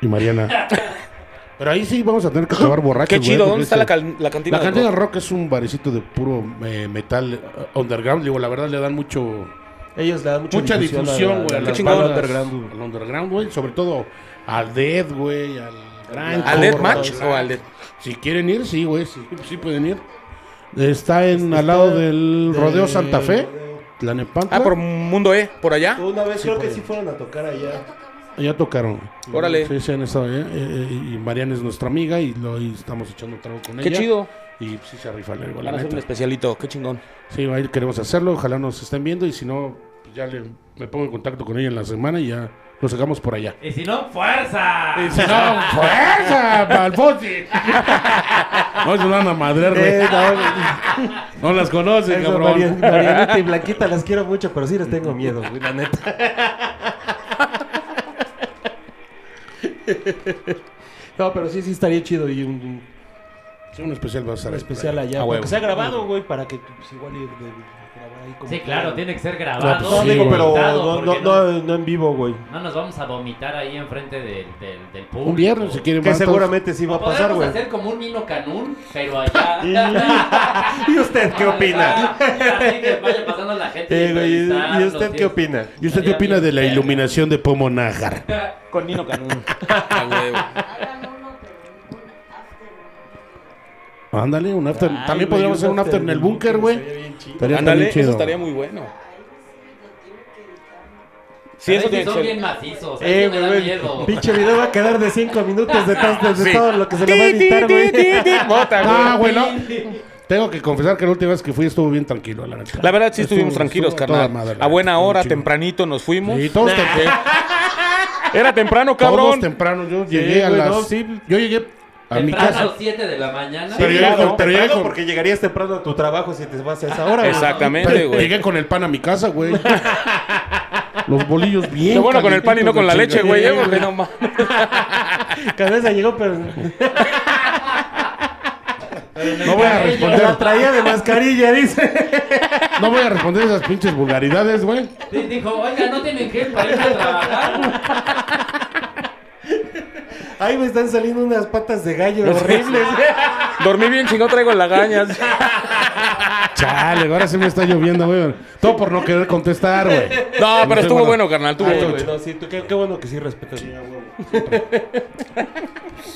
[SPEAKER 1] y Mariana. Pero ahí sí vamos a tener que acabar borrachos.
[SPEAKER 3] Qué
[SPEAKER 1] güey,
[SPEAKER 3] chido,
[SPEAKER 1] porque
[SPEAKER 3] ¿dónde está
[SPEAKER 1] este-
[SPEAKER 3] la, cal- la cantina?
[SPEAKER 1] La
[SPEAKER 3] de
[SPEAKER 1] cantina
[SPEAKER 3] rock?
[SPEAKER 1] rock. es un barecito de puro eh, metal eh, underground. Digo, la verdad le dan mucho,
[SPEAKER 4] Ellos le dan mucha,
[SPEAKER 1] mucha difusión, güey. a
[SPEAKER 4] al
[SPEAKER 1] las
[SPEAKER 3] chingón.
[SPEAKER 1] bandas,
[SPEAKER 4] underground, güey.
[SPEAKER 1] Al underground, güey. Sobre todo al Dead, güey. Al Grand.
[SPEAKER 3] ¿Al Dead Match o al Dead?
[SPEAKER 1] Si quieren ir, sí, güey. Sí, sí pueden ir. Este Está en al lado del Rodeo Santa Fe. Tlanepantla.
[SPEAKER 3] Ah, por Mundo E, por allá.
[SPEAKER 4] Una vez creo que sí fueron a tocar allá.
[SPEAKER 1] Ya tocaron.
[SPEAKER 3] Órale.
[SPEAKER 1] Sí, sí han estado allá. Eh, eh, y Mariana es nuestra amiga y, lo, y estamos echando un trago con
[SPEAKER 3] Qué
[SPEAKER 1] ella.
[SPEAKER 3] chido.
[SPEAKER 1] Y sí se rifa el
[SPEAKER 3] Van a hacer un especialito, qué chingón.
[SPEAKER 1] Sí, ahí queremos hacerlo, ojalá nos estén viendo y si no, pues ya le, me pongo en contacto con ella en la semana y ya lo sacamos por allá.
[SPEAKER 5] Y si no, ¡fuerza!
[SPEAKER 1] ¡Fuerza, Balbotti! No, se van a madrear, güey.
[SPEAKER 4] Eh, no,
[SPEAKER 1] No las conoces,
[SPEAKER 4] eso,
[SPEAKER 1] cabrón.
[SPEAKER 4] Marian- Marianita y Blanquita las quiero mucho, pero sí les tengo miedo, güey, la neta. No, pero sí, sí estaría chido y un, un
[SPEAKER 1] Sí, un especial va a estar. ahí.
[SPEAKER 4] especial
[SPEAKER 1] A
[SPEAKER 4] allá.
[SPEAKER 1] huevo.
[SPEAKER 4] Que sea grabado, güey, para que pues, igual y de- de- grabar ahí como...
[SPEAKER 5] Sí, claro, tiene que ser
[SPEAKER 4] No,
[SPEAKER 5] grabado.
[SPEAKER 4] pues, no,
[SPEAKER 5] y
[SPEAKER 4] digo, pero
[SPEAKER 5] editado,
[SPEAKER 4] no, no,
[SPEAKER 5] porque
[SPEAKER 4] no, no en vivo, güey.
[SPEAKER 5] no nos vamos a vomitar ahí enfrente del, del, del público.
[SPEAKER 1] Un viernes, si quieren,
[SPEAKER 4] Que
[SPEAKER 1] van todos.
[SPEAKER 4] seguramente sí va a pasar,
[SPEAKER 5] Podríamos
[SPEAKER 4] güey.
[SPEAKER 5] hacer como un Nino Canún, pero allá.
[SPEAKER 4] ¿Y usted qué opina?
[SPEAKER 5] Así que vaya pasando la gente.
[SPEAKER 4] Eh, güey, ¿Y
[SPEAKER 5] entrevistarlos,
[SPEAKER 4] usted
[SPEAKER 5] sí.
[SPEAKER 4] qué opina?
[SPEAKER 1] ¿Y usted qué opina de la iluminación de Pomo Nájar?
[SPEAKER 3] Con Nino Canún. A huevo.
[SPEAKER 7] Hagan uno, pero un after.
[SPEAKER 1] Ándale, un after.
[SPEAKER 4] Ay,
[SPEAKER 1] También
[SPEAKER 4] güey,
[SPEAKER 1] podríamos
[SPEAKER 4] un
[SPEAKER 1] hacer un after en el búnker, güey.
[SPEAKER 4] estaría bien chido.
[SPEAKER 1] Estaría
[SPEAKER 3] Ándale,
[SPEAKER 1] también
[SPEAKER 3] eso
[SPEAKER 1] chido.
[SPEAKER 3] estaría muy bueno. Sí,
[SPEAKER 5] Sí,
[SPEAKER 3] eso tiene que
[SPEAKER 5] son
[SPEAKER 3] ser.
[SPEAKER 5] bien macizos.
[SPEAKER 4] Eh,
[SPEAKER 5] Eh, me da
[SPEAKER 4] güey,
[SPEAKER 5] miedo.
[SPEAKER 4] pinche video va a quedar de 5 minutos de, tas- de
[SPEAKER 3] Sí.
[SPEAKER 4] todo lo que se le va a editar, güey.
[SPEAKER 3] Bota, güey.
[SPEAKER 1] Ah, güey, no. Tengo que confesar que la última vez que fui estuvo bien tranquilo, la neta.
[SPEAKER 3] La verdad sí estuvimos
[SPEAKER 1] Estuvo-
[SPEAKER 3] tranquilos,
[SPEAKER 1] estuvo
[SPEAKER 3] carnal.
[SPEAKER 1] toda madre,
[SPEAKER 3] a buena
[SPEAKER 1] estuvo
[SPEAKER 3] hora,
[SPEAKER 1] chido.
[SPEAKER 3] tempranito nos fuimos.
[SPEAKER 1] Sí, todos, tem-
[SPEAKER 3] Era temprano,
[SPEAKER 1] todos
[SPEAKER 3] cabrón.
[SPEAKER 1] temprano. Yo llegué a
[SPEAKER 4] güey,
[SPEAKER 1] las.
[SPEAKER 4] no, sí.
[SPEAKER 1] Yo llegué a mi
[SPEAKER 5] Temprano,
[SPEAKER 1] casa.
[SPEAKER 5] 7 de la mañana.
[SPEAKER 1] Pero llegué
[SPEAKER 4] claro,
[SPEAKER 1] con- pero llegué
[SPEAKER 4] temprano,
[SPEAKER 1] con-
[SPEAKER 4] porque llegarías temprano a tu trabajo si te vas a esa hora. güey.
[SPEAKER 3] Exactamente,
[SPEAKER 1] Pero
[SPEAKER 3] güey.
[SPEAKER 1] Llegué con el pan a mi casa, güey. Los bolillos bien.
[SPEAKER 3] Qué bueno con el pan y no con la leche,
[SPEAKER 1] calientitos,
[SPEAKER 3] güey. eh,
[SPEAKER 1] chinga.
[SPEAKER 3] porque no mames.
[SPEAKER 4] Cabeza llegó, pero
[SPEAKER 1] No voy a
[SPEAKER 4] la
[SPEAKER 1] responder.
[SPEAKER 4] traía de mascarilla, dice.
[SPEAKER 1] No voy a responder esas pinches vulgaridades, güey.
[SPEAKER 5] D- Dijo, oiga, no tienen que ir para irse a trabajar.
[SPEAKER 4] Ay, me están saliendo unas patas de gallo horribles. Ah,
[SPEAKER 3] Dormí bien chingón, traigo lagañas.
[SPEAKER 1] Chale, ahora sí me está lloviendo, güey. Todo por no querer contestar, güey.
[SPEAKER 3] No, pero
[SPEAKER 1] Estoy
[SPEAKER 3] estuvo
[SPEAKER 1] bueno.
[SPEAKER 3] bueno, carnal. Estuvo
[SPEAKER 4] Ay,
[SPEAKER 3] bueno.
[SPEAKER 4] güey, no, sí, tú- qué, qué bueno que sí respetas.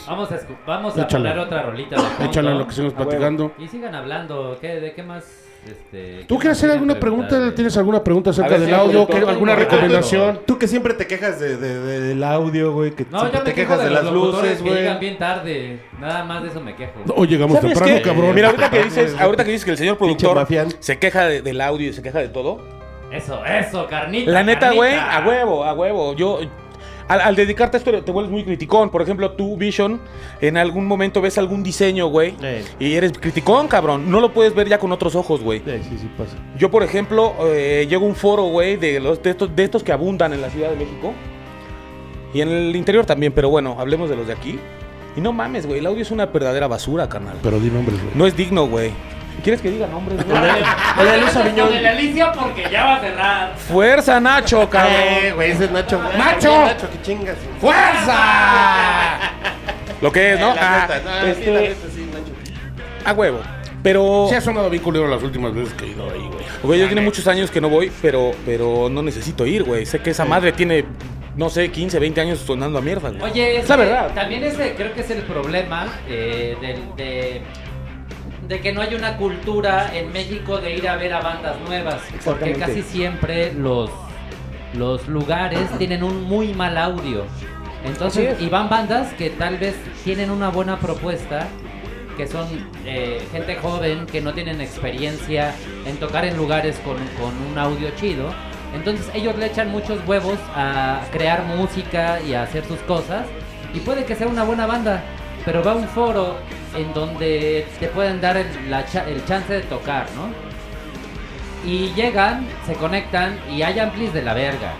[SPEAKER 5] Vamos a, escu- vamos a
[SPEAKER 1] Échala.
[SPEAKER 5] poner otra rolita. de fondo.
[SPEAKER 1] Échale lo que seguimos platicando.
[SPEAKER 5] Y sigan hablando. ¿qué, ¿De qué más? Este,
[SPEAKER 1] ¿Tú
[SPEAKER 5] qué
[SPEAKER 1] quieres
[SPEAKER 5] más
[SPEAKER 1] hacer
[SPEAKER 5] quieren
[SPEAKER 1] alguna
[SPEAKER 5] preguntar
[SPEAKER 1] pregunta?
[SPEAKER 5] de-
[SPEAKER 1] ¿Tienes alguna pregunta
[SPEAKER 3] A
[SPEAKER 1] acerca
[SPEAKER 3] ver,
[SPEAKER 1] del
[SPEAKER 3] señor
[SPEAKER 1] audio?
[SPEAKER 3] productor,
[SPEAKER 1] ¿Qué- ¿Alguna
[SPEAKER 5] tengo algo.
[SPEAKER 1] recomendación?
[SPEAKER 4] Tú que siempre te quejas de, de- de- del audio, güey. Que
[SPEAKER 5] No,
[SPEAKER 4] siempre
[SPEAKER 5] yo
[SPEAKER 4] te quejas de, las luces, güey.
[SPEAKER 5] llegan bien tarde. Nada más de eso me quejo.
[SPEAKER 1] Hoy llegamos
[SPEAKER 3] ¿Sabes
[SPEAKER 1] temprano,
[SPEAKER 3] qué?
[SPEAKER 1] cabrón.
[SPEAKER 3] Mira, ahorita que dices, ahorita que dices que el señor
[SPEAKER 4] Pinche
[SPEAKER 3] productor
[SPEAKER 4] mafián.
[SPEAKER 3] se queja de- del audio y se queja de todo.
[SPEAKER 5] Eso, eso, carnita.
[SPEAKER 3] La neta,
[SPEAKER 5] carnita.
[SPEAKER 3] güey, a huevo, a huevo. Yo al, al dedicarte a esto te vuelves muy criticón. Por ejemplo, tú, Vision, en algún momento ves algún diseño, güey.
[SPEAKER 4] Eh.
[SPEAKER 3] Y eres criticón, cabrón. No lo puedes ver ya con otros ojos, güey.
[SPEAKER 4] Sí, sí, sí pasa.
[SPEAKER 3] Yo, por ejemplo, eh, llego a un foro, güey, de, los- de, estos, de estos que abundan en la Ciudad de México. Y en el interior también, pero bueno, hablemos de los de aquí. Y no mames, güey, el audio es una verdadera basura, carnal.
[SPEAKER 1] Pero di nombres, güey.
[SPEAKER 3] No es digno, güey. ¿Quieres que diga nombres, güey?
[SPEAKER 5] No te metas con el Alicia porque ya va a cerrar.
[SPEAKER 3] ¡Fuerza, Nacho,
[SPEAKER 4] Eh,
[SPEAKER 3] cabrón!
[SPEAKER 4] güey, ese es Nacho.
[SPEAKER 3] ¡Nacho!
[SPEAKER 4] Nacho, que chingas.
[SPEAKER 3] ¡Fuerza! Lo que es, ¿no?
[SPEAKER 4] Eh,
[SPEAKER 3] Ah, este, a huevo. Pero...
[SPEAKER 1] Sí ha sonado bien culero las últimas veces que he ido ahí, güey.
[SPEAKER 3] Güey, yo tiene muchos años que no voy, pero, pero no necesito ir, güey. Sé que esa madre tiene, no sé, 15, 20 años sonando a mierda, güey.
[SPEAKER 5] Oye,
[SPEAKER 3] es la
[SPEAKER 5] que
[SPEAKER 3] verdad.
[SPEAKER 5] También ese creo que es el problema eh, del- de, de que no hay una cultura en México de ir a ver a bandas nuevas. Porque
[SPEAKER 4] Exactamente.
[SPEAKER 5] casi siempre los, los lugares tienen un muy mal audio. Entonces, y van bandas que tal vez tienen una buena propuesta, que son eh, gente joven, que no tienen experiencia en tocar en lugares con, con un audio chido. Entonces ellos le echan muchos huevos a crear música y a hacer sus cosas. Y puede que sea una buena banda, pero va a un foro en donde te pueden dar el, la cha- el chance de tocar, ¿no? Y llegan, se conectan y hay amplis de la verga.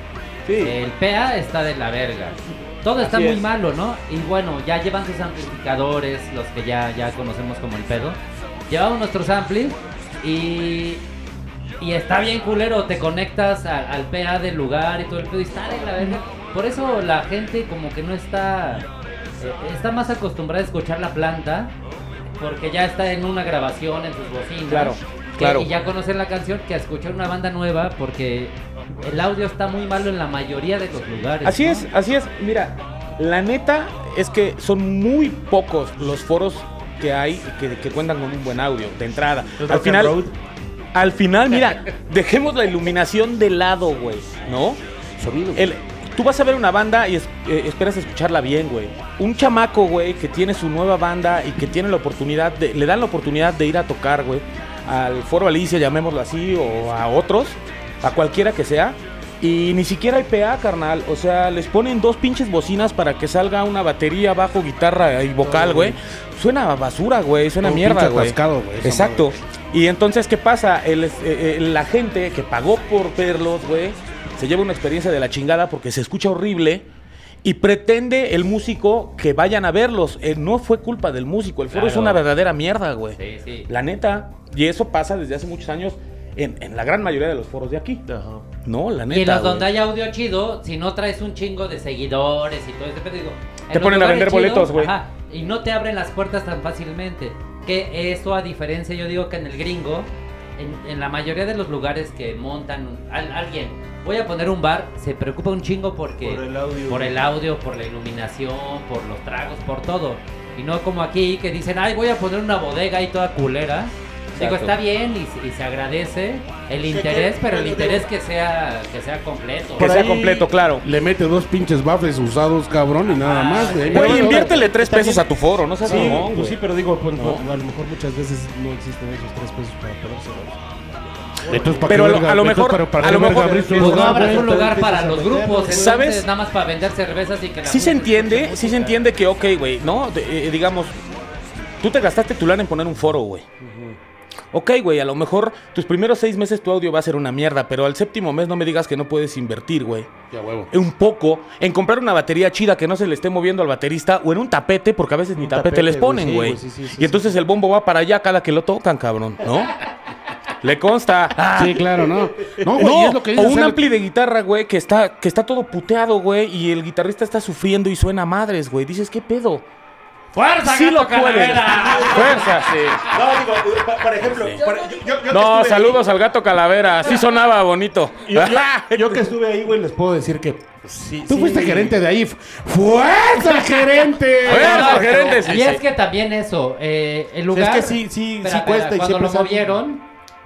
[SPEAKER 5] El PA está de la verga. Todo está
[SPEAKER 3] Así
[SPEAKER 5] muy
[SPEAKER 3] es.
[SPEAKER 5] malo, ¿no? Y bueno, ya llevan sus amplificadores, los que ya, ya conocemos como el pedo. Llevamos nuestros amplis y, y está bien culero. Te conectas a- al PA del lugar y todo el pedo y está de la verga. Por eso la gente como que no está... eh, Está más acostumbrada a escuchar la planta porque ya está en una grabación en sus bocinas.
[SPEAKER 3] Claro,
[SPEAKER 5] Que-
[SPEAKER 3] claro.
[SPEAKER 5] Y ya conocen la canción que a escuchar una banda nueva porque el audio está muy malo en la mayoría de los lugares.
[SPEAKER 3] Así
[SPEAKER 5] ¿no?
[SPEAKER 3] es, así es. Mira, la neta es que son muy pocos los foros que hay que, que cuentan con un buen audio de entrada. Al final, al final, mira, dejemos la iluminación de lado, güey, ¿no? El- tú vas a ver una banda y es- eh, esperas escucharla bien, güey. Un chamaco, güey, que tiene su nueva banda y que tiene la oportunidad, de- le dan la oportunidad de ir a tocar, güey, al Foro Alicia, llamémoslo así, o a otros, a cualquiera que sea, Y ni siquiera hay PA, carnal. O sea, les ponen dos pinches bocinas para que salga una batería, bajo, guitarra y vocal, güey. Suena a basura, güey. Suena a
[SPEAKER 1] Todo
[SPEAKER 3] mierda,
[SPEAKER 1] pinche
[SPEAKER 3] güey.
[SPEAKER 1] atascado, güey, esa
[SPEAKER 3] Exacto. Y entonces, ¿qué pasa? El- eh, eh, la gente que pagó por verlos, güey, se lleva una experiencia de la chingada porque se escucha horrible. Y pretende el músico que vayan a verlos. Eh, no fue culpa del músico. El foro es
[SPEAKER 5] Claro.
[SPEAKER 3] una verdadera mierda, güey.
[SPEAKER 5] Sí, sí.
[SPEAKER 3] La neta. Y eso pasa desde hace muchos años en, en la gran mayoría de los foros de aquí.
[SPEAKER 4] Ajá.
[SPEAKER 3] No, la neta.
[SPEAKER 5] Y en los
[SPEAKER 3] güey.
[SPEAKER 5] donde hay audio chido, si no traes un chingo de seguidores y todo ese pedo, digo, en
[SPEAKER 3] Te
[SPEAKER 5] los
[SPEAKER 3] ponen a
[SPEAKER 5] lugares
[SPEAKER 3] vender boletos, güey.
[SPEAKER 5] ajá, Y no te abren las puertas tan fácilmente. Que eso, a diferencia, yo digo que en el gringo, en, en la mayoría de los lugares que montan un- al- alguien, voy a poner un bar, se preocupa un chingo porque.
[SPEAKER 4] Por el audio.
[SPEAKER 5] Por el audio, por la iluminación, por los tragos, por todo. Y no como aquí que dicen, ay, voy a poner una bodega ahí toda culera. Digo,
[SPEAKER 3] Exacto.
[SPEAKER 5] está bien y, se- y se agradece el interés, pero el interés que sea que sea completo. Pues
[SPEAKER 3] Que
[SPEAKER 4] Por
[SPEAKER 3] sea
[SPEAKER 4] ahí-
[SPEAKER 3] completo, claro.
[SPEAKER 1] Le mete dos pinches baffles usados, cabrón, y nada
[SPEAKER 5] Ah,
[SPEAKER 1] más. güey.
[SPEAKER 5] güey,
[SPEAKER 1] Bueno,
[SPEAKER 3] Güey, inviértele tres
[SPEAKER 4] Está
[SPEAKER 3] pesos
[SPEAKER 4] bien.
[SPEAKER 3] a tu foro, no seas
[SPEAKER 4] Sí,
[SPEAKER 3] mamón,
[SPEAKER 4] pues
[SPEAKER 3] güey.
[SPEAKER 4] sí, pero digo, pues,
[SPEAKER 3] No.
[SPEAKER 4] no, a lo mejor muchas veces no existen esos tres pesos para pagárselos.
[SPEAKER 1] Entonces, ¿para
[SPEAKER 3] Pero
[SPEAKER 1] qué
[SPEAKER 3] a lo-
[SPEAKER 1] verga?
[SPEAKER 3] a lo
[SPEAKER 1] Entonces,
[SPEAKER 3] mejor-
[SPEAKER 1] para- para
[SPEAKER 3] a lo
[SPEAKER 1] qué verga
[SPEAKER 3] mejor-
[SPEAKER 1] abriste un
[SPEAKER 5] Pues no
[SPEAKER 1] lugar,
[SPEAKER 5] habrá
[SPEAKER 1] güey?
[SPEAKER 5] un lugar para los grupos,
[SPEAKER 4] ¿Sabes?
[SPEAKER 5] ¿sabes? Nada más para vender cervezas y que la
[SPEAKER 3] Sí se
[SPEAKER 5] gente
[SPEAKER 3] entiende,
[SPEAKER 5] escuche
[SPEAKER 3] sí se
[SPEAKER 5] música.
[SPEAKER 3] entiende que, ok, güey, ¿no? De- eh, digamos, tú te gastaste tu lana en poner un foro, güey. Ok, güey, a lo mejor tus primeros seis meses tu audio va a ser una mierda, pero al séptimo mes no me digas que no puedes invertir, güey.
[SPEAKER 1] Ya huevo.
[SPEAKER 3] Un poco en comprar una batería chida que no se le esté moviendo al baterista o en un tapete, porque a veces ni
[SPEAKER 4] Un
[SPEAKER 3] tapete,
[SPEAKER 4] tapete,
[SPEAKER 3] les
[SPEAKER 4] güey,
[SPEAKER 3] ponen,
[SPEAKER 4] sí,
[SPEAKER 3] güey.
[SPEAKER 4] güey, sí, sí, sí,
[SPEAKER 3] y entonces el bombo va para allá cada que lo tocan, cabrón, ¿no? le consta.
[SPEAKER 1] Sí, claro, no. No, güey,
[SPEAKER 3] No,
[SPEAKER 1] es lo que
[SPEAKER 3] o
[SPEAKER 1] dice,
[SPEAKER 3] un
[SPEAKER 1] sea,
[SPEAKER 3] ampli de guitarra, güey, que está, que está todo puteado, güey, y el guitarrista está sufriendo y suena a madres, güey. Dices, ¿qué pedo?
[SPEAKER 5] ¡Fuerza,
[SPEAKER 3] sí
[SPEAKER 5] gato
[SPEAKER 3] lo puedes.
[SPEAKER 5] Calavera!
[SPEAKER 3] Fuerza, sí.
[SPEAKER 4] No, digo, pa- por ejemplo, para- yo, yo- yo que estuve
[SPEAKER 3] No,
[SPEAKER 4] ahí-
[SPEAKER 3] saludos al gato calavera. Sí sonaba bonito. Ah.
[SPEAKER 4] yo,
[SPEAKER 1] Ah,
[SPEAKER 4] yo- yo que estuve ahí, güey, les puedo decir que sí,
[SPEAKER 1] Tú
[SPEAKER 4] sí.
[SPEAKER 1] fuiste gerente de ahí. ¡Fuerza, gerente!
[SPEAKER 3] Fuerza,
[SPEAKER 5] No, no,
[SPEAKER 3] gerente, sí,
[SPEAKER 5] Y es
[SPEAKER 3] sí.
[SPEAKER 5] que también eso, eh, el
[SPEAKER 4] O sea,
[SPEAKER 5] lugar...
[SPEAKER 4] Es que sí, sí,
[SPEAKER 5] Espera,
[SPEAKER 4] sí
[SPEAKER 5] espera,
[SPEAKER 4] cuesta y
[SPEAKER 5] cuando
[SPEAKER 4] siempre
[SPEAKER 5] lo
[SPEAKER 4] sale-
[SPEAKER 5] movieron,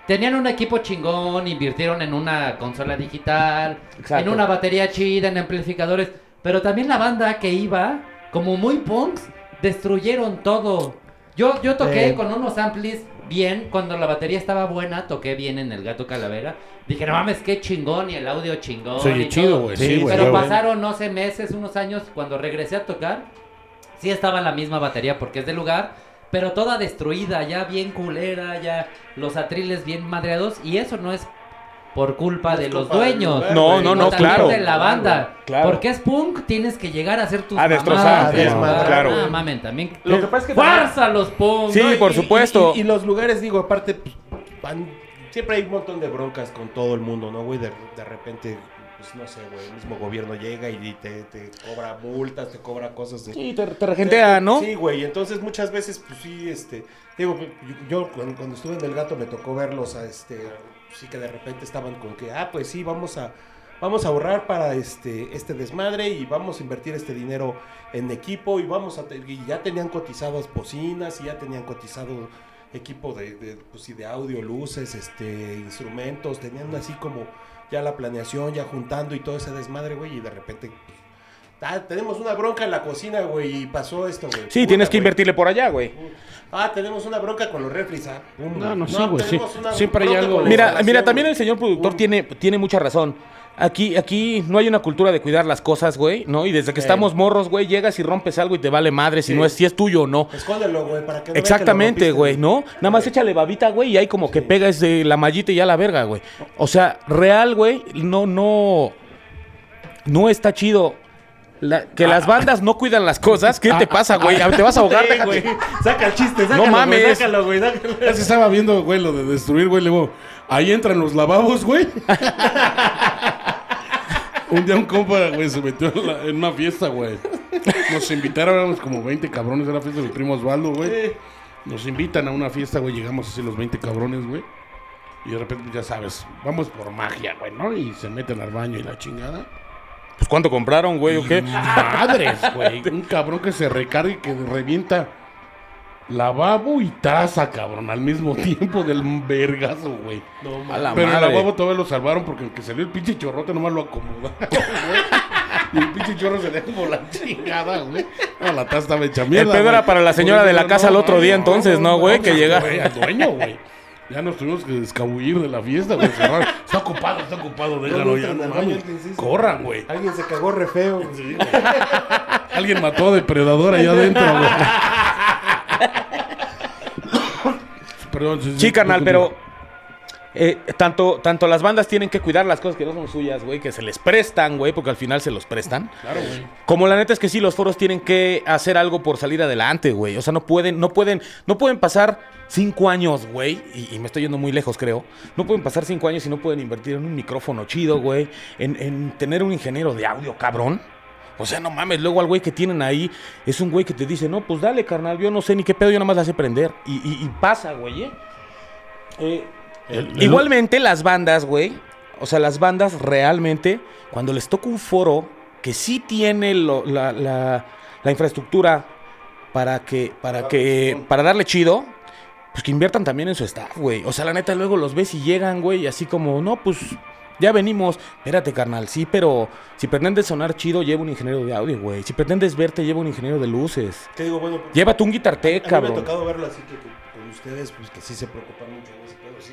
[SPEAKER 5] tenían un equipo chingón, invirtieron en una consola digital,
[SPEAKER 3] Exacto.
[SPEAKER 5] en una batería chida, en amplificadores, pero también la banda que iba, como muy punks, destruyeron todo. Yo, yo toqué
[SPEAKER 4] Eh.
[SPEAKER 5] con unos amplis bien, cuando la batería estaba buena, toqué bien en el Gato Calavera. Dije, no mames, qué chingón, y el audio chingón.
[SPEAKER 1] Se oye
[SPEAKER 5] y
[SPEAKER 1] chido,
[SPEAKER 5] todo.
[SPEAKER 1] güey,
[SPEAKER 4] sí, güey,
[SPEAKER 5] Pero
[SPEAKER 4] güey.
[SPEAKER 5] pasaron, no sé, meses, unos años, cuando regresé a tocar, sí estaba la misma batería porque es de lugar, pero toda destruida, ya bien culera, ya los atriles bien madreados, y eso no es por culpa de los
[SPEAKER 4] culpa del
[SPEAKER 5] dueños.
[SPEAKER 4] lugar,
[SPEAKER 3] No,
[SPEAKER 4] güey,
[SPEAKER 3] no,
[SPEAKER 5] sino
[SPEAKER 3] no,
[SPEAKER 5] también
[SPEAKER 3] claro.
[SPEAKER 5] de la banda.
[SPEAKER 3] Claro.
[SPEAKER 5] Porque es punk, tienes que llegar a hacer tus
[SPEAKER 3] A destrozar,
[SPEAKER 5] mamadas,
[SPEAKER 4] a desmadrar,
[SPEAKER 5] ¿verdad?
[SPEAKER 3] claro.
[SPEAKER 5] Ah, mamen, también.
[SPEAKER 3] Lo que pasa es que también-
[SPEAKER 5] ¡Fuerza a los punk!
[SPEAKER 3] Sí,
[SPEAKER 4] Pues No, y-
[SPEAKER 3] por
[SPEAKER 4] y-
[SPEAKER 3] supuesto.
[SPEAKER 4] Y, y los lugares, digo, aparte, pues, van- siempre hay un montón de broncas con todo el mundo, ¿no, güey? De, de repente, pues no sé, güey, el mismo gobierno llega y te, te cobra multas, te cobra cosas. de-
[SPEAKER 3] Sí, te, te regentea, ¿no?
[SPEAKER 4] Sí, güey, entonces muchas veces, pues sí, este, digo, yo- yo cuando, cuando estuve en El Gato me tocó verlos, a este, sí que de repente estaban con que, ah, pues sí, vamos a, vamos a ahorrar para este, este desmadre y vamos a invertir este dinero en equipo y vamos a, te- y ya tenían cotizadas bocinas y ya tenían cotizado equipo de, de, pues, sí, de audio, luces, este, instrumentos, tenían así como ya la planeación, ya juntando y todo ese desmadre, güey, y de repente... Ah, tenemos una bronca en la cocina, güey, y pasó esto, güey.
[SPEAKER 3] Sí,
[SPEAKER 4] Puta,
[SPEAKER 3] tienes que
[SPEAKER 4] güey.
[SPEAKER 3] invertirle por allá, güey.
[SPEAKER 4] Ah, tenemos una bronca con los refris, ah. Pum.
[SPEAKER 1] No, no, sí, güey, sí.
[SPEAKER 4] tenemos una
[SPEAKER 1] Siempre hay
[SPEAKER 4] bronca
[SPEAKER 1] algo.
[SPEAKER 4] con la
[SPEAKER 3] Mira,
[SPEAKER 4] instalación,
[SPEAKER 3] mira, también
[SPEAKER 4] güey.
[SPEAKER 3] el señor productor
[SPEAKER 4] Un-
[SPEAKER 3] tiene, tiene mucha razón. Aquí, aquí no hay una cultura de cuidar las cosas, güey, ¿no? Y desde que estamos morros, güey, llegas y rompes algo y te vale madre si no es, si es tuyo o no.
[SPEAKER 4] Escóndelo, güey, para que no vean que lo
[SPEAKER 3] Exactamente,
[SPEAKER 4] rompiste,
[SPEAKER 3] güey, ¿no? Nada más échale babita, güey, y ahí como que pega ese- la mallita y ya la verga, güey. O sea, real, güey, no, no. No está chido. La- que las bandas no cuidan las cosas. ¿Qué te pasa, güey? te vas a ahogar,
[SPEAKER 4] Ah. Sí,
[SPEAKER 3] déjate.
[SPEAKER 4] güey. Saca el chiste, sácalo,
[SPEAKER 3] mames.
[SPEAKER 4] Güey, sácalo, güey, sácalo.
[SPEAKER 1] Ya se estaba viendo, güey, lo de destruir, güey. Luego, ahí entran los lavabos, güey. un día un compa, güey, se metió en, la- en una fiesta, güey. Nos invitaron, éramos como 20 cabrones, era la fiesta de mi primo Osvaldo, güey. Nos invitan a una fiesta, güey. Llegamos así los 20 cabrones, güey. Y de repente, ya sabes, vamos por magia, güey, ¿no? Y se meten al baño y la chingada.
[SPEAKER 3] Pues cuánto compraron, güey, o qué.
[SPEAKER 1] Madres, güey. Un cabrón que se recarga y que revienta lavabo y taza, cabrón, al mismo tiempo del vergazo, güey.
[SPEAKER 3] A la
[SPEAKER 1] Pero el
[SPEAKER 3] madre.
[SPEAKER 1] lavabo todavía lo salvaron porque el que salió el pinche chorrote nomás lo acomodaron, güey. Y el pinche chorro se dejó por la chingada, güey. No, la taza estaba hecha mierda.
[SPEAKER 3] pedo era
[SPEAKER 1] güey.
[SPEAKER 3] para la
[SPEAKER 1] Por
[SPEAKER 3] señora de
[SPEAKER 1] eso
[SPEAKER 3] la
[SPEAKER 1] no,
[SPEAKER 3] casa el otro día, entonces, ¿no, güey? Que llega-
[SPEAKER 1] Al dueño, güey. Ya nos tuvimos que escabullir de la fiesta, güey. cerrar. Está ocupado, está ocupado, déjalo ya,
[SPEAKER 4] entran
[SPEAKER 1] no
[SPEAKER 4] al baño,
[SPEAKER 1] mames.
[SPEAKER 4] alguien se hizo.
[SPEAKER 1] Corran, güey.
[SPEAKER 4] Alguien se cagó re feo.
[SPEAKER 1] Sí, güey. Alguien mató a depredador allá adentro, güey. Perdón, sí, sí,
[SPEAKER 3] Sí, carnal,
[SPEAKER 1] no,
[SPEAKER 3] pero eh, tanto, tanto las bandas tienen que cuidar las cosas que no son suyas, güey, que se les prestan, güey, porque al final se los prestan.
[SPEAKER 1] Claro, güey.
[SPEAKER 3] Como la neta es que sí, los foros tienen que hacer algo por salir adelante, güey. O sea, no pueden, no pueden, no pueden pasar cinco años, güey. Y, y me estoy yendo muy lejos, creo. No pueden pasar cinco años y no pueden invertir en un micrófono chido, güey. En, en tener un ingeniero de audio, cabrón. O sea, no mames, luego al güey que tienen ahí es un güey que te dice, no, pues dale, carnal, yo no sé ni qué pedo, yo nada más la sé prender. Y, y- y pasa, güey, ¿eh? Eh,
[SPEAKER 1] El- el-
[SPEAKER 3] Igualmente las bandas, güey. O sea, las bandas realmente, cuando les toca un foro que sí tiene lo- la, la- la infraestructura para que, para que, para darle chido, pues que inviertan también en su staff, güey. O sea, la neta, luego los ves y llegan, güey, y así como, no, pues ya venimos. Espérate, carnal, sí, pero si pretendes sonar chido, lleva un ingeniero de audio, güey. Si pretendes verte, lleva un ingeniero de luces.
[SPEAKER 4] Te digo, bueno,
[SPEAKER 3] Llévate un guitartec,
[SPEAKER 4] A mí me
[SPEAKER 3] cabrón.
[SPEAKER 4] ha tocado verlo así que, que con ustedes, pues que sí se preocupan mucho de ese pedo. sí.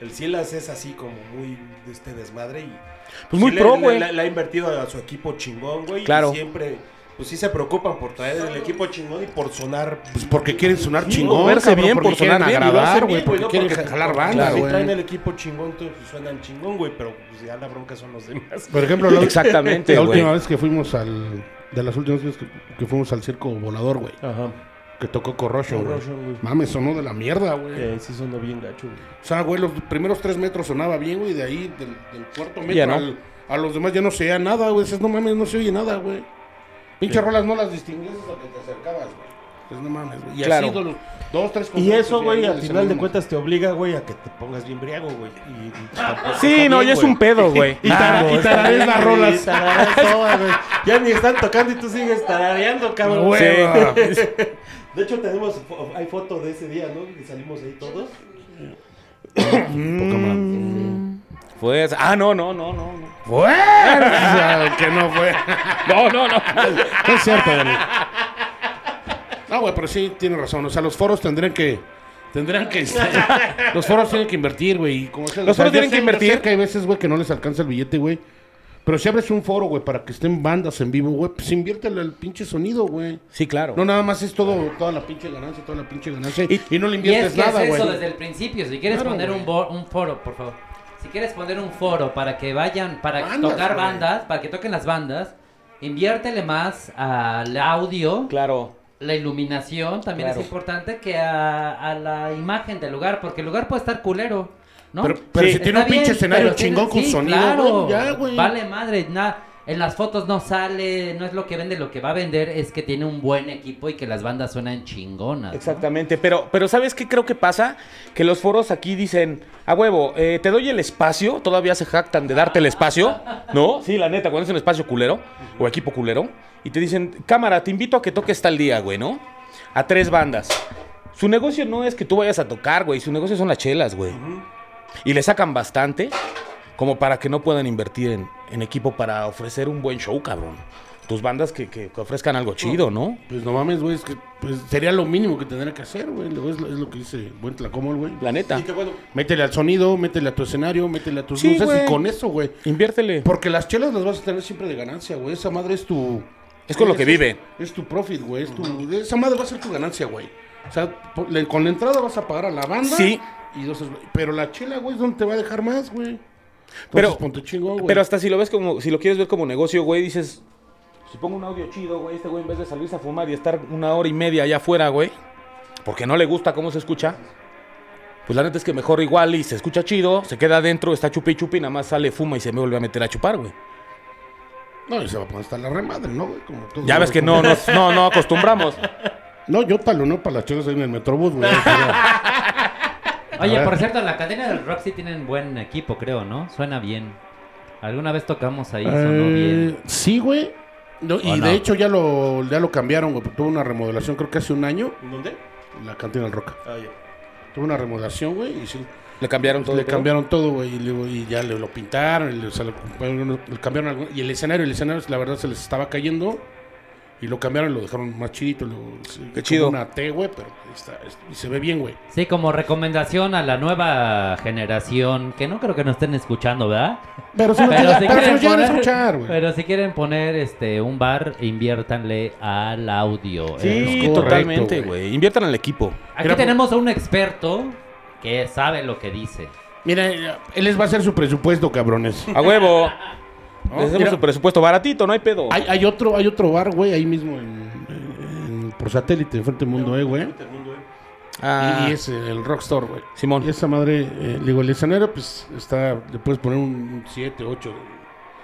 [SPEAKER 4] El Silas es así como muy de este desmadre y.
[SPEAKER 3] Pues muy
[SPEAKER 4] sí
[SPEAKER 3] pro,
[SPEAKER 4] le-
[SPEAKER 3] güey.
[SPEAKER 4] Le, le ha invertido a su equipo chingón, güey. y
[SPEAKER 3] Claro.
[SPEAKER 4] siempre, pues sí se preocupan por traer el equipo chingón y por sonar.
[SPEAKER 1] Pues porque quieren sonar
[SPEAKER 4] Sí,
[SPEAKER 1] chingón,
[SPEAKER 3] verse
[SPEAKER 1] cabrón,
[SPEAKER 3] bien,
[SPEAKER 1] porque
[SPEAKER 3] por sonar
[SPEAKER 1] quieren
[SPEAKER 3] bien, y lo
[SPEAKER 1] agradar,
[SPEAKER 3] hacen
[SPEAKER 1] güey,
[SPEAKER 4] bien,
[SPEAKER 1] porque
[SPEAKER 4] no,
[SPEAKER 1] quieren
[SPEAKER 4] porque-
[SPEAKER 1] jalar
[SPEAKER 4] porque
[SPEAKER 1] banda,
[SPEAKER 4] Si
[SPEAKER 1] güey.
[SPEAKER 4] traen el equipo chingón, entonces pues, suenan chingón, güey. Pero pues ya la bronca son los demás.
[SPEAKER 1] Por ejemplo, la,
[SPEAKER 3] Exactamente,
[SPEAKER 1] la
[SPEAKER 3] güey.
[SPEAKER 1] última vez que fuimos al... De las últimas veces que, que fuimos al circo volador, güey.
[SPEAKER 4] Ajá.
[SPEAKER 1] Que tocó Corrosion, güey.
[SPEAKER 4] Corrosion, güey.
[SPEAKER 1] Mames, sonó de la mierda, güey.
[SPEAKER 4] sí sonó bien gacho, güey.
[SPEAKER 1] O sea, güey, los primeros tres metros sonaba bien, güey. De ahí, del, del cuarto metro
[SPEAKER 3] Ya no.
[SPEAKER 1] al- a los demás ya no se oía nada, güey. Dices, no mames, no se oye nada, güey. Pinche rolas no las distinguías hasta que te acercabas, güey. Pues no mames, güey. Y
[SPEAKER 3] Claro.
[SPEAKER 1] así, dos, dos, tres
[SPEAKER 4] Y
[SPEAKER 1] conciertos,
[SPEAKER 4] eso,
[SPEAKER 1] ahí
[SPEAKER 4] güey, al
[SPEAKER 1] les
[SPEAKER 4] final de
[SPEAKER 1] animamos.
[SPEAKER 4] cuentas te obliga, güey, a que te pongas bien briago, güey. Y- y tampoco
[SPEAKER 3] Sí,
[SPEAKER 4] está
[SPEAKER 3] no,
[SPEAKER 4] bien,
[SPEAKER 3] ya es
[SPEAKER 4] güey.
[SPEAKER 3] un pedo, güey.
[SPEAKER 4] Y, tara,
[SPEAKER 1] Claro,
[SPEAKER 4] y tarareas
[SPEAKER 1] está
[SPEAKER 4] las
[SPEAKER 1] bien,
[SPEAKER 4] rolas.
[SPEAKER 1] y
[SPEAKER 4] Ya ni están tocando y tú sigues tarareando, cabrón.
[SPEAKER 1] Güey, va.
[SPEAKER 4] De hecho, tenemos, fo- hay foto de ese día, ¿no? Y salimos ahí todos.
[SPEAKER 3] Mm. Pues, ah, no, no, no, no. no.
[SPEAKER 1] Fuerza, que no fue.
[SPEAKER 3] No, no, no.
[SPEAKER 1] No es cierto, Dani. No, güey, pero sí tiene razón. O sea, los foros tendrían que. Tendrían que. este, los foros tienen que invertir, güey. y como sea-
[SPEAKER 3] Los
[SPEAKER 1] o sea, yo
[SPEAKER 3] foros tienen
[SPEAKER 1] sé-
[SPEAKER 3] que
[SPEAKER 1] yo
[SPEAKER 3] invertir.
[SPEAKER 1] sé que hay veces, güey, que no les alcanza el billete, güey. Pero si abres un foro, güey, para que estén bandas en vivo, güey, pues inviértele al pinche sonido, güey.
[SPEAKER 3] Sí, claro.
[SPEAKER 1] No, nada más es todo, toda la pinche ganancia, toda la pinche ganancia. Y,
[SPEAKER 3] Y-
[SPEAKER 1] no le
[SPEAKER 5] Y
[SPEAKER 1] inviertes
[SPEAKER 5] es que
[SPEAKER 1] nada,
[SPEAKER 5] es
[SPEAKER 1] güey.
[SPEAKER 5] eso desde el principio. Si quieres
[SPEAKER 1] Claro,
[SPEAKER 5] poner
[SPEAKER 1] güey.
[SPEAKER 5] un, bo- un foro, por favor. Si quieres poner un foro para que vayan, para
[SPEAKER 1] Bandas,
[SPEAKER 5] tocar
[SPEAKER 1] güey.
[SPEAKER 5] bandas, para que toquen las bandas, inviértele más al audio,
[SPEAKER 3] Claro.
[SPEAKER 5] la iluminación también
[SPEAKER 3] Claro.
[SPEAKER 5] es importante que a, a la imagen del lugar, porque el lugar puede estar culero, ¿no?
[SPEAKER 1] Pero- pero si
[SPEAKER 5] Está
[SPEAKER 1] tiene un pinche escenario
[SPEAKER 5] pero tiene-
[SPEAKER 1] chingón con sonido, bueno, ya, güey.
[SPEAKER 5] Vale madre, nada. En las fotos no sale, no es lo que vende, lo que va a vender es que tiene un buen equipo y que las bandas suenan chingonas. ¿no?
[SPEAKER 3] Exactamente, pero, pero ¿sabes qué creo que pasa? Que los foros aquí dicen, a huevo, eh, te doy el espacio, todavía se jactan de darte el espacio, ¿no? Sí, la neta, cuando es un espacio culero o equipo culero, y te dicen, cámara, te invito a que toques tal día, güey, ¿no? A tres bandas. Su negocio no es que tú vayas a tocar, güey, su negocio son las chelas, güey. Y le sacan bastante como para que no puedan invertir en, en equipo para ofrecer un buen show, cabrón. Tus bandas que, que- que ofrezcan algo chido, ¿no?
[SPEAKER 1] Pues no mames, güey, es que pues, sería lo mínimo que tendría que hacer, güey. Luego Es, lo- es lo que dice buen Tlacomol, güey.
[SPEAKER 3] La neta.
[SPEAKER 4] Y que bueno,
[SPEAKER 1] Métele al sonido, métele a tu escenario, métele a tus
[SPEAKER 3] Sí,
[SPEAKER 1] luces
[SPEAKER 3] güey.
[SPEAKER 1] y con eso, güey.
[SPEAKER 3] Inviértele.
[SPEAKER 1] Porque las chelas las vas a tener siempre de ganancia, güey. Esa madre es tu.
[SPEAKER 3] Es con lo que vive.
[SPEAKER 1] Es tu profit, güey. Es tu, esa madre va a ser tu ganancia, güey. O sea, por- le- con la entrada vas a pagar a la banda.
[SPEAKER 3] Sí.
[SPEAKER 1] Y dos, pero la chela, güey, es donde te va a dejar más, güey.
[SPEAKER 3] Pero-
[SPEAKER 1] Pero. Ponte chingón, güey.
[SPEAKER 3] Pero hasta si lo ves como, si lo quieres ver como negocio, güey, dices, si pongo un audio chido, güey, este güey en vez de salirse a fumar y estar una hora y media allá afuera, güey, porque no le gusta cómo se escucha, pues la neta es que mejor igual y se escucha chido, se queda adentro, está chupi chupi, nada más sale, fuma y se me vuelve a meter a chupar, güey.
[SPEAKER 1] No, y se va a poner hasta la remadre, ¿no, güey? Como todo-
[SPEAKER 3] Ya ves que no, no, no, no acostumbramos.
[SPEAKER 1] No, yo taloneo para las chelas ahí en el Metrobús, güey. A
[SPEAKER 5] Oye,
[SPEAKER 1] ver.
[SPEAKER 5] por cierto, en la cadena del Roxy tienen buen equipo, creo, ¿no? Suena bien. Alguna vez tocamos ahí, sonó
[SPEAKER 1] Eh,
[SPEAKER 5] bien.
[SPEAKER 1] sí, güey. No, y
[SPEAKER 5] ¿O no?
[SPEAKER 1] de hecho ya lo, ya lo cambiaron, güey. Tuvo una remodelación, creo que hace un año,
[SPEAKER 4] ¿en dónde?
[SPEAKER 1] la cantina del Roca.
[SPEAKER 4] Ah, ya.
[SPEAKER 1] Tuvo una remodelación, güey, y sí,
[SPEAKER 3] Le cambiaron todo.
[SPEAKER 1] le
[SPEAKER 3] creo.
[SPEAKER 1] cambiaron todo, güey, y, luego- y ya le, lo pintaron, y le, o sea, le- le cambiaron algo- y el escenario, el escenario, la verdad, se les estaba cayendo, Y lo cambiaron, lo dejaron más chidito. Lo, sí, como
[SPEAKER 3] chido.
[SPEAKER 1] Una T, güey, pero ahí está, es- y se ve bien, güey.
[SPEAKER 5] Sí, como recomendación a la nueva generación, que no creo que nos estén escuchando, ¿verdad?
[SPEAKER 1] Pero si no
[SPEAKER 5] Pero
[SPEAKER 1] quieren-
[SPEAKER 5] si
[SPEAKER 1] pero si
[SPEAKER 5] quieren
[SPEAKER 1] nos llegan a
[SPEAKER 5] poner,
[SPEAKER 1] escuchar, güey.
[SPEAKER 5] pero si quieren poner este un bar, inviértanle al audio.
[SPEAKER 3] Sí,
[SPEAKER 5] Eh,
[SPEAKER 1] correcto,
[SPEAKER 3] totalmente,
[SPEAKER 1] güey.
[SPEAKER 3] güey. Inviertan al equipo.
[SPEAKER 5] Aquí
[SPEAKER 1] Era-
[SPEAKER 5] tenemos a un experto que sabe lo que dice.
[SPEAKER 1] Mira, él les va a hacer su presupuesto, cabrones.
[SPEAKER 3] A huevo.
[SPEAKER 1] ¿no?
[SPEAKER 3] Les hacemos
[SPEAKER 1] Mira,
[SPEAKER 3] su presupuesto baratito, no hay pedo.
[SPEAKER 1] hay, hay otro, hay otro bar, güey, ahí mismo en- en- en- por satélite, enfrente del mundo, eh, güey.
[SPEAKER 3] Ah,
[SPEAKER 1] Y, y es el Rockstar, güey.
[SPEAKER 3] Simón.
[SPEAKER 1] Y esa madre, eh, digo, el escenario, pues está, le puedes poner un 7, 8.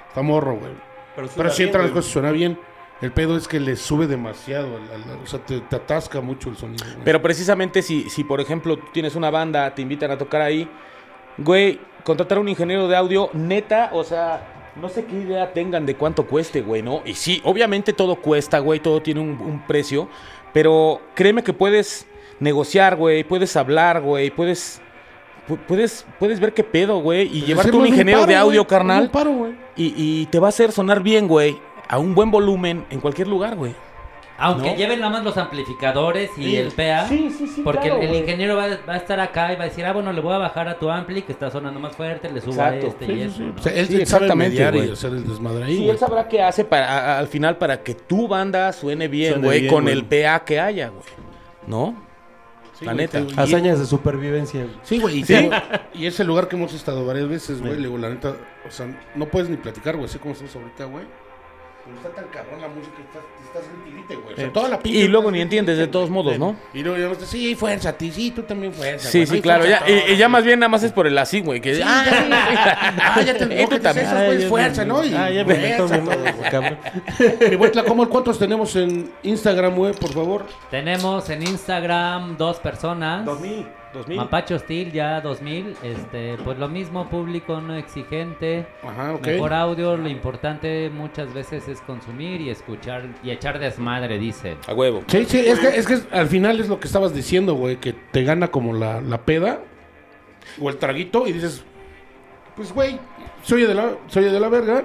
[SPEAKER 1] Está morro, güey.
[SPEAKER 4] Pero,
[SPEAKER 1] Pero si entran
[SPEAKER 4] entran
[SPEAKER 1] las cosas, suena bien. El pedo es que le sube demasiado. al- al- o sea, te, te atasca mucho el sonido. güey.
[SPEAKER 3] Pero precisamente si, si, por ejemplo, tú tienes una banda, te invitan a tocar ahí, güey, contratar a un ingeniero de audio, neta, o sea, no sé qué idea tengan de cuánto cueste, güey, ¿no? Y sí, obviamente todo cuesta, güey, todo tiene un, un precio, pero créeme que puedes negociar, güey, puedes hablar, güey, puedes... pu- Puedes, puedes ver qué pedo, güey, y
[SPEAKER 1] Pues
[SPEAKER 3] llevarte
[SPEAKER 1] hacerlo
[SPEAKER 3] un
[SPEAKER 1] en
[SPEAKER 3] ingeniero
[SPEAKER 1] paro,
[SPEAKER 3] de
[SPEAKER 1] güey,
[SPEAKER 3] audio,
[SPEAKER 1] en
[SPEAKER 3] carnal,
[SPEAKER 1] un paro, güey.
[SPEAKER 3] y, y te va a hacer sonar bien, güey, a un buen volumen en cualquier lugar, güey.
[SPEAKER 5] Aunque
[SPEAKER 3] ¿No?
[SPEAKER 5] lleven nada más los amplificadores y
[SPEAKER 3] Sí.
[SPEAKER 5] el PA.
[SPEAKER 3] Sí, sí, sí,
[SPEAKER 5] Porque el-
[SPEAKER 3] claro,
[SPEAKER 5] el,
[SPEAKER 3] güey.
[SPEAKER 5] ingeniero va, va a estar acá y va a decir, ah, bueno, le voy a bajar a tu ampli que está sonando más fuerte, le subo
[SPEAKER 3] Exacto.
[SPEAKER 5] a este
[SPEAKER 1] Sí,
[SPEAKER 5] y
[SPEAKER 1] sí,
[SPEAKER 5] eso.
[SPEAKER 1] sí.
[SPEAKER 5] ¿no?
[SPEAKER 1] O sea, él
[SPEAKER 3] Sí,
[SPEAKER 1] sabe
[SPEAKER 3] exactamente,
[SPEAKER 1] mediar y
[SPEAKER 3] güey.
[SPEAKER 1] hacer el desmadre ahí,
[SPEAKER 3] Sí,
[SPEAKER 1] güey.
[SPEAKER 3] él sabrá qué hace para, a- al final para que tu banda suene bien,
[SPEAKER 4] Suene
[SPEAKER 3] güey,
[SPEAKER 4] bien,
[SPEAKER 3] con
[SPEAKER 4] güey.
[SPEAKER 3] el PA que haya, güey. ¿No? La neta.
[SPEAKER 1] güey, te-
[SPEAKER 4] Hazañas de supervivencia.
[SPEAKER 1] Sí, güey. Y, te- y ese lugar que hemos estado varias veces, güey, le digo, la neta, o sea, no puedes ni platicar, güey, así como estamos ahorita, güey. Pero está tan cabrón la música que estás, estás mentirite, güey. O sea,
[SPEAKER 3] Eh,
[SPEAKER 1] toda la
[SPEAKER 3] y luego ni entiendes de todos modos, ¿no?
[SPEAKER 1] Y luego ya estás, sí, fuerza a ti, sí, tú también fuerza.
[SPEAKER 3] Sí,
[SPEAKER 1] güey,
[SPEAKER 3] sí,
[SPEAKER 1] ay,
[SPEAKER 3] claro.
[SPEAKER 1] fuerza
[SPEAKER 3] Ya,
[SPEAKER 1] a
[SPEAKER 3] y, y
[SPEAKER 1] todos".
[SPEAKER 3] ya más bien nada más es por el así, güey. Que,
[SPEAKER 1] Sí,
[SPEAKER 3] ah,
[SPEAKER 1] ya, sí, sí. Ah, ya te
[SPEAKER 3] Eh, tú
[SPEAKER 1] enfoques,
[SPEAKER 3] también.
[SPEAKER 1] esos güeyes fuerza, ¿no? Y
[SPEAKER 4] Ah, ya me
[SPEAKER 1] fuerza,
[SPEAKER 4] meto mi
[SPEAKER 1] todo,
[SPEAKER 4] madre,
[SPEAKER 1] güey.
[SPEAKER 4] cabrón.
[SPEAKER 1] Mi güey, Tlacomol, ¿cuántos tenemos en Instagram, güey, por favor?
[SPEAKER 5] Tenemos en Instagram dos personas.
[SPEAKER 4] 2000.
[SPEAKER 3] 2000.
[SPEAKER 5] Mapacho Steel ya 2000. Este, pues lo mismo, público no exigente.
[SPEAKER 1] Ajá, ok.
[SPEAKER 5] Mejor audio, lo importante muchas veces es consumir y escuchar y echar desmadre, dice.
[SPEAKER 3] A huevo.
[SPEAKER 1] Sí, sí, es que, es que al final es lo que estabas diciendo, güey, que te gana como la, la peda o el traguito y dices, pues, güey, soy de la, soy de la verga.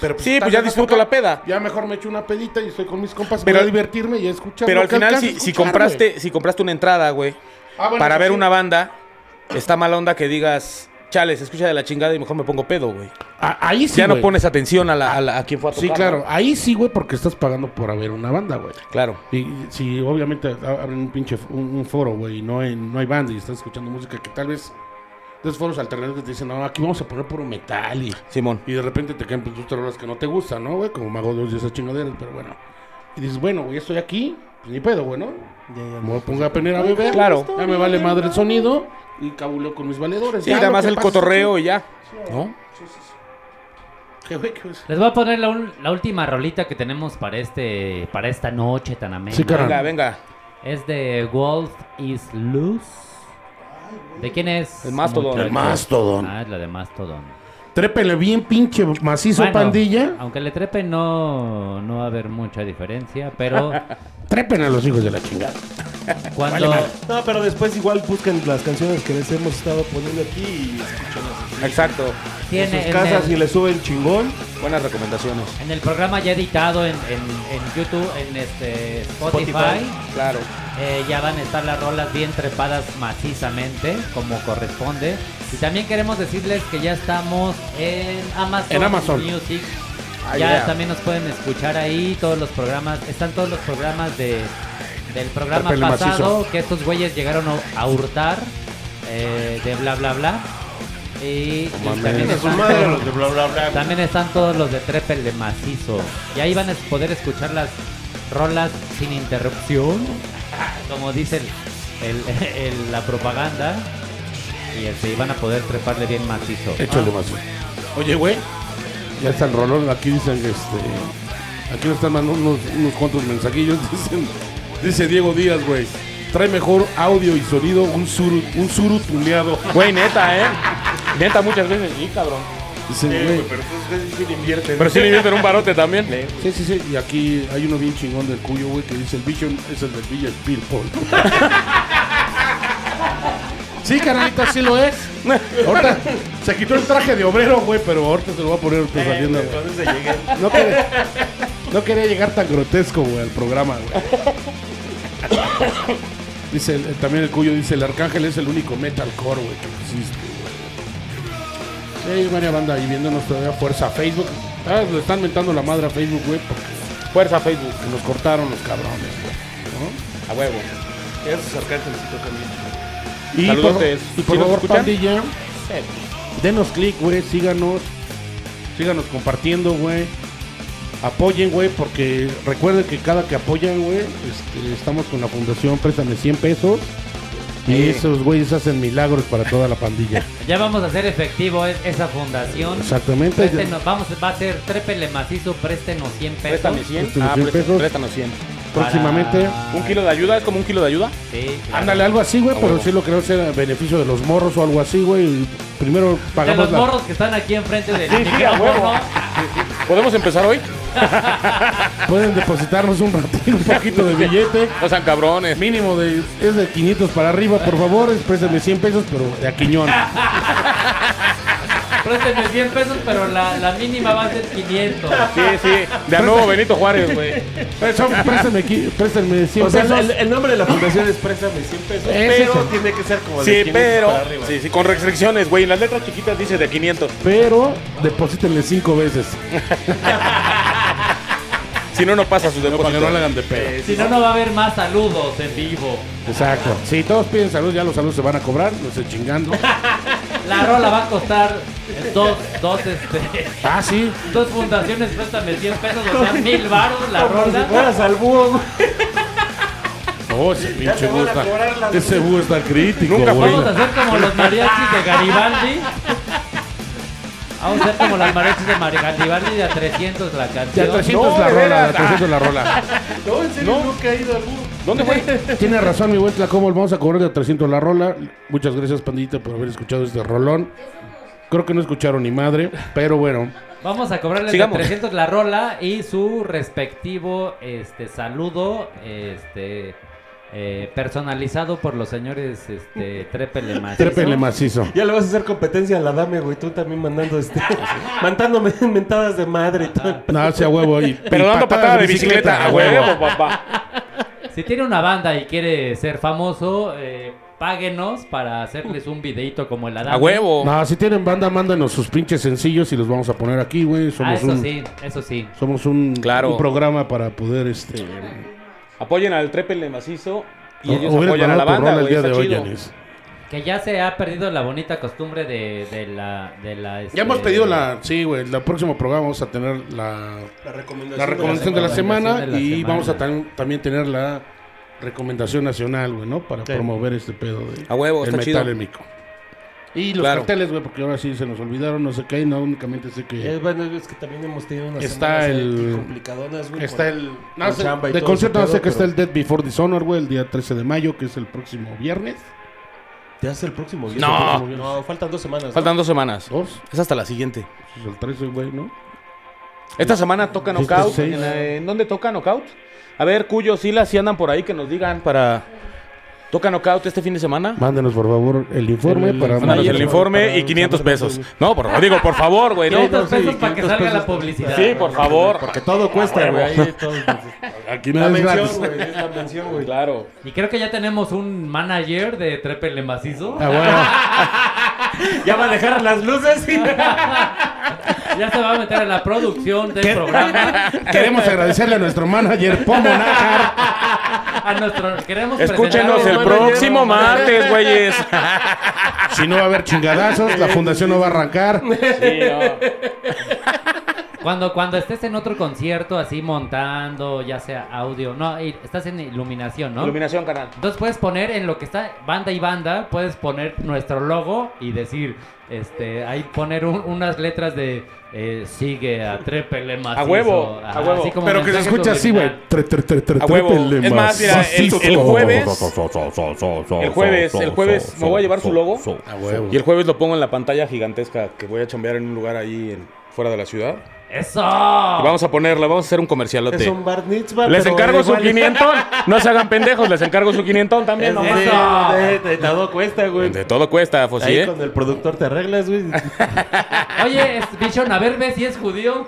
[SPEAKER 1] Pero
[SPEAKER 3] Sí,
[SPEAKER 1] estás
[SPEAKER 3] pues ya
[SPEAKER 1] en
[SPEAKER 3] disfruto
[SPEAKER 1] toca-
[SPEAKER 3] la peda.
[SPEAKER 1] Ya mejor me echo una pedita y estoy con mis compas
[SPEAKER 3] Pero-
[SPEAKER 1] para divertirme y escuchar.
[SPEAKER 3] Pero
[SPEAKER 1] lo
[SPEAKER 3] al
[SPEAKER 1] que
[SPEAKER 3] final,
[SPEAKER 1] alcance a
[SPEAKER 3] si, si
[SPEAKER 1] escuchar, güey.
[SPEAKER 3] compraste, si compraste una entrada, güey,
[SPEAKER 1] Ah, bueno,
[SPEAKER 3] para
[SPEAKER 1] sí,
[SPEAKER 3] ver
[SPEAKER 1] sí.
[SPEAKER 3] una banda, está mala onda que digas, chale, se escucha de la chingada y mejor me pongo pedo, güey.
[SPEAKER 1] Ah, ahí sí,
[SPEAKER 3] ya no
[SPEAKER 1] güey.
[SPEAKER 3] pones atención a, la, a, la- a quién fue a tocar.
[SPEAKER 1] Sí, claro,
[SPEAKER 3] ¿no?
[SPEAKER 1] ahí sí, güey, porque estás pagando por haber una banda, güey.
[SPEAKER 3] Claro.
[SPEAKER 1] Y si obviamente a- abren un pinche f- un, un foro, güey, y no, hay- no hay banda y estás escuchando música que tal vez de esos foros alternativos que te dicen, no, aquí vamos a poner puro metal y,
[SPEAKER 3] Simón.
[SPEAKER 1] y de repente te caen pues, tus terroras que no te gustan, ¿no, güey? Como Mago dos de esas chingaderas, pero bueno. Y dices, bueno, güey, estoy aquí, pues ni pedo, güey, ¿no? Me voy a poner a pener a beber,
[SPEAKER 3] Claro.
[SPEAKER 1] ya me vale madre el sonido y cabuleo con mis valedores.
[SPEAKER 3] Sí,
[SPEAKER 1] Pues ya,
[SPEAKER 3] nada
[SPEAKER 1] lo
[SPEAKER 3] más
[SPEAKER 1] que
[SPEAKER 3] el
[SPEAKER 1] pasa es
[SPEAKER 3] cotorreo y ya. ¿No?
[SPEAKER 1] que- que, güey, que es-
[SPEAKER 5] Les voy a poner la, ul- la última rolita que tenemos para este para esta noche tan amena.
[SPEAKER 1] Sí, carnal.
[SPEAKER 3] Venga, venga.
[SPEAKER 5] Es de Wolf is Loose. ¿De quién es?
[SPEAKER 3] El Mastodon.
[SPEAKER 5] muchacho?
[SPEAKER 1] El Mastodon.
[SPEAKER 5] Ah, es la de Mastodon.
[SPEAKER 1] Trépele bien pinche macizo,
[SPEAKER 5] Bueno,
[SPEAKER 1] pandilla.
[SPEAKER 5] Aunque le trepe no, no va a haber mucha diferencia, pero
[SPEAKER 1] Trépenle a los hijos de la chingada.
[SPEAKER 5] cuando...
[SPEAKER 4] No, pero después igual busquen las canciones que les hemos estado poniendo aquí y escúchenlas
[SPEAKER 3] Exacto.
[SPEAKER 5] tiene
[SPEAKER 4] en sus
[SPEAKER 5] en
[SPEAKER 4] casas
[SPEAKER 5] el-
[SPEAKER 4] y le suben chingón.
[SPEAKER 3] Buenas recomendaciones.
[SPEAKER 5] En el programa ya editado en, en- en YouTube, en este Spotify,
[SPEAKER 3] Claro.
[SPEAKER 5] eh, ya van a estar las rolas bien trepadas macizamente, como corresponde. Y también queremos decirles que ya estamos en Amazon,
[SPEAKER 1] En Amazon.
[SPEAKER 5] Music.
[SPEAKER 3] Ah,
[SPEAKER 5] ya
[SPEAKER 3] yeah.
[SPEAKER 5] también nos pueden escuchar ahí todos los programas. Están todos los programas de, del programa
[SPEAKER 1] Perpele
[SPEAKER 5] pasado
[SPEAKER 1] macizo.
[SPEAKER 5] que estos güeyes llegaron a- a hurtar eh, de bla bla bla. Y, y también están todos-
[SPEAKER 4] bla bla bla.
[SPEAKER 5] también están todos los de Trepel de macizo. Y ahí van a poder escuchar las rolas sin interrupción. Como dice el- el- el- la propaganda. Y este, y van a poder treparle bien macizo.
[SPEAKER 1] Échale más. Ah. Oye, güey. Ya está el rolón. Aquí dicen que este. Aquí nos están mandando unos, unos cuantos mensajillos. Dicen, dice Diego Díaz, güey. Trae mejor audio y sonido un suru, un suru tuneado.
[SPEAKER 3] Güey, neta, ¿eh? Neta, muchas veces. Sí, cabrón.
[SPEAKER 1] Dicen, güey.
[SPEAKER 4] Pero ustedes sí le invierten.
[SPEAKER 3] Pero sí le invierten un barote también.
[SPEAKER 1] Sí, sí, sí. Y aquí hay uno bien chingón del cuyo, güey, que dice el Vision es el del Villa Spearpole. sí, canalito, así lo es. Ahorita se quitó el traje de obrero, güey, pero ahorita se lo va a poner pues, saliendo, güey.
[SPEAKER 4] Entonces llegué.
[SPEAKER 1] No, pero- No quería llegar tan grotesco, güey, al programa, güey. dice, el- también el cuyo dice, el Arcángel es el único metalcore, güey, que existe, güey. Sí, hay varias banda ahí viéndonos todavía fuerza a Facebook. Ah, le están mentando la madre a Facebook, güey, porque
[SPEAKER 3] Fuerza Facebook,
[SPEAKER 1] nos cortaron los cabrones, güey. ¿no?
[SPEAKER 3] a huevo.
[SPEAKER 4] Esos arcángeles que tocan bien.
[SPEAKER 1] Y
[SPEAKER 3] Saludotes.
[SPEAKER 1] por, y por
[SPEAKER 3] ¿Sí nos
[SPEAKER 1] favor,
[SPEAKER 3] escuchan?
[SPEAKER 1] pandilla, denos click, güey, síganos, síganos compartiendo, güey. Apoyen, güey, porque recuerden que cada que apoyan, güey, este, estamos con la fundación Préstame 100 pesos. Y esos güeyes hacen milagros para toda la pandilla.
[SPEAKER 5] Ya vamos a hacer efectivo es- esa fundación.
[SPEAKER 1] Exactamente.
[SPEAKER 5] Préstenos- vamos, va a ser trépele macizo, préstenos 100 pesos.
[SPEAKER 3] Préstame 100.
[SPEAKER 1] Préstame
[SPEAKER 3] Ah,
[SPEAKER 1] 100
[SPEAKER 3] presta-
[SPEAKER 1] Este, pesos.
[SPEAKER 3] préstanos 100.
[SPEAKER 1] Próximamente.
[SPEAKER 5] Para-
[SPEAKER 3] ¿Un kilo de ayuda? ¿Es como un kilo de ayuda?
[SPEAKER 5] Sí, claro.
[SPEAKER 1] Ándale, algo así, güey,
[SPEAKER 3] A
[SPEAKER 1] pero
[SPEAKER 3] huevo.
[SPEAKER 1] sí lo creo hacer a beneficio de los morros o algo así, güey. y Primero
[SPEAKER 5] De
[SPEAKER 1] pagamos
[SPEAKER 5] los
[SPEAKER 1] la...
[SPEAKER 5] morros que están aquí enfrente del
[SPEAKER 3] Sí, sí, a huevo.
[SPEAKER 5] micrófono.
[SPEAKER 3] ¿Podemos empezar hoy?
[SPEAKER 1] Pueden depositarnos un ratito, un poquito de billete.
[SPEAKER 3] No sean cabrones.
[SPEAKER 1] Mínimo de, es de 500 para arriba, por favor, de 100 pesos, pero de a quiñón.
[SPEAKER 5] Préstenme 100 pesos, pero la, la mínima va a ser 500.
[SPEAKER 3] Sí, sí. De a nuevo Benito Juárez, güey.
[SPEAKER 1] Préstame, qui- préstame 100
[SPEAKER 4] O sea,
[SPEAKER 1] pesos.
[SPEAKER 4] el, el nombre de la fundación es Préstame 100 pesos,
[SPEAKER 1] Ese es
[SPEAKER 4] pero
[SPEAKER 1] el-
[SPEAKER 4] tiene que ser como de
[SPEAKER 3] Sí,
[SPEAKER 4] 500
[SPEAKER 3] pero.
[SPEAKER 4] para arriba.
[SPEAKER 3] Sí, sí, con restricciones, güey. En las letras chiquitas dice de 500.
[SPEAKER 1] Pero deposítenle 5 veces.
[SPEAKER 3] Si no, no pasa su depósito.
[SPEAKER 1] de pedo.
[SPEAKER 5] Si no, no va a haber más saludos en vivo.
[SPEAKER 1] Exacto. Si todos piden salud, ya los saludos se van a cobrar, no sé, chingando.
[SPEAKER 5] La rola va a costar eh, dos, dos, este,
[SPEAKER 1] Ah, sí.
[SPEAKER 5] dos fundaciones, préstame 100 pesos, o sea, mil baros la
[SPEAKER 4] Como si
[SPEAKER 5] rola.
[SPEAKER 4] fueras al búho, güey.
[SPEAKER 1] Oh, ese pinche
[SPEAKER 4] van a
[SPEAKER 1] gusta.
[SPEAKER 4] cobrar la
[SPEAKER 1] Ese búho está crítico,
[SPEAKER 3] Nunca
[SPEAKER 1] güey.
[SPEAKER 5] Vamos a hacer como los mariachis de Garibaldi. Vamos a hacer como los mariachis de Mar- Garibaldi de a 300 la
[SPEAKER 1] De a
[SPEAKER 5] canción.
[SPEAKER 1] 300
[SPEAKER 3] No,
[SPEAKER 1] la
[SPEAKER 3] de
[SPEAKER 1] rola, de a
[SPEAKER 3] veras.
[SPEAKER 1] 300 la rola.
[SPEAKER 4] No, en serio, nunca he ido al búho.
[SPEAKER 3] ¿Dónde fue?
[SPEAKER 1] Tiene razón mi buen Tlacomol, vamos a cobrar de a 300 la rola. Muchas gracias, pandita, por haber escuchado este rolón. Creo que no escucharon ni madre, pero bueno.
[SPEAKER 5] Vamos a cobrarles de
[SPEAKER 3] Sigamos.
[SPEAKER 5] 300 la rola y su respectivo este saludo este eh, personalizado por los señores este Trépele Macizo.
[SPEAKER 1] Trépele macizo.
[SPEAKER 4] Ya le vas a hacer competencia a la dame, güey. Tú también mandando este. mandándome mentadas de madre y todo.
[SPEAKER 1] No, sea huevo. Y,
[SPEAKER 3] Pero
[SPEAKER 1] y
[SPEAKER 3] dando patada de bicicleta. A huevo, papá.
[SPEAKER 5] Si tiene una banda y quiere ser famoso, eh, páguenos para hacerles un videito como el Adán.
[SPEAKER 3] A huevo.
[SPEAKER 1] No, si tienen banda, mándanos sus pinches sencillos y los vamos a poner aquí, güey.
[SPEAKER 5] Ah,
[SPEAKER 1] Somos
[SPEAKER 5] eso
[SPEAKER 1] un,
[SPEAKER 5] sí, eso sí.
[SPEAKER 1] somos un,
[SPEAKER 3] Claro.
[SPEAKER 1] un programa para poder este.
[SPEAKER 3] Apoyen al Trépele Macizo. Y
[SPEAKER 1] o-
[SPEAKER 3] ellos
[SPEAKER 1] hubieras
[SPEAKER 3] apoyan a la
[SPEAKER 1] mandado tu
[SPEAKER 3] banda,
[SPEAKER 1] rola el
[SPEAKER 3] güey.
[SPEAKER 1] día de
[SPEAKER 3] Está
[SPEAKER 1] hoy,
[SPEAKER 3] chido.
[SPEAKER 1] Yanis.
[SPEAKER 5] Que ya se ha perdido la bonita costumbre de, de la... De la este,
[SPEAKER 1] Ya hemos pedido la. Sí, güey. El próximo programa vamos a tener la,
[SPEAKER 4] La recomendación.
[SPEAKER 1] la recomendación de la semana
[SPEAKER 5] recomendación de la
[SPEAKER 1] y
[SPEAKER 5] semana.
[SPEAKER 1] vamos a tam- también tener la recomendación nacional, güey, ¿no? Para promover este pedo de.
[SPEAKER 3] A huevo,
[SPEAKER 1] el
[SPEAKER 3] está
[SPEAKER 1] metal
[SPEAKER 3] chido.
[SPEAKER 1] en Mico. Y los
[SPEAKER 3] Claro.
[SPEAKER 1] carteles, güey, porque ahora sí se nos olvidaron, no sé qué, y no únicamente sé que.
[SPEAKER 4] Eh, bueno, es que también hemos tenido unas
[SPEAKER 1] Está
[SPEAKER 4] semanas
[SPEAKER 1] el-
[SPEAKER 4] aquí complicadonas, güey.
[SPEAKER 1] Está
[SPEAKER 4] con-
[SPEAKER 1] el.
[SPEAKER 4] no sé, chamba y
[SPEAKER 1] de
[SPEAKER 4] todo
[SPEAKER 1] concierto, no
[SPEAKER 4] ese
[SPEAKER 1] sé
[SPEAKER 4] pedo,
[SPEAKER 1] que está
[SPEAKER 4] pero-
[SPEAKER 1] el Dead Before Dishonor, güey, el día 13 de mayo, que es el próximo viernes.
[SPEAKER 4] Ya es el próximo viernes.
[SPEAKER 3] No.
[SPEAKER 4] no, faltan dos semanas. ¿no?
[SPEAKER 1] Ah,
[SPEAKER 3] Faltan dos semanas.
[SPEAKER 1] Dos.
[SPEAKER 3] Es hasta la siguiente.
[SPEAKER 1] pues, el 13, güey, ¿no?
[SPEAKER 3] Esta semana toca
[SPEAKER 1] Este
[SPEAKER 3] Knockout.
[SPEAKER 1] seis.
[SPEAKER 3] ¿En, eh, en dónde toca Knockout? A ver, Cuyo, Sila, si andan por ahí, que nos digan para... ¿Toca Knockout este fin de semana?
[SPEAKER 1] Mándenos, por favor, el informe para.
[SPEAKER 3] Mándanos el
[SPEAKER 1] para-
[SPEAKER 3] informe
[SPEAKER 4] para-
[SPEAKER 3] y 500
[SPEAKER 4] para-
[SPEAKER 3] pesos. No, por favor, digo, por favor, güey, ¿no?
[SPEAKER 5] 500
[SPEAKER 4] sí,
[SPEAKER 5] pesos para que
[SPEAKER 4] 500
[SPEAKER 5] salga la
[SPEAKER 4] pesos.
[SPEAKER 5] publicidad.
[SPEAKER 3] Sí, por favor.
[SPEAKER 4] Porque todo
[SPEAKER 3] Ah,
[SPEAKER 4] cuesta, güey. ahí todo-
[SPEAKER 1] Aquí
[SPEAKER 4] La
[SPEAKER 1] nada es
[SPEAKER 4] mención,
[SPEAKER 1] gratis.
[SPEAKER 4] güey. Es la mención, güey.
[SPEAKER 3] Claro.
[SPEAKER 5] Y creo que ya tenemos un manager de Trépele Macizo.
[SPEAKER 1] Ah, bueno.
[SPEAKER 4] Ya va a dejar las luces y.
[SPEAKER 5] Ya se va a meter a la producción del programa.
[SPEAKER 1] Queremos agradecerle a nuestro manager, Pomo Nájar.
[SPEAKER 5] A nuestro, queremos
[SPEAKER 3] Escúchenos
[SPEAKER 5] presentar-
[SPEAKER 3] el próximo martes, güeyes.
[SPEAKER 1] Si no va a haber chingadazos, la fundación no va a arrancar.
[SPEAKER 3] Sí, no.
[SPEAKER 5] Cuando, cuando estés en otro concierto, así montando, ya sea audio, no, y estás en iluminación, ¿no?
[SPEAKER 3] Iluminación, canal.
[SPEAKER 5] Entonces puedes poner en lo que está banda y banda, puedes poner nuestro logo y decir, este, ahí poner un- unas letras de eh, sigue a trépele macizo.
[SPEAKER 3] huevo,
[SPEAKER 5] Ajá,
[SPEAKER 3] a huevo.
[SPEAKER 5] como
[SPEAKER 1] Pero que se
[SPEAKER 5] mensaje
[SPEAKER 1] escucha así, güey.
[SPEAKER 5] subliminal.
[SPEAKER 1] Tre- tre- tre- tre-
[SPEAKER 3] A huevo.
[SPEAKER 1] trépele
[SPEAKER 3] Es más, mira, el- el jueves-
[SPEAKER 8] El
[SPEAKER 3] el jueves- el jueves me voy a llevar su logo.
[SPEAKER 1] A huevo.
[SPEAKER 3] Y el jueves lo pongo en la pantalla gigantesca que voy a chambear en un lugar ahí en- fuera de la ciudad.
[SPEAKER 5] ¡Eso!
[SPEAKER 3] Y vamos a ponerla, vamos a hacer un comercialote.
[SPEAKER 4] Ah. Es un bar mitzvah,
[SPEAKER 3] Les
[SPEAKER 4] pero
[SPEAKER 3] encargo su
[SPEAKER 4] igual-
[SPEAKER 3] 500. No se hagan pendejos, les encargo su 500 también.
[SPEAKER 4] Es
[SPEAKER 3] nomás.
[SPEAKER 5] Eso.
[SPEAKER 4] de, de, de todo cuesta, güey.
[SPEAKER 3] De todo cuesta, Fossi,
[SPEAKER 4] Ahí
[SPEAKER 3] ¿eh?
[SPEAKER 4] con el productor te arreglas, güey.
[SPEAKER 5] Oye, es- Bichon, a ver, ve si es judío.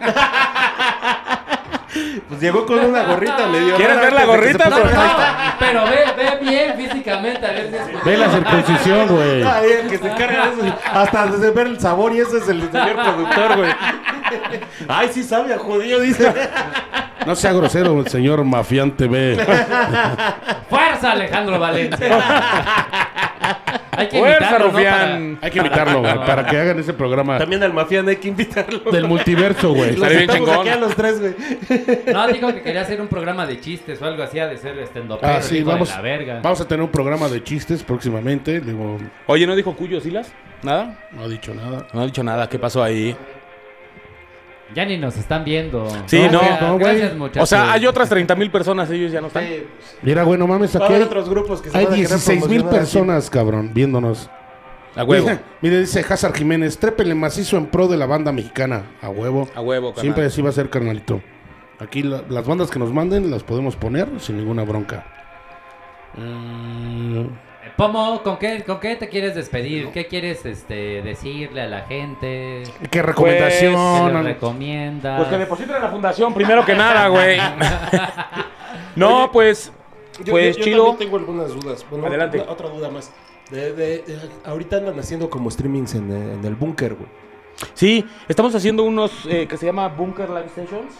[SPEAKER 4] Pues llegó con una gorrita, le dio.
[SPEAKER 3] ¿Quieres
[SPEAKER 4] rara
[SPEAKER 3] ver la
[SPEAKER 4] antes de que se
[SPEAKER 3] gorrita?
[SPEAKER 5] No,
[SPEAKER 4] pusiera-
[SPEAKER 5] no, no, pero ve, ve bien físicamente, a ver si es-
[SPEAKER 1] Ve la
[SPEAKER 3] Pues,
[SPEAKER 1] circuncisión, güey.
[SPEAKER 4] Ah, eh, que se carga eso. Hasta desde ver el sabor y ese es el señor productor, güey. Ay, sí sabe a judío, dice.
[SPEAKER 1] No sea grosero, señor mafiante B.
[SPEAKER 5] ¡Fuerza, Alejandro Valencia! Hay que
[SPEAKER 3] Fuerza,
[SPEAKER 5] imitarlo, ¿no?
[SPEAKER 3] rufián.
[SPEAKER 1] Hay que invitarlo, güey, para que hagan ese programa
[SPEAKER 4] También al mafián hay que invitarlo.
[SPEAKER 1] del multiverso, güey.
[SPEAKER 4] Lo
[SPEAKER 3] Estaría bien
[SPEAKER 4] sentamos
[SPEAKER 3] chingón.
[SPEAKER 4] aquí a los tres, güey.
[SPEAKER 5] Para- No, dijo que quería hacer un programa de chistes o algo así, ha de ser estendopero,
[SPEAKER 1] Ah, sí,
[SPEAKER 5] hijo de
[SPEAKER 1] vamos,
[SPEAKER 5] la verga.
[SPEAKER 1] vamos a tener un programa de chistes próximamente. Digo,
[SPEAKER 3] Oye, ¿no dijo Cuyo Silas? ¿Nada?
[SPEAKER 1] no ha dicho nada.
[SPEAKER 3] No ha dicho nada. ¿Qué pasó ahí?
[SPEAKER 5] Ya ni nos están viendo.
[SPEAKER 3] Sí, no,
[SPEAKER 5] Gracias,
[SPEAKER 1] no, güey.
[SPEAKER 5] gracias, muchachos.
[SPEAKER 3] O sea, hay otras 30 mil personas. Ellos ya no están.
[SPEAKER 1] Mira, güey, no mames,
[SPEAKER 4] Va a
[SPEAKER 1] aquí
[SPEAKER 4] haber
[SPEAKER 1] hay,
[SPEAKER 4] otros grupos que se
[SPEAKER 1] hay
[SPEAKER 4] van a querer
[SPEAKER 1] 16 mil
[SPEAKER 4] promocionar así.
[SPEAKER 1] personas, cabrón, viéndonos.
[SPEAKER 3] A huevo.
[SPEAKER 1] Mira, mire, dice Hazard Jiménez, trépele macizo en pro de la banda mexicana. A huevo.
[SPEAKER 3] A huevo, carnal.
[SPEAKER 1] Siempre así va a ser, carnalito. Aquí la- las bandas que nos manden las podemos poner sin ninguna bronca. Eh,
[SPEAKER 5] Eh, Pomo, ¿con qué, ¿con qué te quieres despedir? ¿Qué quieres este, decirle a la gente?
[SPEAKER 1] ¿Qué recomendación?
[SPEAKER 5] ¿Qué les
[SPEAKER 1] Al-
[SPEAKER 5] recomiendas?
[SPEAKER 3] Pues que depositen en la fundación, primero que nada, güey. no, pues.
[SPEAKER 4] Yo- yo-
[SPEAKER 3] Pues
[SPEAKER 4] yo
[SPEAKER 3] chido.
[SPEAKER 4] también tengo algunas dudas. Bueno,
[SPEAKER 3] Adelante.
[SPEAKER 4] una- otra duda más. De- de- de- ahorita andan haciendo como streamings en, eh, en el búnker, güey.
[SPEAKER 3] Sí, estamos haciendo unos eh, que se llama Bunker Live Sessions.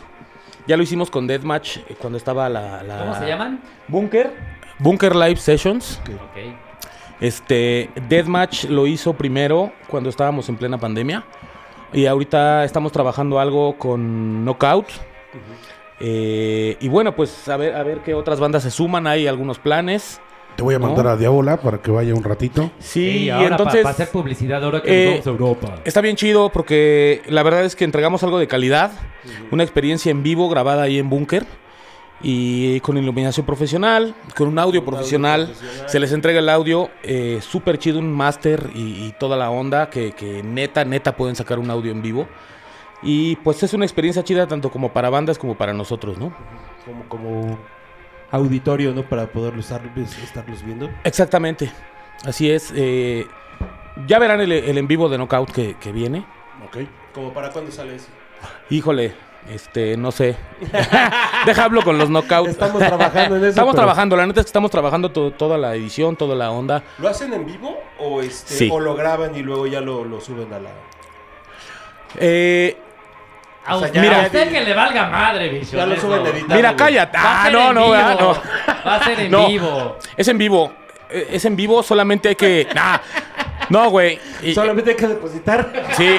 [SPEAKER 3] Ya lo hicimos con Deathmatch eh, cuando estaba la. la-
[SPEAKER 5] ¿Cómo se llaman?
[SPEAKER 3] Bunker. Bunker Live Sessions.
[SPEAKER 5] Ok.
[SPEAKER 3] Este, Deathmatch lo hizo primero cuando estábamos en plena pandemia. Y ahorita estamos trabajando algo con Knockout. Eh, y bueno, pues a ver, a ver qué otras bandas se suman. Hay algunos planes.
[SPEAKER 1] Te voy a mandar a Diabola para que vaya un ratito.
[SPEAKER 3] Sí,
[SPEAKER 5] ahora
[SPEAKER 3] entonces.
[SPEAKER 5] para hacer publicidad ahora que
[SPEAKER 3] eh,
[SPEAKER 5] nos vamos a Europa.
[SPEAKER 3] Está bien chido porque la verdad es que entregamos algo de calidad, una experiencia en vivo grabada ahí en búnker y con iluminación profesional, con un audio profesional. Se les entrega el audio eh, súper chido, un máster y, y toda la onda que, que neta, neta pueden sacar un audio en vivo. Y pues es una experiencia chida tanto como para bandas como para nosotros, ¿no?
[SPEAKER 4] Como, como auditorio, ¿no? Para poder usar, pues, estarlos viendo.
[SPEAKER 3] Exactamente, así es. eh, ya verán el, el en vivo de Knockout que, que viene.
[SPEAKER 1] Ok.
[SPEAKER 4] ¿Como para cuándo sale eso?
[SPEAKER 3] Híjole, este, no sé. Deja hablo con los knockouts.
[SPEAKER 4] Estamos trabajando en eso.
[SPEAKER 3] Estamos
[SPEAKER 4] pero-
[SPEAKER 3] trabajando, la neta es que estamos trabajando to- toda la edición, toda la onda.
[SPEAKER 4] ¿Lo hacen en vivo o, este,
[SPEAKER 3] Sí.
[SPEAKER 4] o lo graban y luego ya lo, lo suben a la...
[SPEAKER 3] Eh,
[SPEAKER 5] A
[SPEAKER 4] o sea,
[SPEAKER 5] usted,
[SPEAKER 4] ya-
[SPEAKER 5] a usted que le valga madre, bicho.
[SPEAKER 4] Ya lo
[SPEAKER 5] eso.
[SPEAKER 4] suben editado.
[SPEAKER 3] mira,
[SPEAKER 4] güey.
[SPEAKER 3] cállate.
[SPEAKER 5] Va a
[SPEAKER 3] Ah,
[SPEAKER 5] ser
[SPEAKER 3] no,
[SPEAKER 5] en
[SPEAKER 3] no,
[SPEAKER 5] vivo.
[SPEAKER 3] ah, no.
[SPEAKER 5] Va a ser en
[SPEAKER 3] No.
[SPEAKER 5] vivo.
[SPEAKER 3] Es en vivo. eh, Es en vivo, solamente hay que. Nah, no, güey. Y-
[SPEAKER 4] Solamente hay que depositar.
[SPEAKER 3] Sí.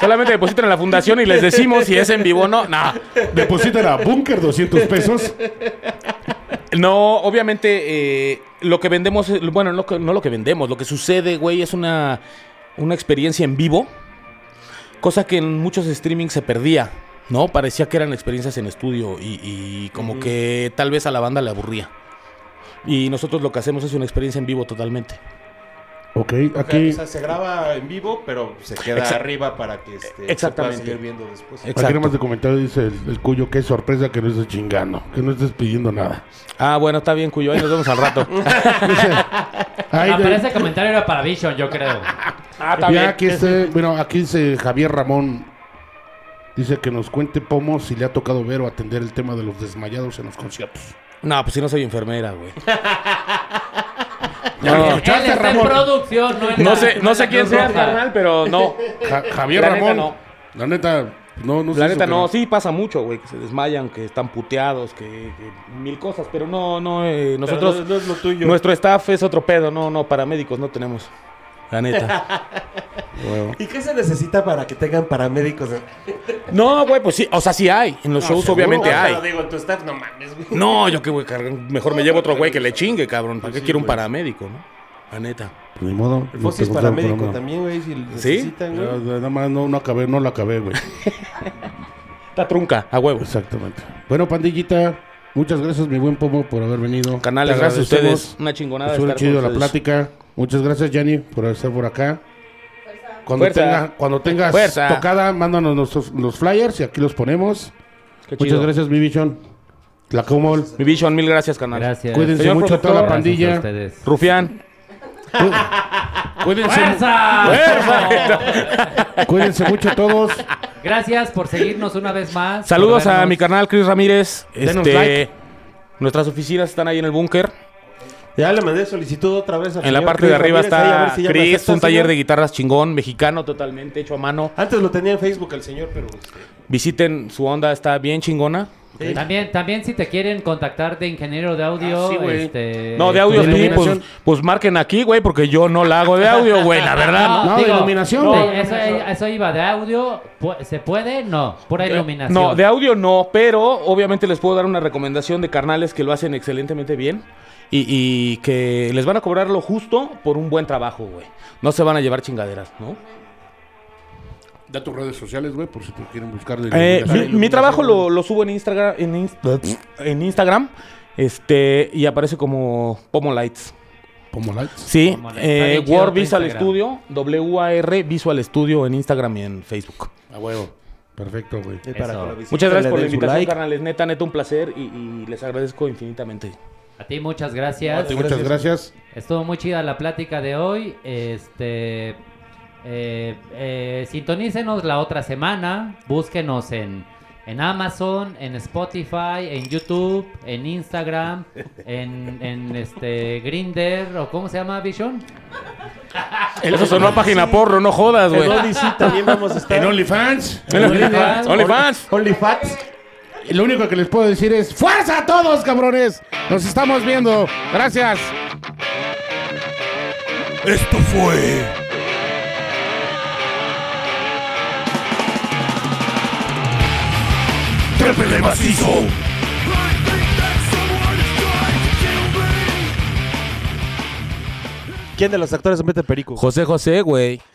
[SPEAKER 3] Solamente depositen en la fundación y les decimos si es en vivo o no. Nah.
[SPEAKER 1] Depositen a Bunker 200 pesos.
[SPEAKER 3] No, obviamente, eh, lo que vendemos, es- bueno, no, que- no lo que vendemos, lo que sucede, güey, es una, una experiencia en vivo, cosa que en muchos streaming se perdía, ¿no? Parecía que eran experiencias en estudio y, y como que tal vez a la banda le aburría. Y nosotros lo que hacemos es una experiencia en vivo totalmente.
[SPEAKER 1] Ok,
[SPEAKER 4] O
[SPEAKER 1] aquí,
[SPEAKER 4] sea, se graba en vivo, pero se queda
[SPEAKER 3] Exa-
[SPEAKER 4] arriba para que este, se pueda
[SPEAKER 3] Exactamente.
[SPEAKER 4] seguir viendo después.
[SPEAKER 3] Ex-
[SPEAKER 1] aquí
[SPEAKER 3] exacto.
[SPEAKER 1] nada más de comentario dice el, el cuyo, qué sorpresa que no estés chingando, que no estés pidiendo nada.
[SPEAKER 3] Ah, bueno, está bien, Cuyo, ahí nos vemos al rato.
[SPEAKER 1] Ay,
[SPEAKER 5] Ah,
[SPEAKER 1] de-
[SPEAKER 5] pero ese comentario era para Vision, yo creo.
[SPEAKER 3] ah,
[SPEAKER 1] ya aquí dice, bueno, aquí dice Javier Ramón. Dice que nos cuente Pomo si le ha tocado ver o atender el tema de los desmayados en los conciertos.
[SPEAKER 3] No, pues si no soy enfermera, güey.
[SPEAKER 1] Ya lo
[SPEAKER 3] No,
[SPEAKER 5] Él está en producción, no en
[SPEAKER 3] no
[SPEAKER 5] la-
[SPEAKER 3] sé, no sé quién
[SPEAKER 5] en la
[SPEAKER 3] sea,
[SPEAKER 5] Cruz Roja.
[SPEAKER 3] carnal, pero no.
[SPEAKER 1] Ja- Javier
[SPEAKER 3] Eh, La neta,
[SPEAKER 1] Ramón.
[SPEAKER 3] no.
[SPEAKER 1] La neta, no, no sé
[SPEAKER 3] Pues La
[SPEAKER 1] eso,
[SPEAKER 3] neta
[SPEAKER 1] pero-
[SPEAKER 3] no, sí pasa mucho, güey, que se desmayan, que están puteados, que, que mil cosas, pero no, no, eh,
[SPEAKER 4] Pero
[SPEAKER 3] nosotros,
[SPEAKER 4] no, no es lo tuyo.
[SPEAKER 3] nuestro staff es otro pedo, no, no, paramédicos no tenemos, la neta. Huevo.
[SPEAKER 4] ¿Y qué se necesita para que tengan paramédicos?
[SPEAKER 3] no, güey, pues sí, o sea, sí hay, en los shows obviamente
[SPEAKER 4] No,
[SPEAKER 3] hay.
[SPEAKER 4] pero Ah, digo, en tu staff no mames, güey.
[SPEAKER 3] No, yo qué voy a cargar, mejor me llevo otro güey que le chingue, cabrón, ¿para qué quiero un paramédico, no? La neta.
[SPEAKER 1] Ni modo.
[SPEAKER 4] El
[SPEAKER 1] no
[SPEAKER 4] Fossi es
[SPEAKER 1] te gusta el
[SPEAKER 4] paramédico
[SPEAKER 1] programa.
[SPEAKER 4] también, güey, si lo
[SPEAKER 3] ¿Sí?
[SPEAKER 4] necesitan, güey.
[SPEAKER 1] Pero, eh, Nada más no, no acabé, no la acabé, güey.
[SPEAKER 3] Está trunca, a huevos.
[SPEAKER 1] Exactamente. Bueno, pandillita, muchas gracias, mi buen Pomo, por haber venido.
[SPEAKER 3] Canales,
[SPEAKER 1] Te
[SPEAKER 3] gracias a
[SPEAKER 1] agradecemos.
[SPEAKER 3] ustedes, una chingonada.
[SPEAKER 1] Estuvo
[SPEAKER 3] estar con
[SPEAKER 1] chido la
[SPEAKER 3] ustedes.
[SPEAKER 1] plática. Muchas gracias, Yanni, por estar por acá. Cuando,
[SPEAKER 3] Fuerza.
[SPEAKER 1] tenga- cuando tengas
[SPEAKER 3] Fuerza.
[SPEAKER 1] tocada, mándanos los, los flyers y aquí los ponemos.
[SPEAKER 3] Qué
[SPEAKER 1] Muchas
[SPEAKER 3] chido.
[SPEAKER 1] gracias, mi Vision. La Comol.
[SPEAKER 3] Mi Vision, mil gracias, canal.
[SPEAKER 5] Gracias.
[SPEAKER 1] Cuídense
[SPEAKER 3] Señor
[SPEAKER 1] mucho a toda la
[SPEAKER 3] productor.
[SPEAKER 5] Gracias a
[SPEAKER 1] pandilla.
[SPEAKER 5] ustedes.
[SPEAKER 3] Rufián.
[SPEAKER 1] Cuídense,
[SPEAKER 5] ¡Fuerza!
[SPEAKER 3] ¡Fuerza!
[SPEAKER 1] cuídense mucho todos.
[SPEAKER 5] Gracias por seguirnos una vez más.
[SPEAKER 3] Saludos
[SPEAKER 5] por
[SPEAKER 3] a
[SPEAKER 5] vernos.
[SPEAKER 3] mi carnal Chris Ramírez.
[SPEAKER 1] Denos
[SPEAKER 3] Este,
[SPEAKER 1] like.
[SPEAKER 3] Nuestras oficinas están ahí en el búnker.
[SPEAKER 4] Ya le mandé solicitud otra vez.
[SPEAKER 3] En la parte de arriba está Chris, un taller de guitarras chingón, mexicano totalmente, hecho a mano.
[SPEAKER 4] Antes lo tenía en Facebook el señor, pero... este,
[SPEAKER 3] Visiten su onda, está bien chingona.
[SPEAKER 4] sí.
[SPEAKER 5] También, también si te quieren contactar de ingeniero de audio,
[SPEAKER 1] Ah, sí, güey.
[SPEAKER 5] este,
[SPEAKER 3] No, de audio
[SPEAKER 5] tu
[SPEAKER 3] sí, pues,
[SPEAKER 5] iluminación.
[SPEAKER 3] pues marquen aquí, güey, porque yo no la hago de audio, güey, la verdad. ¿no?
[SPEAKER 1] No, de iluminación,
[SPEAKER 5] no,
[SPEAKER 1] güey.
[SPEAKER 5] eso, eso iba de audio. pu- ¿Se puede? No, pura iluminación.
[SPEAKER 3] Eh, No, de audio no, pero obviamente les puedo dar una recomendación de carnales que lo hacen excelentemente bien y, y que les van a cobrar lo justo por un buen trabajo, güey. No se van a llevar chingaderas, ¿no?
[SPEAKER 1] Da tus redes sociales, güey, por si te quieren buscar. de
[SPEAKER 3] Eh, mi,
[SPEAKER 1] iluminación.
[SPEAKER 3] mi trabajo lo, lo subo en Instagram, en, Inst- en Instagram, este, y aparece como Pomo Lights.
[SPEAKER 1] Como lights.
[SPEAKER 3] Sí,
[SPEAKER 5] Pomo Lights. Está
[SPEAKER 3] eh,
[SPEAKER 5] bien chido
[SPEAKER 3] War
[SPEAKER 5] tu
[SPEAKER 3] Visual
[SPEAKER 5] Instagram.
[SPEAKER 3] Studio, W-A-R Visual Studio en Instagram y en Facebook.
[SPEAKER 1] A huevo. Perfecto, güey.
[SPEAKER 4] eh, para
[SPEAKER 5] Eso.
[SPEAKER 4] que lo visiten, le
[SPEAKER 3] Muchas gracias por la
[SPEAKER 4] den su
[SPEAKER 3] invitación,
[SPEAKER 4] like.
[SPEAKER 3] carnales. Neta, neta, un placer y, y les agradezco infinitamente.
[SPEAKER 5] A ti muchas
[SPEAKER 1] A
[SPEAKER 5] gracias.
[SPEAKER 1] ti Muchas gracias.
[SPEAKER 5] Estuvo muy chida la plática de hoy. Este, eh, eh, sintonícenos la otra semana. Búsquenos en, en Amazon, en Spotify, en YouTube, en Instagram, en, en este Grinder o cómo se llama Vision.
[SPEAKER 3] Eso sonó a página porro, no jodas, güey.
[SPEAKER 4] En Odyssey también vamos a
[SPEAKER 1] En
[SPEAKER 4] estar.
[SPEAKER 1] OnlyFans.
[SPEAKER 5] OnlyFans.
[SPEAKER 3] OnlyFans.
[SPEAKER 4] OnlyFans.
[SPEAKER 1] Y Lo único que les puedo decir es ¡Fuerza a todos, cabrones! Nos estamos viendo. Gracias.
[SPEAKER 2] Esto fue. Trépele macizo.
[SPEAKER 4] ¿Quién de los actores se mete perico?
[SPEAKER 3] José José, güey.